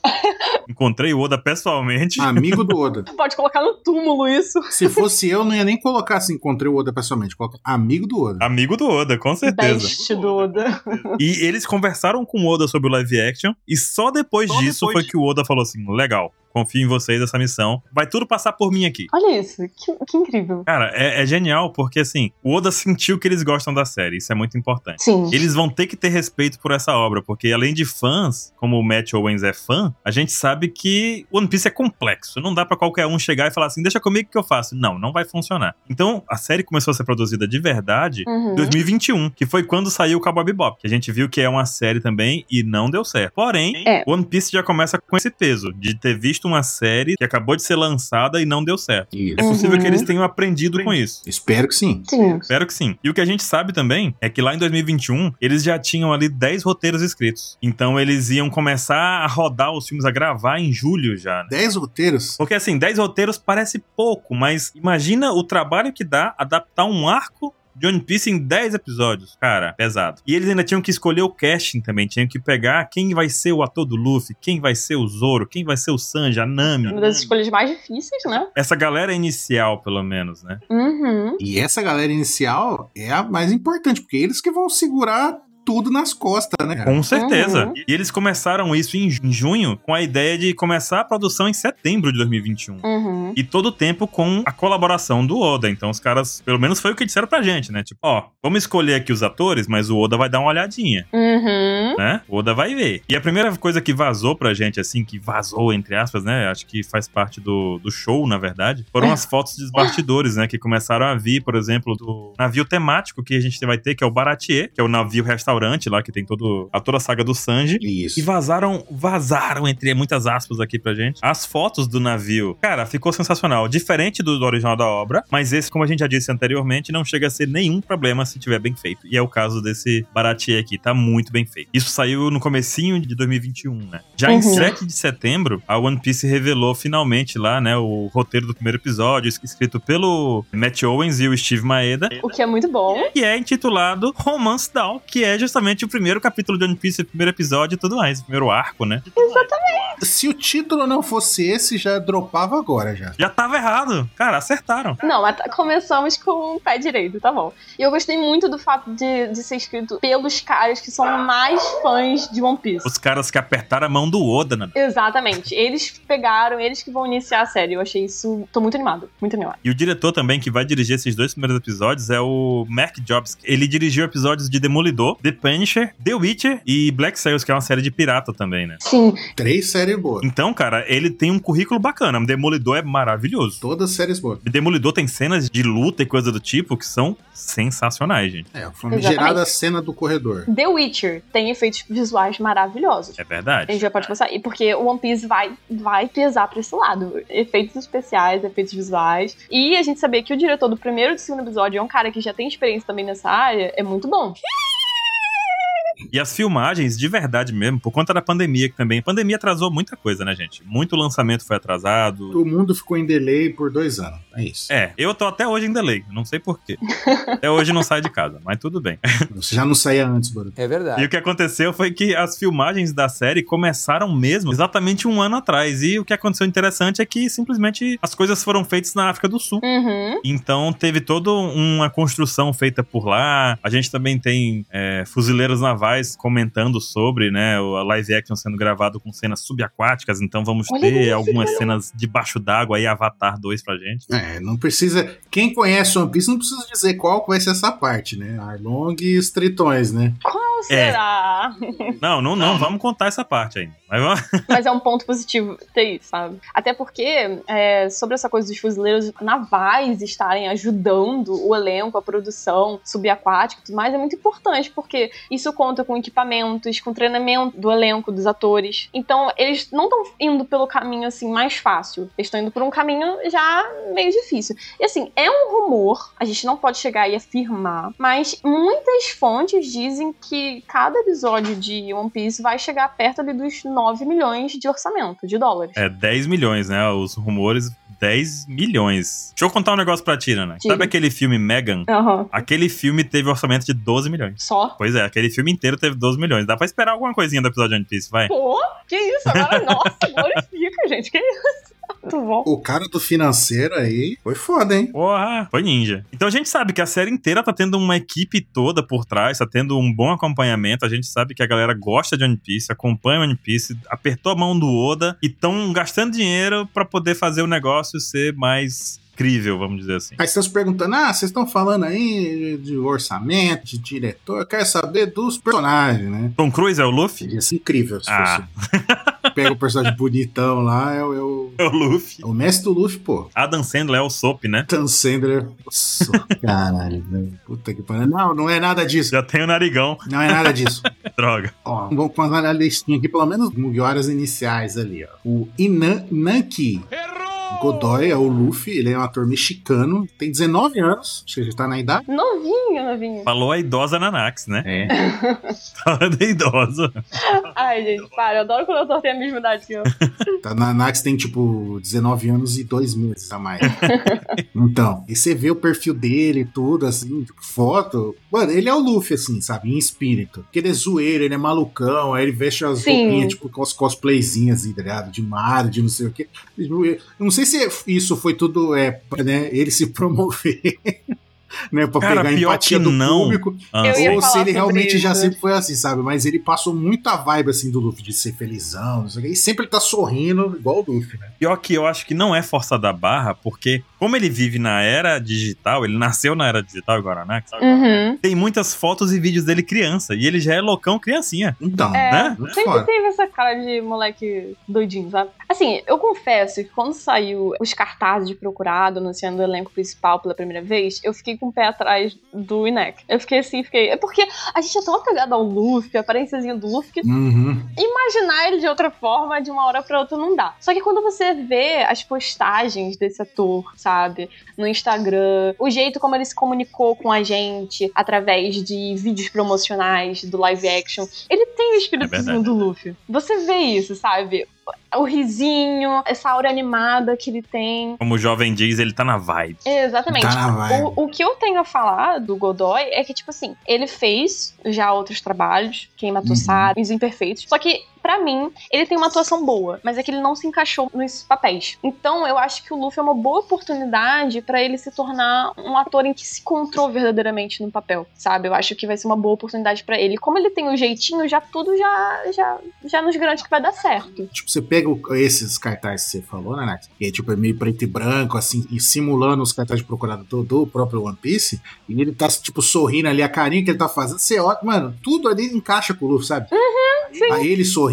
[SPEAKER 2] Encontrei o Oda pessoalmente.
[SPEAKER 3] Amigo do Oda.
[SPEAKER 1] Pode colocar no túmulo isso.
[SPEAKER 3] Se fosse eu, não ia nem colocar assim, encontrei o Oda pessoalmente. Coloca amigo do Oda.
[SPEAKER 2] Amigo do Oda, com certeza.
[SPEAKER 1] Best do Oda.
[SPEAKER 2] E eles conversaram com o Oda sobre o live action. E só depois
[SPEAKER 3] Só
[SPEAKER 2] disso
[SPEAKER 3] depois
[SPEAKER 2] foi
[SPEAKER 3] de-
[SPEAKER 2] que o Oda falou assim: legal, confio em vocês essa missão. Vai tudo passar por mim aqui.
[SPEAKER 1] Olha isso, que, que incrível.
[SPEAKER 2] Cara, é, é genial porque assim, o Oda sentiu que eles gostam da série, isso é muito importante.
[SPEAKER 1] Sim.
[SPEAKER 2] Eles vão ter que ter respeito por essa obra, porque além de fãs, como o Matt Owens é fã, a gente sabe que One Piece é complexo. Não dá pra qualquer um chegar e falar assim, deixa comigo que eu faço. Não, não vai funcionar. Então, a série começou a ser produzida de verdade
[SPEAKER 1] Uhum.
[SPEAKER 2] 2021, que foi quando saiu o Cowboy Bebop, que a gente viu que é uma série também e não deu certo. Porém,
[SPEAKER 1] É.
[SPEAKER 2] One Piece já começa com esse peso de ter visto uma série que acabou de ser lançada e não deu certo. É
[SPEAKER 3] Isso.
[SPEAKER 1] Hum.
[SPEAKER 2] possível
[SPEAKER 1] Uhum.
[SPEAKER 2] que eles tenham aprendido com isso.
[SPEAKER 3] Espero que sim.
[SPEAKER 1] Sim.
[SPEAKER 2] Espero que sim. E o que a gente sabe também é que lá em 2021 eles já tinham ali 10 roteiros escritos. Então eles iam começar a rodar os filmes, a gravar em julho já, né?
[SPEAKER 3] Dez roteiros.
[SPEAKER 2] Porque assim, 10 roteiros parece pouco, mas imagina o trabalho que dá adaptar um arco de One Piece em 10 episódios. Cara, pesado. E eles ainda tinham que escolher o casting também. Tinham que pegar quem vai ser o ator do Luffy, quem vai ser o Zoro, quem vai ser o Sanji, a Nami.
[SPEAKER 1] Uma das escolhas mais difíceis, né?
[SPEAKER 2] Essa galera inicial, pelo menos, né?
[SPEAKER 1] Uhum.
[SPEAKER 3] E essa galera inicial é a mais importante, porque é eles que vão segurar tudo nas costas, né? cara?
[SPEAKER 2] Com certeza.
[SPEAKER 1] Uhum.
[SPEAKER 2] E eles começaram isso em ju- em junho com a ideia de começar a produção em setembro de 2021.
[SPEAKER 1] Uhum.
[SPEAKER 2] E todo o tempo com a colaboração do Oda. Então os caras, pelo menos foi o que disseram pra gente, né? Tipo, ó, vamos escolher aqui os atores, mas o Oda vai dar uma olhadinha,
[SPEAKER 1] Uhum.
[SPEAKER 2] né? O Oda vai ver. E a primeira coisa que vazou pra gente, assim, que vazou, entre aspas, né? Acho que faz parte do, do show, na verdade, foram as fotos dos bastidores, né? Que começaram a vir, por exemplo, do navio temático que a gente vai ter, que é o Baratier, que é o navio restaurante lá, que tem todo, a toda a saga do Sanji.
[SPEAKER 3] Isso.
[SPEAKER 2] E vazaram, vazaram, entre muitas aspas aqui pra gente, as fotos do navio. Cara, ficou sensacional. Diferente do, do original da obra, mas esse, como a gente já disse anteriormente, não chega a ser nenhum problema se tiver bem feito. E é o caso desse Baratier aqui, tá muito bem feito. Isso saiu no comecinho de 2021, né? Já em
[SPEAKER 1] Uhum.
[SPEAKER 2] 7 de setembro, a One Piece revelou finalmente lá, né, o roteiro do primeiro episódio, escrito pelo Matt Owens e o Steve Maeda,
[SPEAKER 1] O que é muito bom.
[SPEAKER 2] que é intitulado Romance Down, que é justamente o primeiro capítulo de One Piece, o primeiro episódio e tudo mais, o primeiro arco, né? Exatamente.
[SPEAKER 3] Se o título não fosse esse, já dropava agora já.
[SPEAKER 2] Já tava errado. Cara, acertaram.
[SPEAKER 1] Não, mas tá- começamos com o pé direito, tá bom. E eu gostei muito do fato de, de ser escrito pelos caras que são mais fãs de One Piece.
[SPEAKER 2] Os caras que apertaram a mão do Oda, né?
[SPEAKER 1] Exatamente. Eles que pegaram, eles que vão iniciar a série. Eu achei isso. Tô muito animado, muito animado.
[SPEAKER 2] E o diretor também que vai dirigir esses dois primeiros episódios é o Mark Jobs. Ele dirigiu episódios de Demolidor, The Punisher, The Witcher e Black Sails, que é uma série de pirata também, né?
[SPEAKER 1] Sim,
[SPEAKER 3] Três séries boas.
[SPEAKER 2] Então, cara, ele tem um currículo bacana. Demolidor é maravilhoso.
[SPEAKER 3] Todas séries boas.
[SPEAKER 2] Demolidor tem cenas de luta e coisa do tipo que são sensacionais, gente.
[SPEAKER 3] É, a famigerada
[SPEAKER 1] Exatamente.
[SPEAKER 3] cena do corredor.
[SPEAKER 1] The Witcher tem efeitos visuais maravilhosos.
[SPEAKER 2] É
[SPEAKER 1] A
[SPEAKER 2] verdade.
[SPEAKER 1] gente já pode passar. E porque o One Piece vai, vai pesar pra esse lado. Efeitos especiais, efeitos visuais. E a gente saber que o diretor do primeiro e do segundo episódio é um cara que já tem experiência também nessa área, é muito bom.
[SPEAKER 2] E as filmagens, de verdade mesmo, por conta da pandemia que também. A pandemia atrasou muita coisa, né, gente? Muito lançamento foi atrasado.
[SPEAKER 3] O mundo ficou em delay por dois anos. É isso.
[SPEAKER 2] É, eu tô até hoje em delay, não sei porquê. Até hoje não saio de casa, mas tudo bem.
[SPEAKER 3] Você já não saía antes, Boruto.
[SPEAKER 6] É verdade.
[SPEAKER 2] E o que aconteceu foi que as filmagens da série começaram mesmo exatamente um ano atrás. E o que aconteceu interessante é que simplesmente as coisas foram feitas na África do Sul.
[SPEAKER 1] Uhum.
[SPEAKER 2] Então teve toda uma construção feita por lá. A gente também tem é, fuzileiros navais comentando sobre, né? o- A live action sendo gravado com cenas subaquáticas. Então vamos
[SPEAKER 1] Olha
[SPEAKER 2] ter
[SPEAKER 1] isso,
[SPEAKER 2] algumas cenas debaixo d'água aí, Avatar 2 pra gente.
[SPEAKER 3] É, não precisa. Quem conhece One Piece não precisa dizer qual vai ser essa parte, né? Arlong e os tritões, né?
[SPEAKER 1] Qual será?
[SPEAKER 2] Não, não,
[SPEAKER 1] Ah.
[SPEAKER 2] não, vamos contar essa parte ainda. Mas vamos.
[SPEAKER 1] Mas é um ponto positivo ter isso, sabe? Até porque, é, sobre essa coisa dos fuzileiros navais estarem ajudando o elenco, a produção subaquática e tudo mais, é muito importante, porque isso conta com equipamentos, com treinamento do elenco, dos atores. Então, eles não estão indo pelo caminho, assim, mais fácil. Eles estão indo por um caminho já meio difícil. E, assim, é um rumor, a gente não pode chegar e afirmar, mas muitas fontes dizem que cada episódio de One Piece vai chegar perto ali dos 9 milhões de orçamento, de dólares.
[SPEAKER 2] É 10 milhões, né? Os rumores, 10 milhões. Deixa eu contar um negócio pra ti, Ana.
[SPEAKER 1] Diga.
[SPEAKER 2] Sabe aquele filme Megan?
[SPEAKER 1] Aham.
[SPEAKER 2] Aquele filme teve orçamento de 12 milhões.
[SPEAKER 1] Só.
[SPEAKER 2] Pois é, aquele filme inteiro teve 12 milhões. Dá pra esperar alguma coisinha do episódio de One Piece, vai.
[SPEAKER 1] Pô, que isso? Agora, nossa, glorifica, gente. Que isso? Muito bom.
[SPEAKER 3] O cara do financeiro aí foi foda, hein?
[SPEAKER 2] Porra, foi ninja. Então a gente sabe que a série inteira tá tendo uma equipe toda por trás, tá tendo um bom acompanhamento. A gente sabe que a galera gosta de One Piece, acompanha One Piece, apertou a mão do Oda e estão gastando dinheiro pra poder fazer o negócio ser mais crível, vamos dizer assim.
[SPEAKER 3] Aí vocês perguntando, ah, vocês estão falando aí de orçamento, de diretor, eu quero saber dos personagens, né?
[SPEAKER 2] Tom Cruise é o Luffy?
[SPEAKER 3] Seria assim incrível se
[SPEAKER 2] Ah.
[SPEAKER 3] fosse. Pega o personagem bonitão lá, é o, é o,
[SPEAKER 2] É o Luffy.
[SPEAKER 3] é o mestre do Luffy, pô.
[SPEAKER 2] Adam Sandler é o Soap, né?
[SPEAKER 3] Tan Sandler. Nossa, caralho, velho. Puta que pariu. Não, não é nada disso.
[SPEAKER 2] Já tem o narigão.
[SPEAKER 3] Não é nada disso.
[SPEAKER 2] Droga.
[SPEAKER 3] Ó, vamos fazer a listinha aqui, pelo menos Mugiwaras iniciais ali, ó. O Inan Nanki. Godoy é o Luffy, ele é um ator mexicano, tem 19 anos, ou seja, tá na idade.
[SPEAKER 1] Novinho, novinho.
[SPEAKER 2] Falou a idosa Nanax, né?
[SPEAKER 3] É.
[SPEAKER 2] Fala da idosa.
[SPEAKER 1] Ai, gente, para. Eu adoro quando o autor tem a mesma idade que eu.
[SPEAKER 3] Tá, na Nax tem tipo 19 anos e dois meses a mais. então, e você vê o perfil dele e tudo, assim, tipo, foto. Mano, ele é o Luffy, assim, sabe? Em espírito. Porque ele é zoeiro, ele é malucão, aí ele veste as
[SPEAKER 1] Sim.
[SPEAKER 3] roupinhas, tipo, com as cosplayzinhas, assim, tá ligado? De Mario, de não sei o quê. Eu não sei se isso foi tudo, é, pra, né? Ele se promover. Né, pra
[SPEAKER 2] Cara,
[SPEAKER 3] pegar a
[SPEAKER 2] pior
[SPEAKER 3] empatia
[SPEAKER 2] que
[SPEAKER 3] do
[SPEAKER 2] não.
[SPEAKER 3] público.
[SPEAKER 2] Ah,
[SPEAKER 1] Eu ia
[SPEAKER 3] Ou
[SPEAKER 1] falar
[SPEAKER 3] se ele
[SPEAKER 1] sobre
[SPEAKER 3] realmente já
[SPEAKER 1] isso.
[SPEAKER 3] sempre foi assim, sabe? Mas ele passou muita vibe assim do Luffy, de ser felizão, não sei o quê. E sempre ele tá sorrindo, igual o Luffy, né?
[SPEAKER 2] Pior que eu acho que não é forçada a barra, porque como ele vive na era digital, ele nasceu na era digital igual a Nanax,
[SPEAKER 1] Uhum.
[SPEAKER 2] tem muitas fotos e vídeos dele criança, e ele já é loucão criancinha.
[SPEAKER 3] Então,
[SPEAKER 1] É.
[SPEAKER 2] Né?
[SPEAKER 3] muito
[SPEAKER 1] Sempre
[SPEAKER 3] foda.
[SPEAKER 1] teve essa cara de moleque doidinho, sabe? Assim, eu confesso que quando saiu os cartazes de Procurado anunciando o elenco principal pela primeira vez, eu fiquei com o pé atrás do Inek. Eu fiquei assim, fiquei. É porque a gente é tão apegado ao Luffy, a aparênciazinha do Luffy, que
[SPEAKER 3] Uhum.
[SPEAKER 1] imaginar ele de outra forma, de uma hora pra outra, não dá. Só que quando você vê as postagens desse ator, sabe? No Instagram, o jeito como ele se comunicou com a gente através de vídeos promocionais do live action, ele tem o espíritozinho
[SPEAKER 2] verdade.
[SPEAKER 1] do Luffy. Você vê isso, sabe? o risinho, essa aura animada que ele tem.
[SPEAKER 2] Como o jovem diz, ele tá na vibe.
[SPEAKER 1] Exatamente.
[SPEAKER 3] Tá na vibe.
[SPEAKER 1] O, o que eu tenho a falar do Godoy é que, tipo assim, ele fez já outros trabalhos, Quem Matou
[SPEAKER 3] Uhum.
[SPEAKER 1] Sarah, Os Imperfeitos, só que. Pra mim, ele tem uma atuação boa, mas é que ele não se encaixou nos papéis. Então, eu acho que o Luffy é uma boa oportunidade pra ele se tornar um ator em que se encontrou verdadeiramente no papel, sabe? Eu acho que vai ser uma boa oportunidade pra ele. Como ele tem o jeitinho, já tudo já já já nos garante que vai dar certo.
[SPEAKER 3] Tipo, você pega o- esses cartazes que você falou, né, Nath? E é tipo, é meio preto e branco, assim, e simulando os cartazes de procurado do, do próprio One Piece. E ele tá, tipo, sorrindo ali, a carinha que ele tá fazendo. Você olha, mano, tudo ali encaixa com o Luffy, sabe?
[SPEAKER 1] sim.
[SPEAKER 3] Aí ele sorrindo,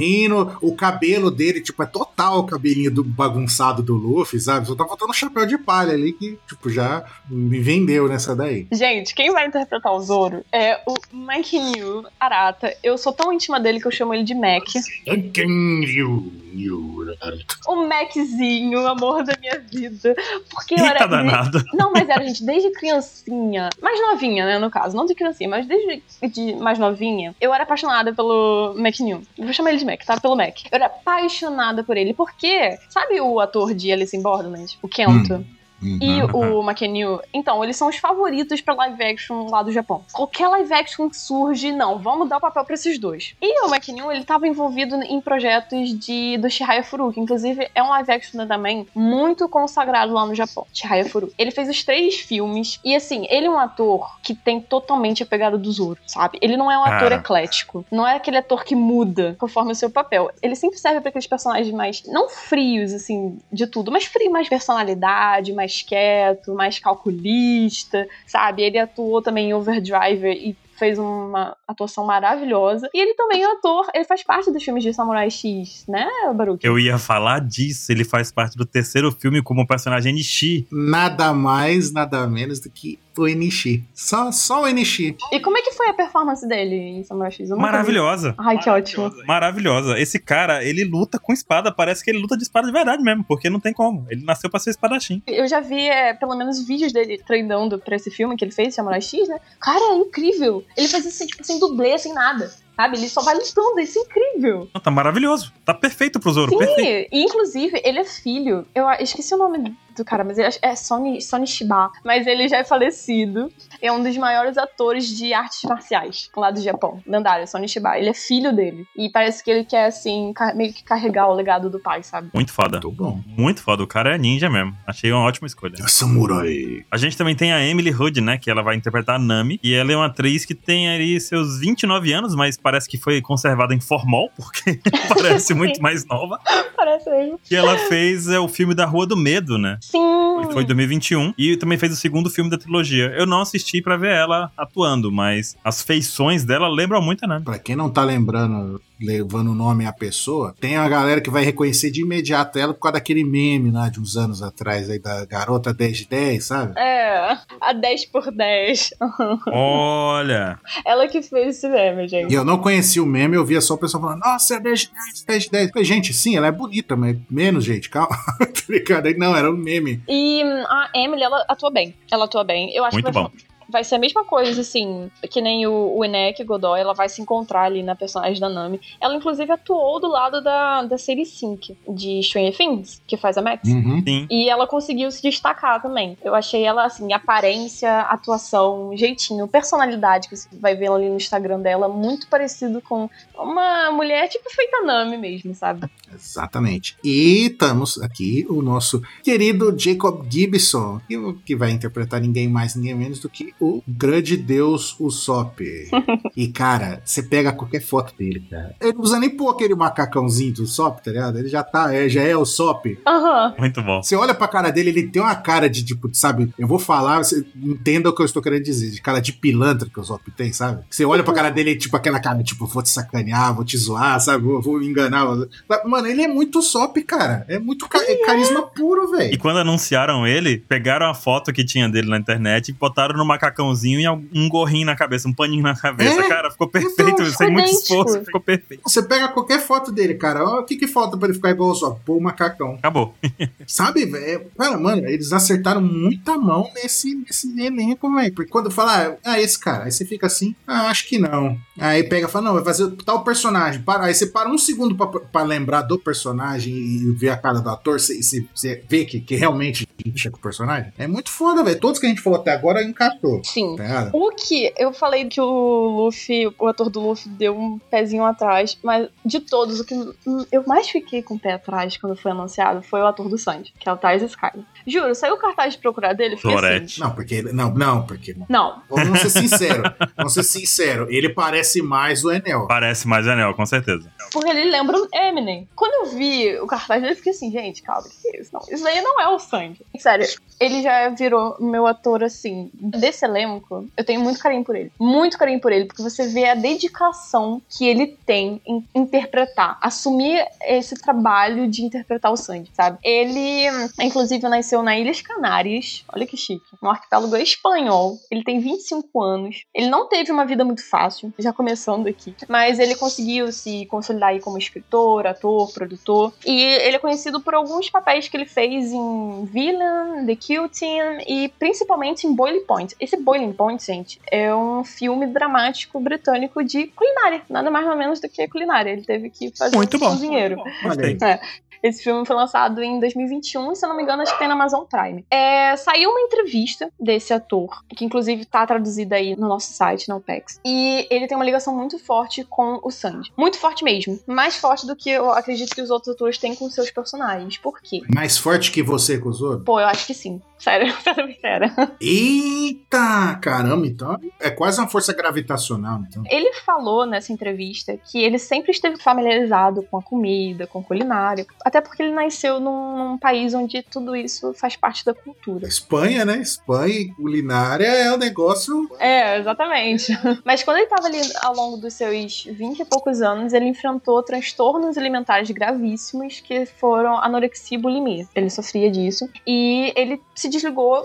[SPEAKER 3] o cabelo dele, tipo, é total o cabelinho do bagunçado do Luffy, sabe? Só tá faltando um chapéu de palha ali que, tipo, já me vendeu nessa daí.
[SPEAKER 1] Gente, quem vai interpretar o Zoro é o Mike New Arata. Eu sou tão íntima dele que eu chamo ele de Mac. O Maczinho, amor da minha vida. Porque eu
[SPEAKER 2] Eita
[SPEAKER 1] era.
[SPEAKER 2] danada.
[SPEAKER 1] Não, mas era, gente, desde criancinha. Mais novinha, né, no caso. Não de criancinha, mas desde de mais novinha, eu era apaixonada pelo Mac New. Vou chamar ele de Mac, tá? Pelo Mac. Eu era apaixonada por ele. Porque, sabe o ator de Alice in Borderland? O Kento?
[SPEAKER 2] Hum.
[SPEAKER 1] E o Makenyu, então, eles são os favoritos pra live action lá do Japão. Qualquer live action que surge, não, vamos dar o papel pra esses dois. E o Makenyu, ele tava envolvido em projetos de, do Shihaya Furu, que inclusive é um live action também muito consagrado lá no Japão, Shihaya Furu. Ele fez os três filmes, e assim, ele é um ator que tem totalmente a pegada do Zoro, sabe? Ele não é um ator
[SPEAKER 2] Cara.
[SPEAKER 1] eclético, não é aquele ator que muda conforme o seu papel. Ele sempre serve pra aqueles personagens mais, não frios, assim, de tudo, mas frio, mais personalidade, mais quieto, mais calculista, sabe? Ele atuou também em Overdriver e fez uma atuação maravilhosa. E ele também é um ator, ele faz parte dos filmes de Samurai X, né, Baruch?
[SPEAKER 2] Eu ia falar disso. Ele faz parte do terceiro filme como personagem Nishi.
[SPEAKER 3] Nada mais, nada menos do que o Enishi. Só, só o Enishi.
[SPEAKER 1] E como é que foi a performance dele em Samurai X? Eu nunca vi.
[SPEAKER 2] Maravilhosa.
[SPEAKER 1] Ai, que ótimo.
[SPEAKER 2] Maravilhosa. Esse cara, ele luta com espada. Parece que ele luta de espada de verdade mesmo, porque não tem como. Ele nasceu pra ser espadachim.
[SPEAKER 1] Eu já vi, é, pelo menos, vídeos dele treinando pra esse filme que ele fez, Samurai X, né? Cara, é incrível. Ele faz isso, tipo, sem dublê, sem nada. Sabe? Ele só vai lutando, isso é incrível.
[SPEAKER 2] Não, tá maravilhoso. Tá perfeito pro Zoro.
[SPEAKER 1] Sim,
[SPEAKER 2] Perfeito.
[SPEAKER 1] e, inclusive, ele é filho. Eu a- esqueci o nome do cara, mas ele, acho- é Sony, Sony Shiba. Mas ele já é falecido. É um dos maiores atores de artes marciais lá do Japão. Lendário, Sony Shiba. Ele é filho dele. E parece que ele quer, assim, ca- meio que carregar o legado do pai, sabe?
[SPEAKER 2] Muito foda.
[SPEAKER 3] Muito bom.
[SPEAKER 2] Muito foda. O cara é ninja mesmo. Achei uma ótima escolha.
[SPEAKER 3] Samurai.
[SPEAKER 2] A gente também tem a Emily Hood, né? Que ela vai interpretar a Nami. E ela é uma atriz que tem ali seus 29 anos, mas parece que foi conservada em formol, porque parece muito mais nova.
[SPEAKER 1] Parece mesmo.
[SPEAKER 2] E ela fez é, o filme da Rua do Medo, né?
[SPEAKER 1] Sim.
[SPEAKER 2] Foi em 2021. E também fez o segundo filme da trilogia. Eu não assisti pra ver ela atuando, mas as feições dela lembram muito a Nami.
[SPEAKER 3] Pra quem não tá lembrando, levando o nome à pessoa, tem uma galera que vai reconhecer de imediato ela por causa daquele meme lá de uns anos atrás aí da garota 10 de 10, sabe?
[SPEAKER 1] É, a 10 por 10.
[SPEAKER 2] Olha!
[SPEAKER 1] Ela que fez esse meme, gente.
[SPEAKER 3] E eu não conhecia o meme, eu via só o pessoal falando, nossa, é 10 de 10, 10 de 10. Eu Falei, gente, sim, ela é bonita, mas menos, gente, calma. tá ligado? Aí, Não, era um meme.
[SPEAKER 1] E hum, a Emily, ela atua bem. Ela atua bem. Eu acho
[SPEAKER 2] Muito
[SPEAKER 1] que vai,
[SPEAKER 2] bom.
[SPEAKER 1] vai ser a mesma coisa, assim, que nem o, o Enek Godoy, ela vai se encontrar ali na personagem da Nami. Ela, inclusive, atuou do lado da, da Siri Sink, de Stranger Things, que faz a Max.
[SPEAKER 2] Hum.
[SPEAKER 3] Uhum.
[SPEAKER 2] Sim.
[SPEAKER 1] E ela conseguiu se destacar também. Eu achei ela, assim, aparência, atuação, jeitinho, personalidade, que você vai ver ali no Instagram dela, muito parecido com uma mulher tipo feita Nami mesmo, sabe?
[SPEAKER 3] Exatamente. E estamos aqui o nosso querido Jacob Gibson, que, que vai interpretar ninguém mais, ninguém menos do que o grande deus Usopp. e, cara, você pega qualquer foto dele, cara. Ele não usa nem pôr aquele macacãozinho do Usopp, tá ligado? Ele já tá, é, já é o Usopp.
[SPEAKER 1] Aham.
[SPEAKER 2] Muito bom.
[SPEAKER 3] Você olha pra cara dele, ele tem uma cara de, tipo, sabe? Eu vou falar, você entenda o que eu estou querendo dizer. De cara de pilantra que o Zop tem, sabe? Você olha pra cara dele, tipo, aquela cara, tipo, vou te sacanear, vou te zoar, sabe? Vou, vou me enganar. Mano, ele é muito Zop, cara. É muito ca- é carisma puro,
[SPEAKER 2] E
[SPEAKER 3] velho.
[SPEAKER 2] quando anunciaram ele, pegaram a foto que tinha dele na internet e botaram no macacãozinho e um gorrinho na cabeça, um paninho na cabeça.
[SPEAKER 3] É?
[SPEAKER 2] Cara, ficou perfeito,
[SPEAKER 1] Então,
[SPEAKER 2] sem muito
[SPEAKER 1] idêntico.
[SPEAKER 2] esforço, ficou perfeito.
[SPEAKER 3] Você pega qualquer foto dele, cara. ó, O que, que falta pra ele ficar igual o Zop? Pô, o macacão.
[SPEAKER 2] Acabou.
[SPEAKER 3] Sabe, velho? Cara, mano, eles acertaram muita mão nesse, nesse elenco, velho. Porque quando fala, ah, esse cara, aí você fica assim, ah, acho que não. Aí pega e fala, não, vai fazer tal personagem. Para, aí você para um segundo pra, pra lembrar do personagem e ver a cara do ator, você, você, você vê que, que realmente lixa com o personagem. É muito foda, velho. Todos que a gente falou até agora encaixou.
[SPEAKER 1] Sim.
[SPEAKER 3] Tá ligado?
[SPEAKER 1] O que eu falei que o Luffy, o ator do Luffy, deu um pezinho atrás, mas de todos, o que eu mais fiquei com o pé atrás quando foi anunciado foi o ator do Sandy, que é o Thais Sky. Juro, saiu o cartaz de procurar dele, eu fiquei assim.
[SPEAKER 2] Lorete.
[SPEAKER 3] Não, porque ele. Não, não, porque.
[SPEAKER 1] Não,
[SPEAKER 3] Vamos ser sincero. vamos ser sincero. Ele parece mais o Enel.
[SPEAKER 2] Parece mais anel, com certeza.
[SPEAKER 1] porque ele lembra o Eminem. Quando eu vi o cartaz dele, eu fiquei assim, gente, calma, que que é isso? Não, isso aí não é o Sandy. Sério, ele já virou meu ator, assim, desse elenco. Eu tenho muito carinho por ele. Muito carinho por ele, porque você vê a dedicação que ele tem em interpretar, assumir esse trabalho de interpretar o Sandy, sabe? Ele, inclusive, nasceu na Ilhas Canárias, olha que chique, um arquipélago espanhol. Ele tem 25 anos. Ele não teve uma vida muito fácil, já começando aqui, mas ele conseguiu se consolidar aí como escritor, ator, produtor. E ele é conhecido por alguns papéis que ele fez em Villain, The Kill Team e principalmente em Boiling Point. Esse Boiling Point, gente, é um filme dramático britânico de culinária, nada mais ou menos do que culinária. Ele teve que fazer
[SPEAKER 2] Muito
[SPEAKER 1] um
[SPEAKER 2] bom.
[SPEAKER 1] cozinheiro.
[SPEAKER 3] Olha aí.
[SPEAKER 1] Esse filme foi lançado em 2021, e se eu não me engano, acho que tem na Amazon Prime. É, saiu uma entrevista desse ator, que inclusive tá traduzida aí no nosso site, na OPEX. E ele tem uma ligação muito forte com o Sandy. Muito forte mesmo. Mais forte do que eu acredito que os outros atores têm com seus personagens. Por quê?
[SPEAKER 3] Mais forte que você com os outros?
[SPEAKER 1] Pô, eu acho que sim. Sério, sério, sério.
[SPEAKER 3] Eita, caramba, então é quase uma força gravitacional, então.
[SPEAKER 1] Ele falou nessa entrevista que ele sempre esteve familiarizado com a comida, com culinária. Até porque ele nasceu num- num país onde tudo isso faz parte da cultura.
[SPEAKER 3] Espanha, né? Espanha e culinária é um negócio.
[SPEAKER 1] É, exatamente. Mas quando ele tava ali ao longo dos seus 20 e poucos anos, ele enfrentou transtornos alimentares gravíssimos que foram anorexia e bulimia. Ele sofria disso. E ele se desligou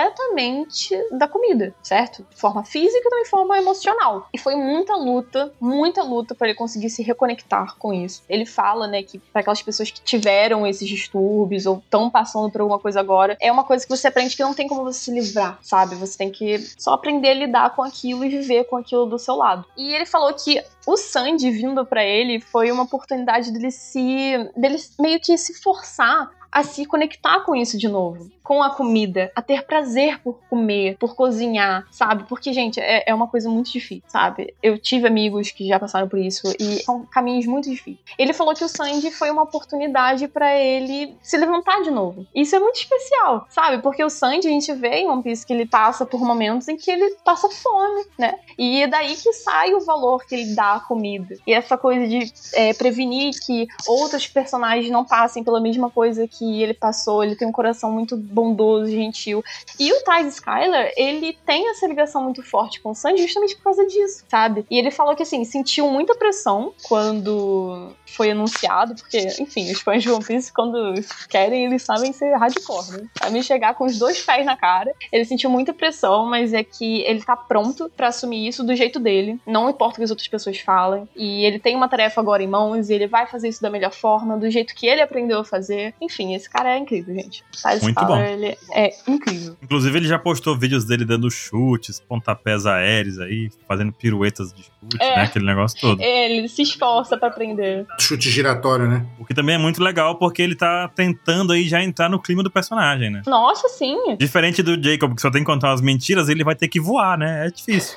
[SPEAKER 1] completamente da comida, certo? De forma física e também de forma emocional. E foi muita luta, muita luta pra ele conseguir se reconectar com isso. Ele fala, né, que pra aquelas pessoas que tiveram esses distúrbios ou estão passando por alguma coisa agora, é uma coisa que você aprende que não tem como você se livrar, sabe? Você tem que só aprender a lidar com aquilo e viver com aquilo do seu lado. E ele falou que o Sandy vindo pra ele foi uma oportunidade dele se dele meio que se forçar a se conectar com isso de novo, com a comida, a ter prazer por comer, por cozinhar, sabe? Porque, gente, é, é uma coisa muito difícil, sabe? Eu tive amigos que já passaram por isso e são caminhos muito difíceis. Ele falou que o Sandy foi uma oportunidade pra ele se levantar de novo. Isso é muito especial, sabe? Porque o Sandy, a gente vê em One Piece que ele passa por momentos em que ele passa fome, né? E é daí que sai o valor que ele dá à comida. E essa coisa de é, prevenir que outros personagens não passem pela mesma coisa que ele passou. Ele tem um coração muito bondoso, gentil. E o Tyler Skyler, ele tem essa ligação muito forte com o Sanji justamente por causa disso, sabe? E ele falou que, assim, sentiu muita pressão quando foi anunciado, porque, enfim, os fãs de One Piece, quando querem, eles sabem ser hardcore, né? Sabem chegar com os dois pés na cara. Ele sentiu muita pressão, mas é que ele tá pronto pra assumir isso do jeito dele. Não importa o que as outras pessoas falem. E ele tem uma tarefa agora em mãos e ele vai fazer isso da melhor forma, do jeito que ele aprendeu a fazer. Enfim, esse cara é incrível, gente. Tyler
[SPEAKER 2] Muito
[SPEAKER 1] Skyler,
[SPEAKER 2] bom.
[SPEAKER 1] ele é incrível.
[SPEAKER 2] Inclusive, ele já postou vídeos dele dando chutes, pontapés aéreos aí, fazendo piruetas de chute,
[SPEAKER 1] É.
[SPEAKER 2] né? Aquele negócio todo.
[SPEAKER 1] Ele se esforça pra aprender.
[SPEAKER 3] Chute giratório, né?
[SPEAKER 2] O que também é muito legal, porque ele tá tentando aí já entrar no clima do personagem, né?
[SPEAKER 1] Nossa, sim.
[SPEAKER 2] Diferente do Jacob, que só tem que contar umas mentiras, ele vai ter que voar, né? É difícil.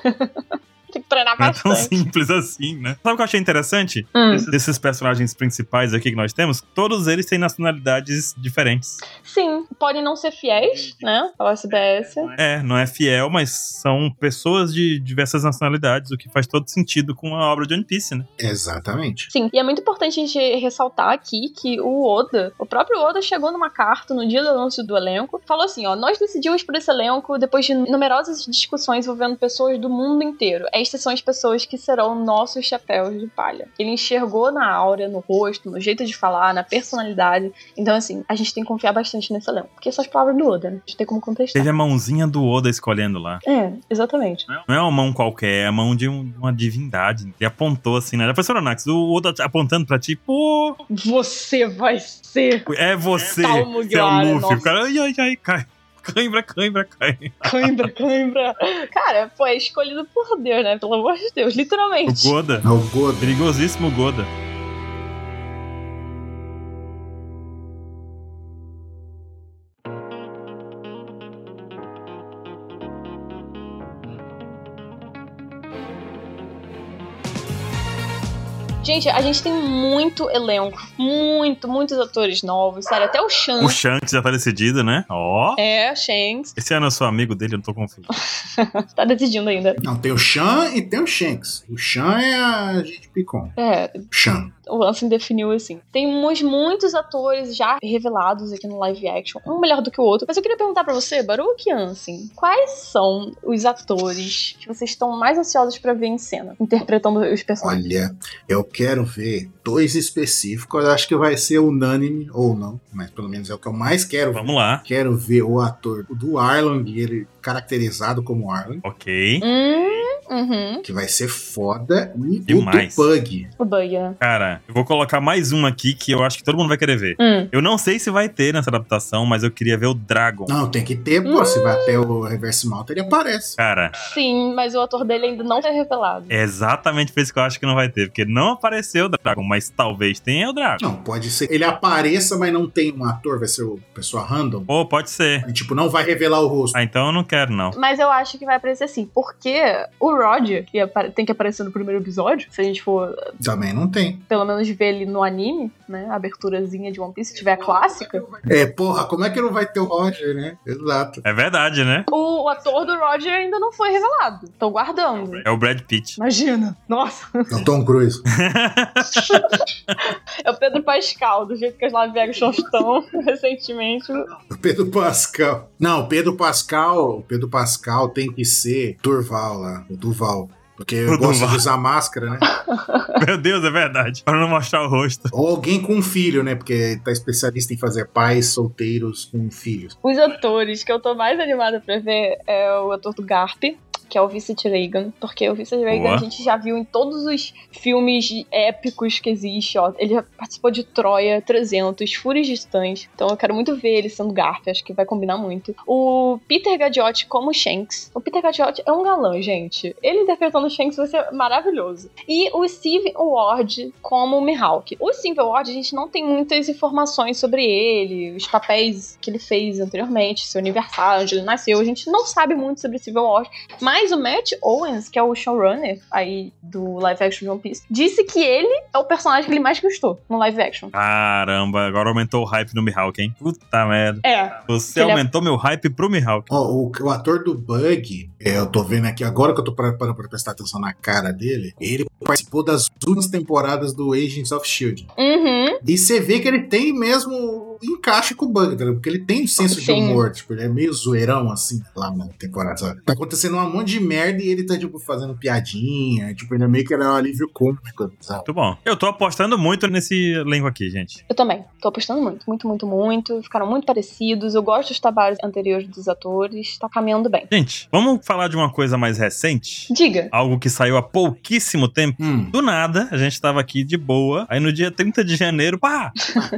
[SPEAKER 1] Tem que treinar
[SPEAKER 2] Não é tão
[SPEAKER 1] bastante.
[SPEAKER 2] simples assim, né? Sabe o que eu achei interessante?
[SPEAKER 1] Hum.
[SPEAKER 2] Desses- Desses personagens principais aqui que nós temos, todos eles têm nacionalidades diferentes.
[SPEAKER 1] Sim, podem não ser fiéis, né? Ao SBS.
[SPEAKER 2] É, não é fiel, mas são pessoas de diversas nacionalidades, o que faz todo sentido com a obra de One Piece, né?
[SPEAKER 3] Exatamente.
[SPEAKER 1] Sim, e é muito importante a gente ressaltar aqui que o Oda, o próprio Oda chegou numa carta no dia do anúncio do elenco, falou assim, ó, nós decidimos por esse elenco depois de numerosas discussões envolvendo pessoas do mundo inteiro. É Estas são as pessoas que serão nossos chapéus de palha. Ele enxergou na áurea, no rosto, no jeito de falar, na personalidade. Então, assim, a gente tem que confiar bastante nesse elenco. Porque são as palavras do Oda, né? A gente tem como contestar.
[SPEAKER 2] Teve a mãozinha do Oda escolhendo lá.
[SPEAKER 1] É, exatamente.
[SPEAKER 2] Não é uma mão qualquer, é a mão de, um- de uma divindade. Ele apontou assim, né? Professora Nax, o Oda tá apontando pra ti, pô,
[SPEAKER 1] Você vai ser
[SPEAKER 2] é você,
[SPEAKER 1] Tal Mugiwara,
[SPEAKER 2] seu Luffy. O
[SPEAKER 1] nossa.
[SPEAKER 2] cara, ai, ai, ai, cai. Cãibra, cãibra, cai.
[SPEAKER 1] cãibra, cãibra. Cara, pô, é escolhido por Deus, né? Pelo amor de Deus,
[SPEAKER 2] O
[SPEAKER 1] literalmente.
[SPEAKER 2] Goda,
[SPEAKER 3] É o Godo.
[SPEAKER 2] perigosíssimo Goda.
[SPEAKER 1] Gente, a gente tem muito elenco, muito, muitos atores novos, sério, até o Shan.
[SPEAKER 2] O Shanks já tá decidido, né? Ó.
[SPEAKER 1] É, Shanks.
[SPEAKER 2] Esse ano eu sou amigo dele, eu não tô confiando.
[SPEAKER 1] Tá decidindo ainda.
[SPEAKER 3] Não, tem o Shan e tem o Shanks. O Shan é a gente Picon.
[SPEAKER 1] É,
[SPEAKER 3] Shan.
[SPEAKER 1] o Ansem definiu assim. Temos muitos atores já revelados aqui no live action, um melhor do que o outro. Mas eu queria perguntar pra você, Baruch Ansem, quais são os atores que vocês estão mais ansiosos pra ver em cena, interpretando os personagens?
[SPEAKER 3] Olha, eu quero ver dois específicos. Eu acho que vai ser unânime, ou não, mas pelo menos é o que eu mais quero ver.
[SPEAKER 2] Vamos lá.
[SPEAKER 3] Quero ver o ator do Arlong, ele caracterizado como Arlong,
[SPEAKER 2] Ok.
[SPEAKER 1] Hum, uhum.
[SPEAKER 3] que vai ser foda. E
[SPEAKER 2] Demais.
[SPEAKER 3] o do Pug.
[SPEAKER 1] O Bug, né?
[SPEAKER 2] Cara, eu vou colocar mais um aqui que eu acho que todo mundo vai querer ver.
[SPEAKER 1] Hum.
[SPEAKER 2] Eu não sei se vai ter nessa adaptação, mas eu queria ver o Dragon.
[SPEAKER 3] Não, tem que ter, pô. Se vai até o Reverse Malta, ele aparece.
[SPEAKER 2] Cara,
[SPEAKER 1] Sim, mas o ator dele ainda não foi revelado.
[SPEAKER 2] é exatamente por isso que eu acho que não vai ter. Porque não apareceu o Dragon, mas talvez tenha o Dragon.
[SPEAKER 3] Não, pode ser. Ele apareça, mas não tem um ator, vai ser o pessoa random.
[SPEAKER 2] Ou pode ser.
[SPEAKER 3] E, tipo, não vai revelar o rosto.
[SPEAKER 2] Ah, então eu não quero, não.
[SPEAKER 1] Mas eu acho que vai aparecer sim, porque o Roger, que apa- tem que aparecer no primeiro episódio, se a gente for
[SPEAKER 3] Também não tem.
[SPEAKER 1] pelo menos ver ele no anime, né? A aberturazinha de One Piece, se tiver a clássica.
[SPEAKER 3] É, porra, como é que não vai ter o Roger, né? Exato.
[SPEAKER 2] É verdade, né?
[SPEAKER 1] O ator do Roger ainda não foi revelado. Tô guardando.
[SPEAKER 2] É o Brad Pitt.
[SPEAKER 1] Imagina. Nossa.
[SPEAKER 3] É o Tom Cruise.
[SPEAKER 1] É o Pedro Pascal, do jeito que as live actions estão recentemente.
[SPEAKER 3] O Pedro Pascal. Não, o Pedro Pascal. O Pedro Pascal tem que ser Durval lá. O Duval. Porque eu
[SPEAKER 2] O
[SPEAKER 3] gosto
[SPEAKER 2] Durval.
[SPEAKER 3] de usar máscara, né?
[SPEAKER 2] Meu Deus, é verdade. Pra não mostrar o rosto.
[SPEAKER 3] Ou alguém com um filho, né? Porque tá especialista em fazer pais solteiros com filhos.
[SPEAKER 1] Os atores que eu tô mais animada pra ver é o ator do Garp. Que é o Vincent Reagan, porque o Vincent Reagan
[SPEAKER 2] Boa.
[SPEAKER 1] a gente já viu em todos os filmes épicos que existem, ó. Ele já participou de Troia, 300, Fúrias Distantes, então eu quero muito ver ele sendo Garp, acho que vai combinar muito. O Peter Gadiotti como Shanks. O Peter Gadiotti é um galã, gente. Ele interpretando o Shanks vai ser maravilhoso. E o Steve Ward como Mihawk. O Steve Ward, a gente não tem muitas informações sobre ele, os papéis que ele fez anteriormente, seu aniversário, onde ele nasceu. A gente não sabe muito sobre Steve Ward, mas o Matt Owens, que é o showrunner aí do live action de One Piece, disse que ele é o personagem que ele mais gostou no live action.
[SPEAKER 2] Caramba, agora aumentou o hype no Mihawk, hein? Puta merda.
[SPEAKER 1] É.
[SPEAKER 2] Você
[SPEAKER 1] Ele é-
[SPEAKER 2] aumentou meu hype pro Mihawk.
[SPEAKER 3] Ó, o, o ator do Bug, é, eu tô vendo aqui agora que eu tô parando pra, pra prestar atenção na cara dele, ele participou das últimas temporadas do Agents of Shield.
[SPEAKER 1] Uhum.
[SPEAKER 3] E você vê que ele tem mesmo encaixe com o Bug, tá ligado? porque ele tem um senso de
[SPEAKER 1] Sim.
[SPEAKER 3] humor, tipo, ele é meio zoeirão assim lá na temporada. sabe? Tá acontecendo um monte de merda e ele tá, tipo, fazendo piadinha, tipo, ele é meio que ele é um alívio cômico, sabe?
[SPEAKER 2] Muito bom. Eu tô apostando muito nesse elenco aqui, gente.
[SPEAKER 1] Eu também. Tô apostando muito, muito, muito, muito. Ficaram muito parecidos. Eu gosto dos trabalhos anteriores dos atores. Tá caminhando bem.
[SPEAKER 2] Gente, vamos falar de uma coisa mais recente?
[SPEAKER 1] Diga.
[SPEAKER 2] Algo que saiu há pouquíssimo tempo.
[SPEAKER 3] Hum,
[SPEAKER 2] Do nada, a gente tava aqui de boa. Aí no dia 30 de janeiro, pá!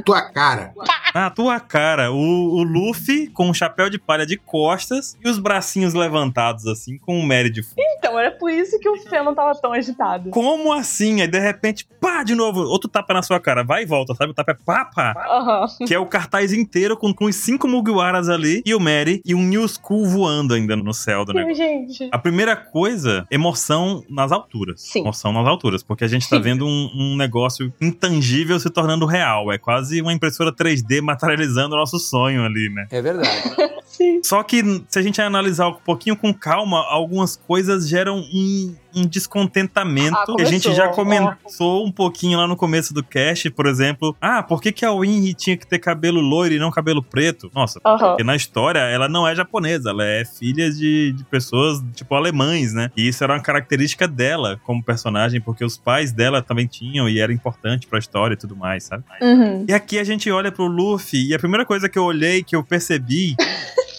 [SPEAKER 3] tua cara.
[SPEAKER 2] Na tua cara, o, o Luffy com um chapéu de palha de costas e os bracinhos levantados, assim, com o Mary de fundo.
[SPEAKER 1] Então, era por isso que o Feno tava tão agitado.
[SPEAKER 2] Como assim? Aí de repente, pá, de novo, outro tapa na sua cara. Vai e volta, sabe? O tapa é pá, pá.
[SPEAKER 1] Aham.
[SPEAKER 2] Que é o cartaz inteiro com, com os cinco Mugiwaras ali e o Mary e um New School voando ainda no céu do negócio.
[SPEAKER 1] Gente.
[SPEAKER 2] A primeira coisa, emoção nas alturas.
[SPEAKER 1] Sim.
[SPEAKER 2] Emoção nas alturas, porque a gente tá
[SPEAKER 1] Sim.
[SPEAKER 2] vendo um, um negócio intangível se tornando real. É quase uma impressora 3D materializando o nosso sonho ali, né?
[SPEAKER 6] É verdade.
[SPEAKER 1] Sim.
[SPEAKER 2] Só que se a gente analisar um pouquinho com calma, algumas coisas geram um um descontentamento
[SPEAKER 5] Ah,
[SPEAKER 2] que a gente
[SPEAKER 5] começou,
[SPEAKER 2] já
[SPEAKER 5] ó.
[SPEAKER 2] comentou um pouquinho lá no começo do cast, por exemplo. Ah, por que, que a Winry tinha que ter cabelo loiro e não cabelo preto? Nossa,
[SPEAKER 5] Aham.
[SPEAKER 2] porque na história ela não é japonesa, ela é filha de, de pessoas, tipo, alemães, né? E isso era uma característica dela como personagem, porque os pais dela também tinham e era importante pra história e tudo mais, sabe?
[SPEAKER 1] Uhum.
[SPEAKER 2] E aqui a gente olha pro Luffy e a primeira coisa que eu olhei, que eu percebi,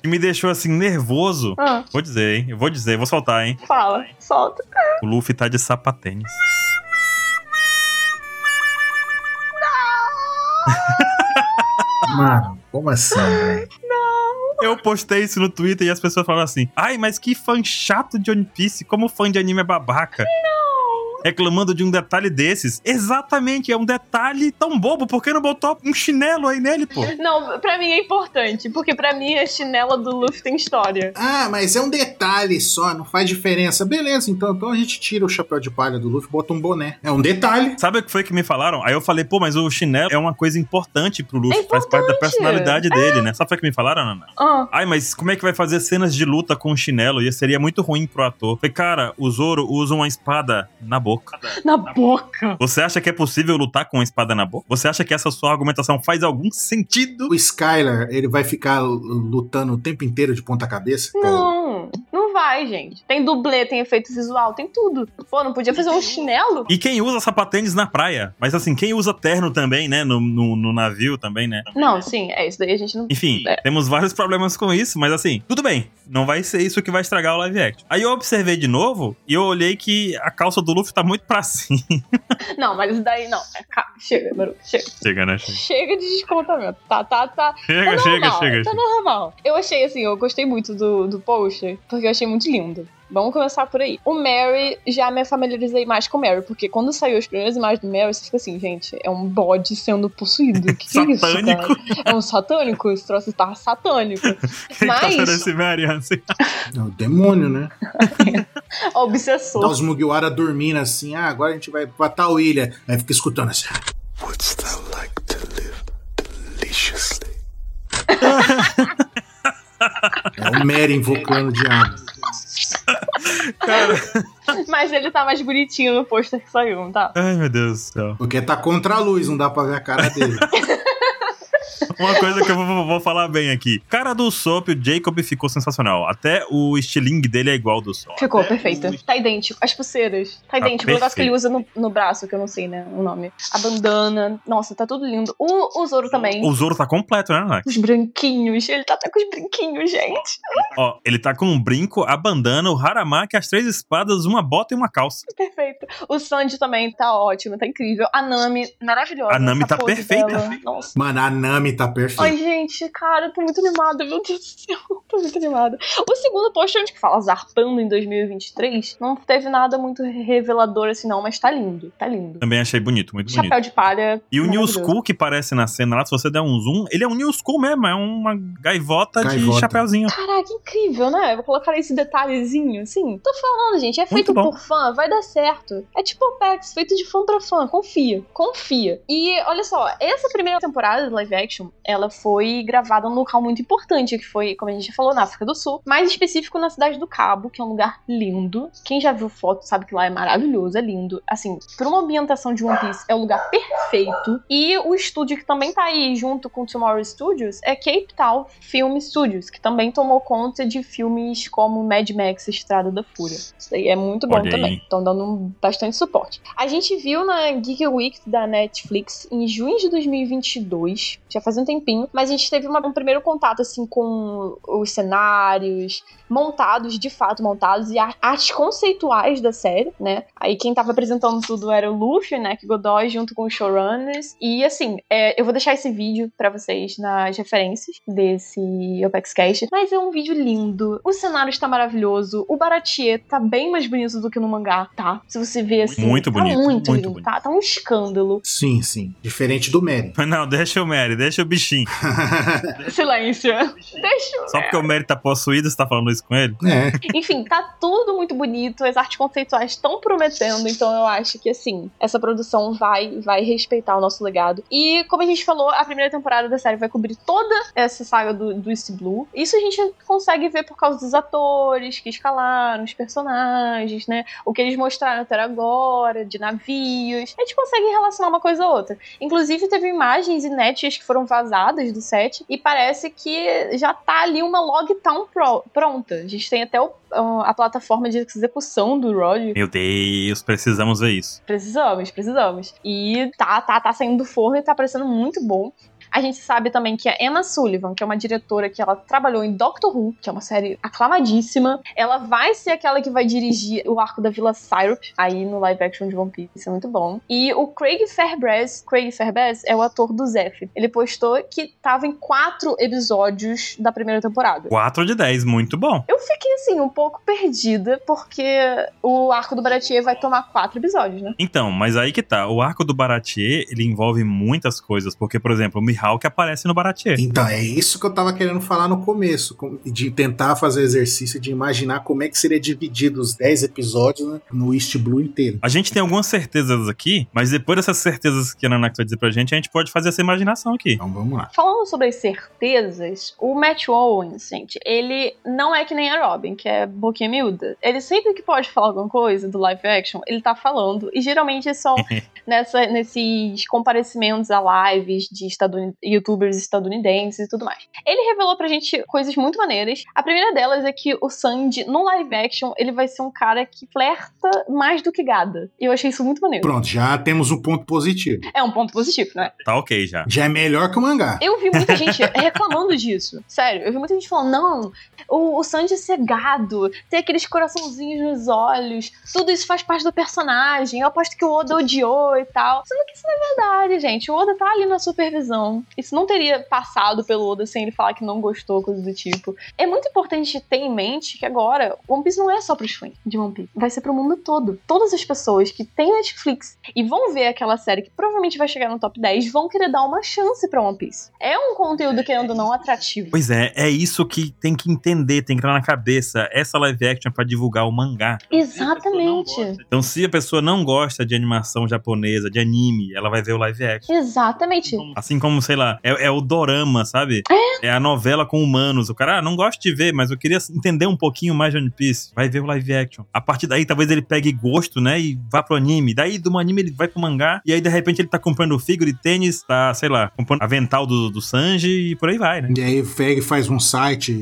[SPEAKER 2] que me deixou assim nervoso.
[SPEAKER 1] Ah,
[SPEAKER 2] Vou dizer, hein? Eu vou dizer, vou soltar, hein?
[SPEAKER 1] fala, solta.
[SPEAKER 2] O Luffy tá de sapatênis.
[SPEAKER 3] Mano, como assim, velho?
[SPEAKER 2] Eu postei isso no Twitter e as pessoas falaram assim: ai, mas que fã chato de One Piece, como fã de anime é babaca. Reclamando de um detalhe desses. Exatamente, é um detalhe tão bobo, por que não botou um chinelo aí nele, pô?
[SPEAKER 1] Não, pra mim é importante, porque pra mim a chinela do Luffy tem história.
[SPEAKER 3] Ah, mas é um detalhe só, não faz diferença. Beleza, então, então a gente tira o chapéu de palha do Luffy e bota um boné. É um detalhe.
[SPEAKER 2] Sabe o que foi que me falaram? Aí eu falei, pô, mas o chinelo é uma coisa importante pro Luffy,
[SPEAKER 1] É
[SPEAKER 2] faz parte da personalidade dele, né? Sabe o que me falaram, Nana?
[SPEAKER 1] Ah,
[SPEAKER 2] Ai, mas como é que vai fazer cenas de luta com o chinelo? E seria muito ruim pro ator. Falei, cara, o Zoro usa uma espada na boca.
[SPEAKER 1] na boca.
[SPEAKER 2] Você acha que é possível lutar com uma espada na boca? Você acha que essa sua argumentação faz algum sentido?
[SPEAKER 3] O Skylar, ele vai ficar l- lutando o tempo inteiro de ponta cabeça?
[SPEAKER 1] Não, não vai, gente. Tem dublê, tem efeito visual, tem tudo. Pô, não podia fazer um chinelo?
[SPEAKER 2] E quem usa sapatênis na praia? Mas assim, quem usa terno também, né? No, no- no navio também, né?
[SPEAKER 1] Não, sim, é isso daí a gente não.
[SPEAKER 2] Enfim,
[SPEAKER 1] É.
[SPEAKER 2] temos vários problemas com isso, mas assim, tudo bem. Não vai ser isso que vai estragar o live action. Aí eu observei de novo e eu olhei que a calça do Luffy tá muito pra cima.
[SPEAKER 1] Não, mas isso daí não. É, ca- Chega, Maru, chega.
[SPEAKER 2] Chega, né?
[SPEAKER 1] Chega de descontamento. Tá, tá, tá. tá
[SPEAKER 2] Chega, chega,
[SPEAKER 1] normal,
[SPEAKER 2] chega.
[SPEAKER 1] Tá
[SPEAKER 2] chega.
[SPEAKER 1] normal. Eu achei, assim, eu gostei muito do, do post, porque eu achei muito lindo. Vamos começar por aí. O Mary, já me familiarizei mais com o Mary, porque quando saiu as primeiras imagens do Mary, você fica assim, gente, é um bode sendo possuído. Que que é isso, cara?
[SPEAKER 2] Satânico.
[SPEAKER 1] É um satânico? Esse troço tá satânico.
[SPEAKER 2] Quem tá sendo
[SPEAKER 1] Mas,
[SPEAKER 2] esse Mary Hansen?
[SPEAKER 3] É o demônio, né? Dá
[SPEAKER 1] obsessor.
[SPEAKER 3] os Mugiwara dormindo assim, ah, agora a gente vai pra tal ilha. Aí fica escutando assim.
[SPEAKER 6] Wouldst thou like to live deliciously?
[SPEAKER 3] É o Mary invocando o diabo.
[SPEAKER 1] Mas ele tá mais bonitinho no pôster que saiu, não tá?
[SPEAKER 2] Ai, meu Deus do céu.
[SPEAKER 3] Porque tá contra a luz, não dá pra ver a cara dele.
[SPEAKER 2] Uma coisa que eu vou, vou falar bem aqui. Cara do Sop, o Jacob ficou sensacional. Até o estilingue dele é igual ao do Sop.
[SPEAKER 1] Ficou, perfeito. Tá idêntico. As pulseiras. Tá idêntico. o negócio que ele usa no, no braço, que eu não sei, né? O nome. A bandana. Nossa, tá tudo lindo. O, o Zoro também.
[SPEAKER 2] O Zoro tá completo, né, Nath?
[SPEAKER 1] Os branquinhos. Ele tá até com os brinquinhos, gente.
[SPEAKER 2] Ó, ele tá com um brinco, a bandana, o haramaki, as três espadas, uma bota e uma calça.
[SPEAKER 1] Perfeito. O Sanji também tá ótimo, tá incrível. A Nami, maravilhosa.
[SPEAKER 2] A Nami
[SPEAKER 1] essa
[SPEAKER 2] tá
[SPEAKER 1] pose
[SPEAKER 2] perfeita.
[SPEAKER 1] dela. Nossa.
[SPEAKER 3] Mano, a Nami tá
[SPEAKER 1] Ai,
[SPEAKER 3] perfeita.
[SPEAKER 1] gente, cara, eu tô muito animada, meu Deus do céu, eu tô muito animada. O segundo post, é onde que fala zarpando em 2023, não teve nada muito revelador assim, não, mas tá lindo, tá lindo.
[SPEAKER 2] Também achei bonito, muito bonito.
[SPEAKER 1] Chapéu de palha.
[SPEAKER 2] E o New
[SPEAKER 1] maravilhoso.
[SPEAKER 2] School que parece na cena lá, se você der um zoom, ele é um New School mesmo, é uma gaivota, de
[SPEAKER 3] Gaivota.
[SPEAKER 2] chapéuzinho.
[SPEAKER 1] Caraca, incrível, né? Eu vou colocar esse detalhezinho, assim. Tô falando, gente, é feito
[SPEAKER 2] Muito bom.
[SPEAKER 1] por fã, vai dar certo. É tipo o Pax, feito de fã pra fã, confia, confia. E olha só, essa primeira temporada de live action, ela foi gravada num local muito importante, que foi, como a gente já falou, na África do Sul, mais específico na cidade do Cabo, que é um lugar lindo. Quem já viu foto sabe que lá é maravilhoso, é lindo. Assim, pra uma ambientação de One Piece, é o lugar perfeito. E o estúdio que também tá aí junto com Tomorrow Studios é Cape Town Film Studios, que também tomou conta de filmes como Mad Max Estrada da Fúria. Isso daí é muito bom
[SPEAKER 2] Olha aí.
[SPEAKER 1] também. Estão dando um- bastante suporte. A gente viu na Geek Week da Netflix em junho de 2022, já faz um tempinho, mas a gente teve uma- um primeiro contato assim com os cenários, montados, de fato montados, e ar- artes conceituais da série, né? Aí quem tava apresentando tudo era o Luffy, né? Que Godoy, junto com os showrunners. E assim, é, eu vou deixar esse vídeo pra vocês nas referências desse Opex Cast. Mas é um vídeo lindo, o cenário está maravilhoso, o Baratie tá bem mais bonito do que no mangá, tá? Se você vê assim.
[SPEAKER 2] Muito
[SPEAKER 1] tá
[SPEAKER 2] bonito,
[SPEAKER 1] Muito,
[SPEAKER 2] muito
[SPEAKER 1] lindo,
[SPEAKER 2] bonito.
[SPEAKER 1] Tá, tá um escândalo.
[SPEAKER 3] Sim, sim. Diferente do Mary.
[SPEAKER 2] Mas Não, deixa o Mary, deixa o bichinho.
[SPEAKER 1] Silêncio. Deixa eu
[SPEAKER 2] Só porque o Mary tá possuído, você tá falando isso com ele?
[SPEAKER 3] é.
[SPEAKER 1] Enfim, tá tudo muito bonito, as artes conceituais estão acontecendo, então eu acho que assim, essa produção vai vai respeitar o nosso legado. E como a gente falou, a primeira temporada da série vai cobrir toda essa saga do, do East Blue. Isso a gente consegue ver por causa dos atores que escalaram, os personagens, né? O que eles mostraram até agora, de navios. A gente consegue relacionar uma coisa a outra. Inclusive, teve imagens inéditas que foram vazadas do set e parece que já tá ali uma log town pro- pronta. A gente tem até o- a plataforma de execução do Roger.
[SPEAKER 2] Meu Deus, precisamos ver isso.
[SPEAKER 1] Precisamos, precisamos. E tá, tá, tá saindo do forno e tá parecendo muito bom. A gente sabe também que a Emma Sullivan, que é uma diretora que ela trabalhou em Doctor Who, que é uma série aclamadíssima, ela vai ser aquela que vai dirigir o arco da Vila Syrup aí no live action de One Piece, isso é muito bom. E o Craig Fairbrass, Craig Fairbrass é o ator do Zeph. Ele postou que tava em quatro episódios da primeira temporada.
[SPEAKER 2] 4 de 10, muito bom.
[SPEAKER 1] Eu fiquei assim um pouco perdida porque o arco do Baratier vai tomar quatro episódios, né?
[SPEAKER 2] Então, mas aí que tá. O arco do Baratier, ele envolve muitas coisas. Porque, por exemplo, o Mihawk aparece no Baratier.
[SPEAKER 3] Então, é isso que eu tava querendo falar no começo, com- de tentar fazer o exercício de imaginar como é que seria dividido os 10 episódios né, no East Blue inteiro.
[SPEAKER 2] A gente tem algumas certezas aqui, mas depois dessas certezas que a Nanak vai dizer pra gente, a gente pode fazer essa imaginação aqui.
[SPEAKER 3] Então vamos lá.
[SPEAKER 1] Falando sobre as certezas, o Matt Owens, gente, ele não é que nem a Robin, que é boquinha miúda. Ele sempre que pode falar alguma coisa do live action, ele tá falando. E geralmente são nessa, nesses comparecimentos a lives de estaduni- youtubers estadunidenses e tudo mais. Ele revelou pra gente coisas muito maneiras. A primeira delas é que o Sandy, no live action, ele vai ser um cara que flerta mais do que gada. E eu achei isso muito maneiro.
[SPEAKER 3] Pronto, já temos um ponto positivo.
[SPEAKER 1] É um ponto positivo, né?
[SPEAKER 2] Tá ok já.
[SPEAKER 3] Já é melhor que o mangá.
[SPEAKER 1] Eu vi muita gente reclamando disso. Sério, eu vi muita gente falando: não, o, o Sanji é cegado, tem aqueles coraçãozinhos nos olhos, tudo isso faz parte do personagem. Eu aposto que o Oda odiou e tal. Sendo que isso não é verdade, gente. O Oda tá ali na supervisão. Isso não teria passado pelo Oda sem ele falar que não gostou, coisa do tipo. É muito importante ter em mente que agora One Piece não é só pros fãs de One Piece, vai ser pro mundo todo. Todas as pessoas que têm Netflix e vão ver aquela série que provavelmente vai chegar no top 10, vão querer dar uma chance pra One Piece. É um conteúdo, querendo ou não, atrativo.
[SPEAKER 2] Pois é, é isso que tem que entender, tem que entrar na cabeça. Essa live action é pra divulgar o mangá.
[SPEAKER 1] Exatamente.
[SPEAKER 2] Então, se a pessoa não gosta de animação japonesa, de anime, ela vai ver o live action.
[SPEAKER 1] Exatamente.
[SPEAKER 2] Assim como, sei lá, é, é o dorama, sabe? É. a novela com humanos. O cara, ah, não gosto de ver, mas eu queria entender um pouquinho mais de One Piece. Vai ver o live action. A partir daí, talvez ele pegue gosto, né? E vá pro anime. Daí, do anime, ele vai pro mangá. E aí, de repente, ele tá comprando figura de tênis, tá, sei lá, comprando avental do, do Sanji e por aí vai, né?
[SPEAKER 3] E aí o Feg faz um site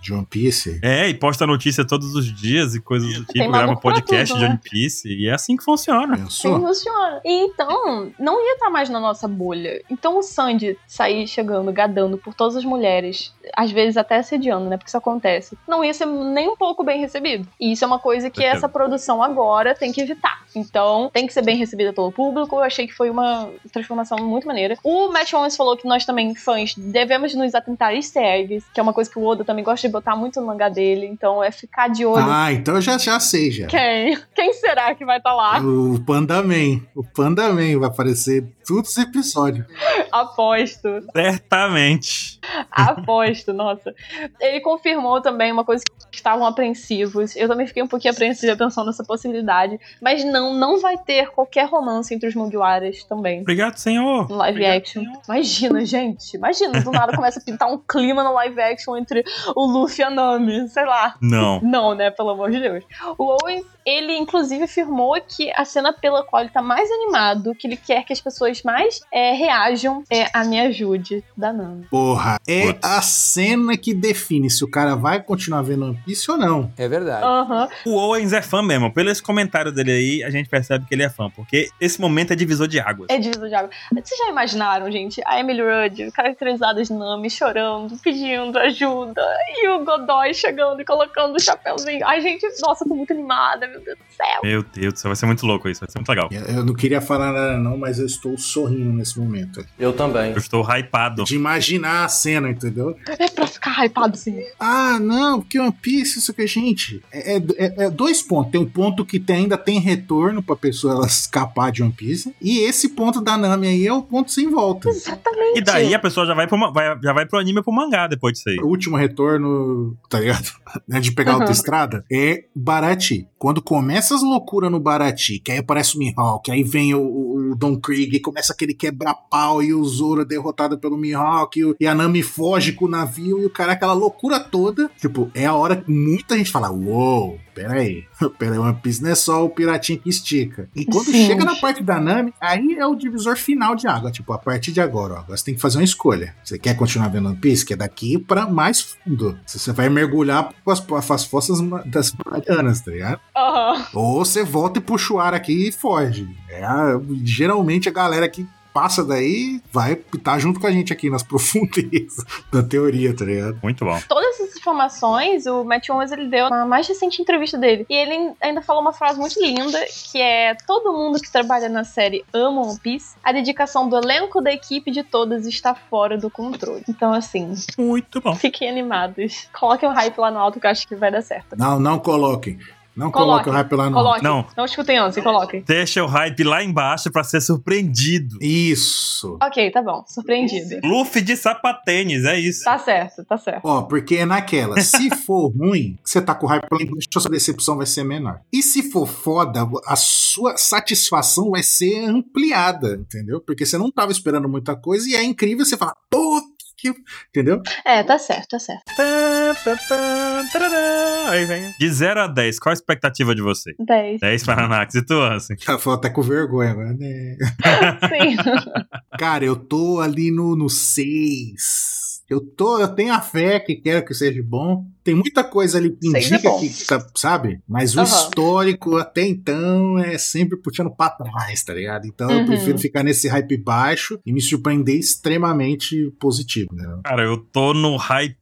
[SPEAKER 3] de One Piece.
[SPEAKER 2] É, e posta notícia todos os dias e coisas do tipo,
[SPEAKER 1] Tem
[SPEAKER 2] grava
[SPEAKER 1] maluco pra
[SPEAKER 2] podcast
[SPEAKER 1] tudo,
[SPEAKER 2] de
[SPEAKER 1] né?
[SPEAKER 2] One Piece, e é assim que funciona.
[SPEAKER 1] Sim,
[SPEAKER 3] Pensou?
[SPEAKER 1] Tipo, funciona. E então, não ia estar mais na nossa bolha. Então o Sandy sair chegando, gadando por todas as mulheres, às vezes até assediando, né? Porque isso acontece. Não ia ser nem um pouco bem recebido. E isso é uma coisa que
[SPEAKER 2] Certeza.
[SPEAKER 1] essa produção agora tem que evitar. Então, tem que ser bem recebida pelo público. Eu achei que foi uma transformação muito maneira. O Matt Owens falou que nós também, fãs, devemos nos atentar a easter eggs, que é uma coisa que o Oda também gosta de botar muito no mangá dele. Então, é ficar de olho.
[SPEAKER 3] Ah, então eu já, já sei já.
[SPEAKER 1] Quem? Quem será que vai estar lá?
[SPEAKER 3] O Pandaman. O Pandaman vai aparecer em todos os episódios.
[SPEAKER 1] Aposto.
[SPEAKER 2] Certamente.
[SPEAKER 1] Aposto, nossa. Ele confirmou também uma coisa que estavam apreensivos. Eu também fiquei um pouquinho apreensiva pensando nessa possibilidade. Mas não, não vai ter qualquer romance entre os Mugiwaras também.
[SPEAKER 2] Obrigado, senhor.
[SPEAKER 1] No live
[SPEAKER 2] Obrigado,
[SPEAKER 1] action.
[SPEAKER 2] senhor.
[SPEAKER 1] Imagina, gente. Imagina, do nada começa a pintar um clima no live action entre o Luffy e a Nami. Sei lá.
[SPEAKER 2] Não.
[SPEAKER 1] Não, né? Pelo amor de Deus. O Owens, ele inclusive afirmou que a cena pela qual ele tá mais animado, que ele quer que as pessoas mais eh, reajam, é a Me Ajude, da Nami.
[SPEAKER 3] Porra, é
[SPEAKER 2] Putz.
[SPEAKER 3] a cena que define se o cara vai continuar vendo One Piece ou não.
[SPEAKER 7] É verdade.
[SPEAKER 1] Aham.
[SPEAKER 2] O Owens é fã mesmo. Pelo esse comentário dele aí, a gente percebe que ele é fã, porque esse momento é divisor de águas.
[SPEAKER 1] É divisor de água. Vocês já imaginaram, gente? A Emily Rudd, caracterizada de Nami, chorando, pedindo ajuda. E o Godoy chegando e colocando o chapéuzinho. Ai, gente, nossa, eu tô muito animada, meu Deus do céu.
[SPEAKER 2] Meu Deus do céu, vai ser muito louco isso, vai ser muito legal.
[SPEAKER 3] Eu- Eu não queria falar nada não, mas eu estou sorrindo nesse momento.
[SPEAKER 7] Eu também.
[SPEAKER 2] Eu estou hypado.
[SPEAKER 3] De imaginar a cena, entendeu?
[SPEAKER 1] É pra ficar hypado, sim.
[SPEAKER 3] Ah, não, porque One difícil isso que a gente. É, é- é dois pontos. Tem um ponto que tem- ainda tem retorno pra pessoa ela escapar de One Piece. E esse ponto da Nami aí é o ponto sem volta.
[SPEAKER 1] Exatamente.
[SPEAKER 2] E daí a pessoa já vai pro, ma- vai- já vai pro anime ou pro mangá depois disso aí.
[SPEAKER 3] O último retorno, tá ligado? Né, De pegar outra
[SPEAKER 1] Uhum.
[SPEAKER 3] estrada, é Barati. Quando começa as loucuras no Barati, que aí aparece o Mihawk, aí vem o, o- o Don Krieg, e começa aquele quebra-pau e o Zoro é derrotado pelo Mihawk, e, o- e a Nami foge com o navio, e o cara, aquela loucura toda. Tipo, é a hora que muita gente fala: Uou, peraí, peraí, One Piece não é só o piratinho que estica. E quando
[SPEAKER 1] Sim.
[SPEAKER 3] chega na parte da Nami, aí é o divisor final de água. Tipo, a partir de agora, ó, agora você tem que fazer uma escolha. Você quer continuar vendo One Piece? Que é daqui pra mais fundo. Você vai mergulhar com as, com as fossas ma- das Marianas, tá ligado?
[SPEAKER 1] Aham.
[SPEAKER 3] Ou você volta e puxa o ar aqui e foge. É a- geralmente a galera que passa daí vai estar junto com a gente aqui nas profundezas da teoria, tá ligado?
[SPEAKER 2] Muito bom.
[SPEAKER 1] Todas essas informações, o Matt Owens ele deu na mais recente entrevista dele. E ele ainda falou uma frase muito linda, que é todo mundo que trabalha na série ama One Piece. A dedicação do elenco, da equipe, de todas está fora do controle. Então, assim,
[SPEAKER 2] Muito bom.
[SPEAKER 1] fiquem animados. Coloquem o hype lá no alto que eu acho que vai dar certo.
[SPEAKER 3] Não, não coloquem. Não
[SPEAKER 1] Coloque.
[SPEAKER 3] coloque o rap lá no.
[SPEAKER 1] Coloquem.
[SPEAKER 2] Não.
[SPEAKER 1] Não escutem antes, coloquem.
[SPEAKER 2] Deixa o hype lá embaixo pra ser surpreendido.
[SPEAKER 3] Isso.
[SPEAKER 1] Ok, tá bom. Surpreendido.
[SPEAKER 2] Luffy de sapatênis, é isso.
[SPEAKER 1] Tá certo, tá certo.
[SPEAKER 3] Ó, porque é naquela. Se for ruim, você tá com hype lá embaixo, a sua decepção vai ser menor. E se for foda, a sua satisfação vai ser ampliada, entendeu? Porque você não tava esperando muita coisa e é incrível você fala, puta que. Entendeu?
[SPEAKER 1] É, tá certo, tá certo.
[SPEAKER 2] Tá, tá, tá, tarará. Aí vem. De 0 a 10, qual a expectativa de você?
[SPEAKER 1] 10.
[SPEAKER 2] 10 para Anax e tu, assim.
[SPEAKER 3] Ela falou até tá com vergonha, agora, né?
[SPEAKER 1] Sim.
[SPEAKER 3] Cara, eu tô ali no, no 6. Eu tô, eu tenho a fé que quero que seja bom. Tem muita coisa ali que
[SPEAKER 1] Seis é
[SPEAKER 3] indica
[SPEAKER 1] bom.
[SPEAKER 3] que, tá- sabe? Mas o
[SPEAKER 1] Aham.
[SPEAKER 3] histórico até então é sempre puxando pra trás, tá ligado? Então eu
[SPEAKER 1] Uhum.
[SPEAKER 3] prefiro ficar nesse hype baixo e me surpreender extremamente positivo, né?
[SPEAKER 2] Cara, eu tô no hype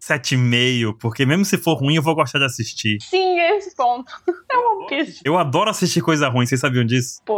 [SPEAKER 2] 7,5, porque mesmo se for ruim, eu vou gostar de assistir.
[SPEAKER 1] Sim, é esse ponto. É One Piece.
[SPEAKER 2] Eu adoro assistir coisa ruim, vocês sabiam disso?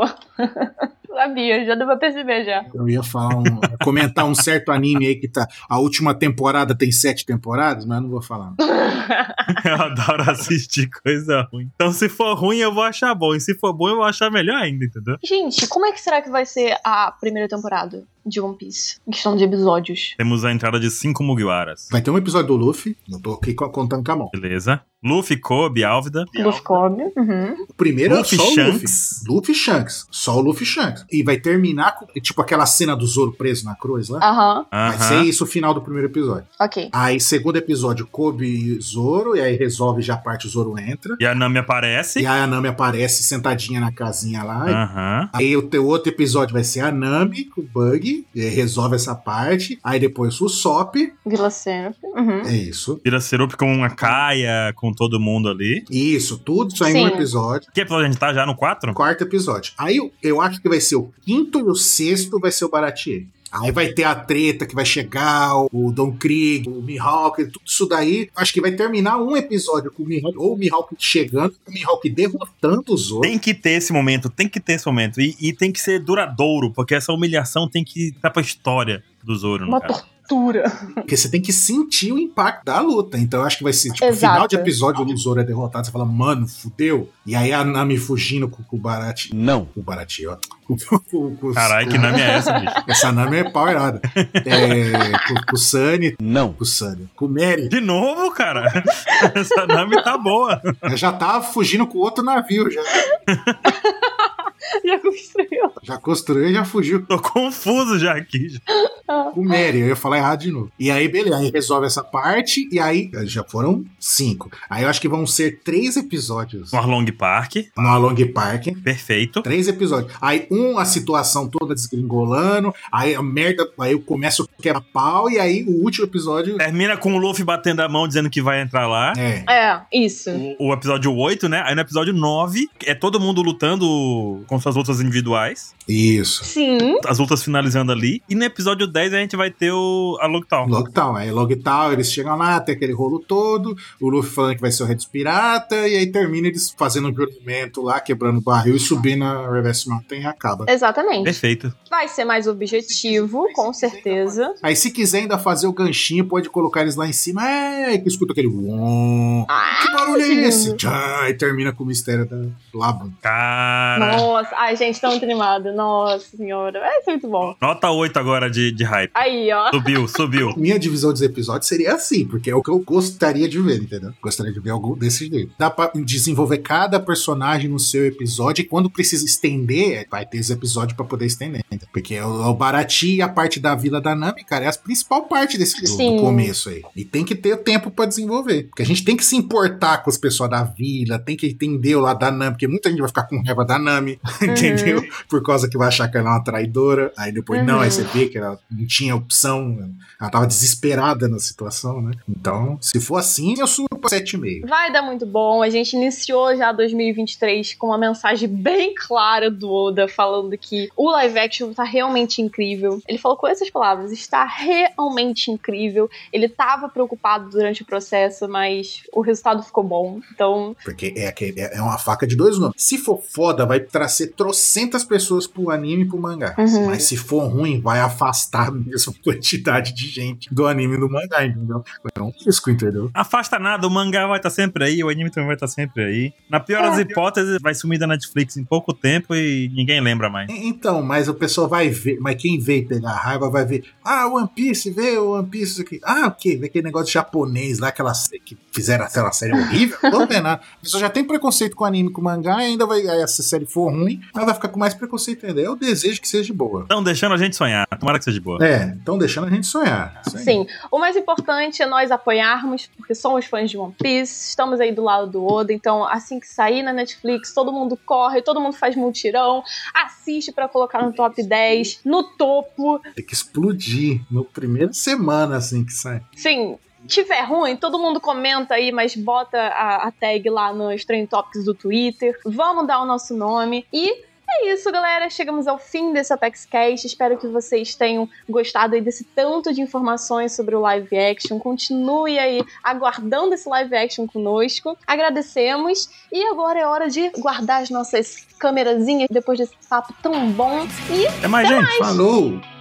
[SPEAKER 1] Sabia, já deu pra perceber já.
[SPEAKER 3] Eu ia falar um, comentar um certo anime aí que tá. A última temporada tem sete temporadas, mas eu não vou falar.
[SPEAKER 2] Eu adoro assistir coisa ruim. Então, se for ruim, eu vou achar bom. E se for bom, eu vou achar melhor ainda, entendeu?
[SPEAKER 1] Gente, como é que será que vai ser a primeira temporada de One Piece? Em questão de episódios.
[SPEAKER 2] Temos a entrada de cinco Mugiwaras.
[SPEAKER 3] Vai ter um episódio do Luffy, eu tô aqui co- contando com a mão.
[SPEAKER 2] Beleza? Luffy, Kobe, Álvida.
[SPEAKER 1] Luffy Cobb.
[SPEAKER 2] né?
[SPEAKER 1] Uhum.
[SPEAKER 3] O primeiro
[SPEAKER 2] Luffy
[SPEAKER 3] é só o Luffy.
[SPEAKER 2] Shanks.
[SPEAKER 3] Luffy e Shanks. Só o Luffy e Shanks. E vai terminar com, tipo, aquela cena do Zoro preso na cruz lá.
[SPEAKER 1] Aham,
[SPEAKER 3] Vai
[SPEAKER 2] Aham.
[SPEAKER 3] ser isso o final do primeiro episódio.
[SPEAKER 1] ok.
[SPEAKER 3] Aí, segundo episódio, Kobe e Zoro. E aí resolve já a parte, o Zoro entra.
[SPEAKER 2] E a Nami aparece.
[SPEAKER 3] E aí a Nami aparece sentadinha na casinha lá.
[SPEAKER 2] Ah. Aham.
[SPEAKER 3] Aí o teu outro episódio vai ser a Nami com o Bug. E aí resolve essa parte. Aí depois o Sop.
[SPEAKER 1] Vila Seraph. Uhum.
[SPEAKER 3] É isso.
[SPEAKER 2] Vira Serup com a Kaia, com todo mundo ali.
[SPEAKER 3] Isso, tudo isso aí em um
[SPEAKER 1] Sim.
[SPEAKER 3] episódio.
[SPEAKER 2] Que episódio a gente tá já no 4?
[SPEAKER 3] Quarto episódio. Aí eu, eu acho que vai ser o quinto e o sexto vai ser o Baratier. Aí vai ter a treta que vai chegar, o Don Krieg, o Mihawk, tudo isso daí. Acho que vai terminar um episódio com o Mihawk, ou o Mihawk chegando, o Mihawk derrotando os outros.
[SPEAKER 2] Tem que ter esse momento, tem que ter esse momento. E, e tem que ser duradouro, porque essa humilhação tem que estar pra história do Zoro, no
[SPEAKER 1] Uma
[SPEAKER 2] caso.
[SPEAKER 1] tortura.
[SPEAKER 3] Porque você tem que sentir o impacto da luta. Então eu acho que vai ser, tipo,
[SPEAKER 1] Exato.
[SPEAKER 3] final de episódio, o Zoro é derrotado, você fala, mano, fudeu. E aí a Nami fugindo com, com o Barati.
[SPEAKER 6] Não.
[SPEAKER 3] Com o Barati, ó. Com- com- com-
[SPEAKER 2] Caralho, que nome é essa, bicho?
[SPEAKER 3] Essa Nami é powerada. É, com, com o Sunny,
[SPEAKER 6] Não.
[SPEAKER 3] com o Sunny, com o Mary.
[SPEAKER 2] De novo, cara? Essa Nami tá boa.
[SPEAKER 3] Ela já tava fugindo com outro navio, já,
[SPEAKER 1] já construiu.
[SPEAKER 3] já construiu e já fugiu
[SPEAKER 2] Tô confuso já aqui.
[SPEAKER 1] Ah.
[SPEAKER 3] com o Mary. Eu ia falar errado de novo. E aí, beleza, aí resolve essa parte e aí já foram cinco. Aí eu acho que vão ser três episódios
[SPEAKER 2] Um Arlong Park,
[SPEAKER 3] no Along Park.
[SPEAKER 2] perfeito.
[SPEAKER 3] Três episódios. Aí um, a situação toda desgringolando, aí a merda, aí eu começo a quebra-pau e aí o último episódio... né?
[SPEAKER 2] Termina com o Luffy batendo a mão, dizendo que vai entrar lá.
[SPEAKER 3] É,
[SPEAKER 1] É, isso.
[SPEAKER 2] O episódio 8, né? Aí no episódio 9, é todo mundo lutando com suas as lutas individuais.
[SPEAKER 3] Isso.
[SPEAKER 1] Sim.
[SPEAKER 2] As lutas finalizando ali. E no episódio 10 a gente vai ter o, a Logtown.
[SPEAKER 3] Logtown, aí Logtown, eles chegam lá, tem aquele rolo todo, o Luffy falando que vai ser o rei dos piratas, e aí termina eles fazendo um juramento lá, quebrando o barril e subindo a Reverse Mountain e acaba.
[SPEAKER 1] Exatamente.
[SPEAKER 2] Perfeito.
[SPEAKER 1] Vai ser mais objetivo, com certeza.
[SPEAKER 3] Aí se quiser ainda fazer o ganchinho, pode colocar eles lá em cima, é, aí que escuta aquele uom,
[SPEAKER 1] Ah,
[SPEAKER 3] que barulho é
[SPEAKER 1] sim.
[SPEAKER 3] esse? Tchá, e termina com o mistério da Labo.
[SPEAKER 2] Cara.
[SPEAKER 1] Nossa, ai, gente, tão animado. Nossa senhora. Vai ser muito bom.
[SPEAKER 2] Nota 8 agora de, de hype.
[SPEAKER 1] Aí, ó.
[SPEAKER 2] Subiu, subiu.
[SPEAKER 3] Minha divisão dos episódios seria assim, porque é o que eu gostaria de ver, entendeu? Gostaria de ver algo desse jeito. Dá pra desenvolver cada personagem no seu episódio e quando precisa estender, é, vai ter esse episódio pra poder estender. entendeu? Porque é o o Barati e a parte da Vila da Nami, cara, é a principal parte desse do-
[SPEAKER 1] Sim.
[SPEAKER 3] do começo aí. E tem que ter tempo pra desenvolver. Porque a gente tem que se importar com os pessoal da vila, tem que entender o lado da Nami, porque muita gente vai ficar com raiva da Nami, entendeu? Por causa que vai achar que ela é uma traidora. Aí depois, não, aí você vê que ela não tinha opção, ela tava desesperada na situação, né? Então, se for assim, eu subo pra 7,5.
[SPEAKER 1] Vai dar muito bom. A gente iniciou já 2023 com uma mensagem bem clara do Oda falando que o live action tá realmente incrível. Ele falou com essas palavras: está realmente incrível. Ele tava preocupado durante o processo, mas o resultado ficou bom. Então,
[SPEAKER 3] Porque é, aquele- é é uma faca de dois nomes. Se for foda, vai trazer trocentas pessoas pro anime e pro mangá.
[SPEAKER 1] Uhum.
[SPEAKER 3] Mas se for ruim, vai afastar a mesma quantidade de gente do anime e do mangá, entendeu? É um risco, entendeu?
[SPEAKER 2] Afasta nada, o mangá vai estar sempre aí, o anime também vai estar sempre aí. Na pior das hipóteses, vai sumir da Netflix em pouco tempo e ninguém lembra mais.
[SPEAKER 3] E- Então, mas o pessoal vai ver, mas quem veio pegar raiva vai ver, ah, One Piece, vê o One Piece isso aqui. Ah, o quê? Vê aquele negócio japonês lá, aquela série que fizeram aquela série horrível. Não tem nada. A pessoa já tem preconceito com anime, com mangá, e ainda vai, aí essa série for ruim, ela vai ficar com mais preconceito ainda. Eu desejo que seja boa.
[SPEAKER 2] Estão Então, deixando a gente sonhar. Tomara que seja de boa.
[SPEAKER 3] É, estão deixando a gente sonhar. Isso aí.
[SPEAKER 1] sim. O mais importante é nós apoiarmos, porque somos fãs de One Piece, estamos aí do lado do Oda. Então, assim que sair na Netflix, todo mundo corre, todo mundo faz multirão, assiste pra colocar no top 10, no topo.
[SPEAKER 3] Tem que explodir no primeiro semana, assim, que sai.
[SPEAKER 1] Sim, tiver ruim, todo mundo comenta aí, mas bota a, a tag lá nos Trend Topics do Twitter. Vamos dar o nosso nome. E é isso, galera. Chegamos ao fim desse ApexCast. Espero que vocês tenham gostado aí desse tanto de informações sobre o live action. Continue aí aguardando esse live action conosco. Agradecemos. E agora é hora de guardar as nossas câmerazinhas depois desse papo tão bom. E
[SPEAKER 2] Até É mais, gente.
[SPEAKER 3] Falou!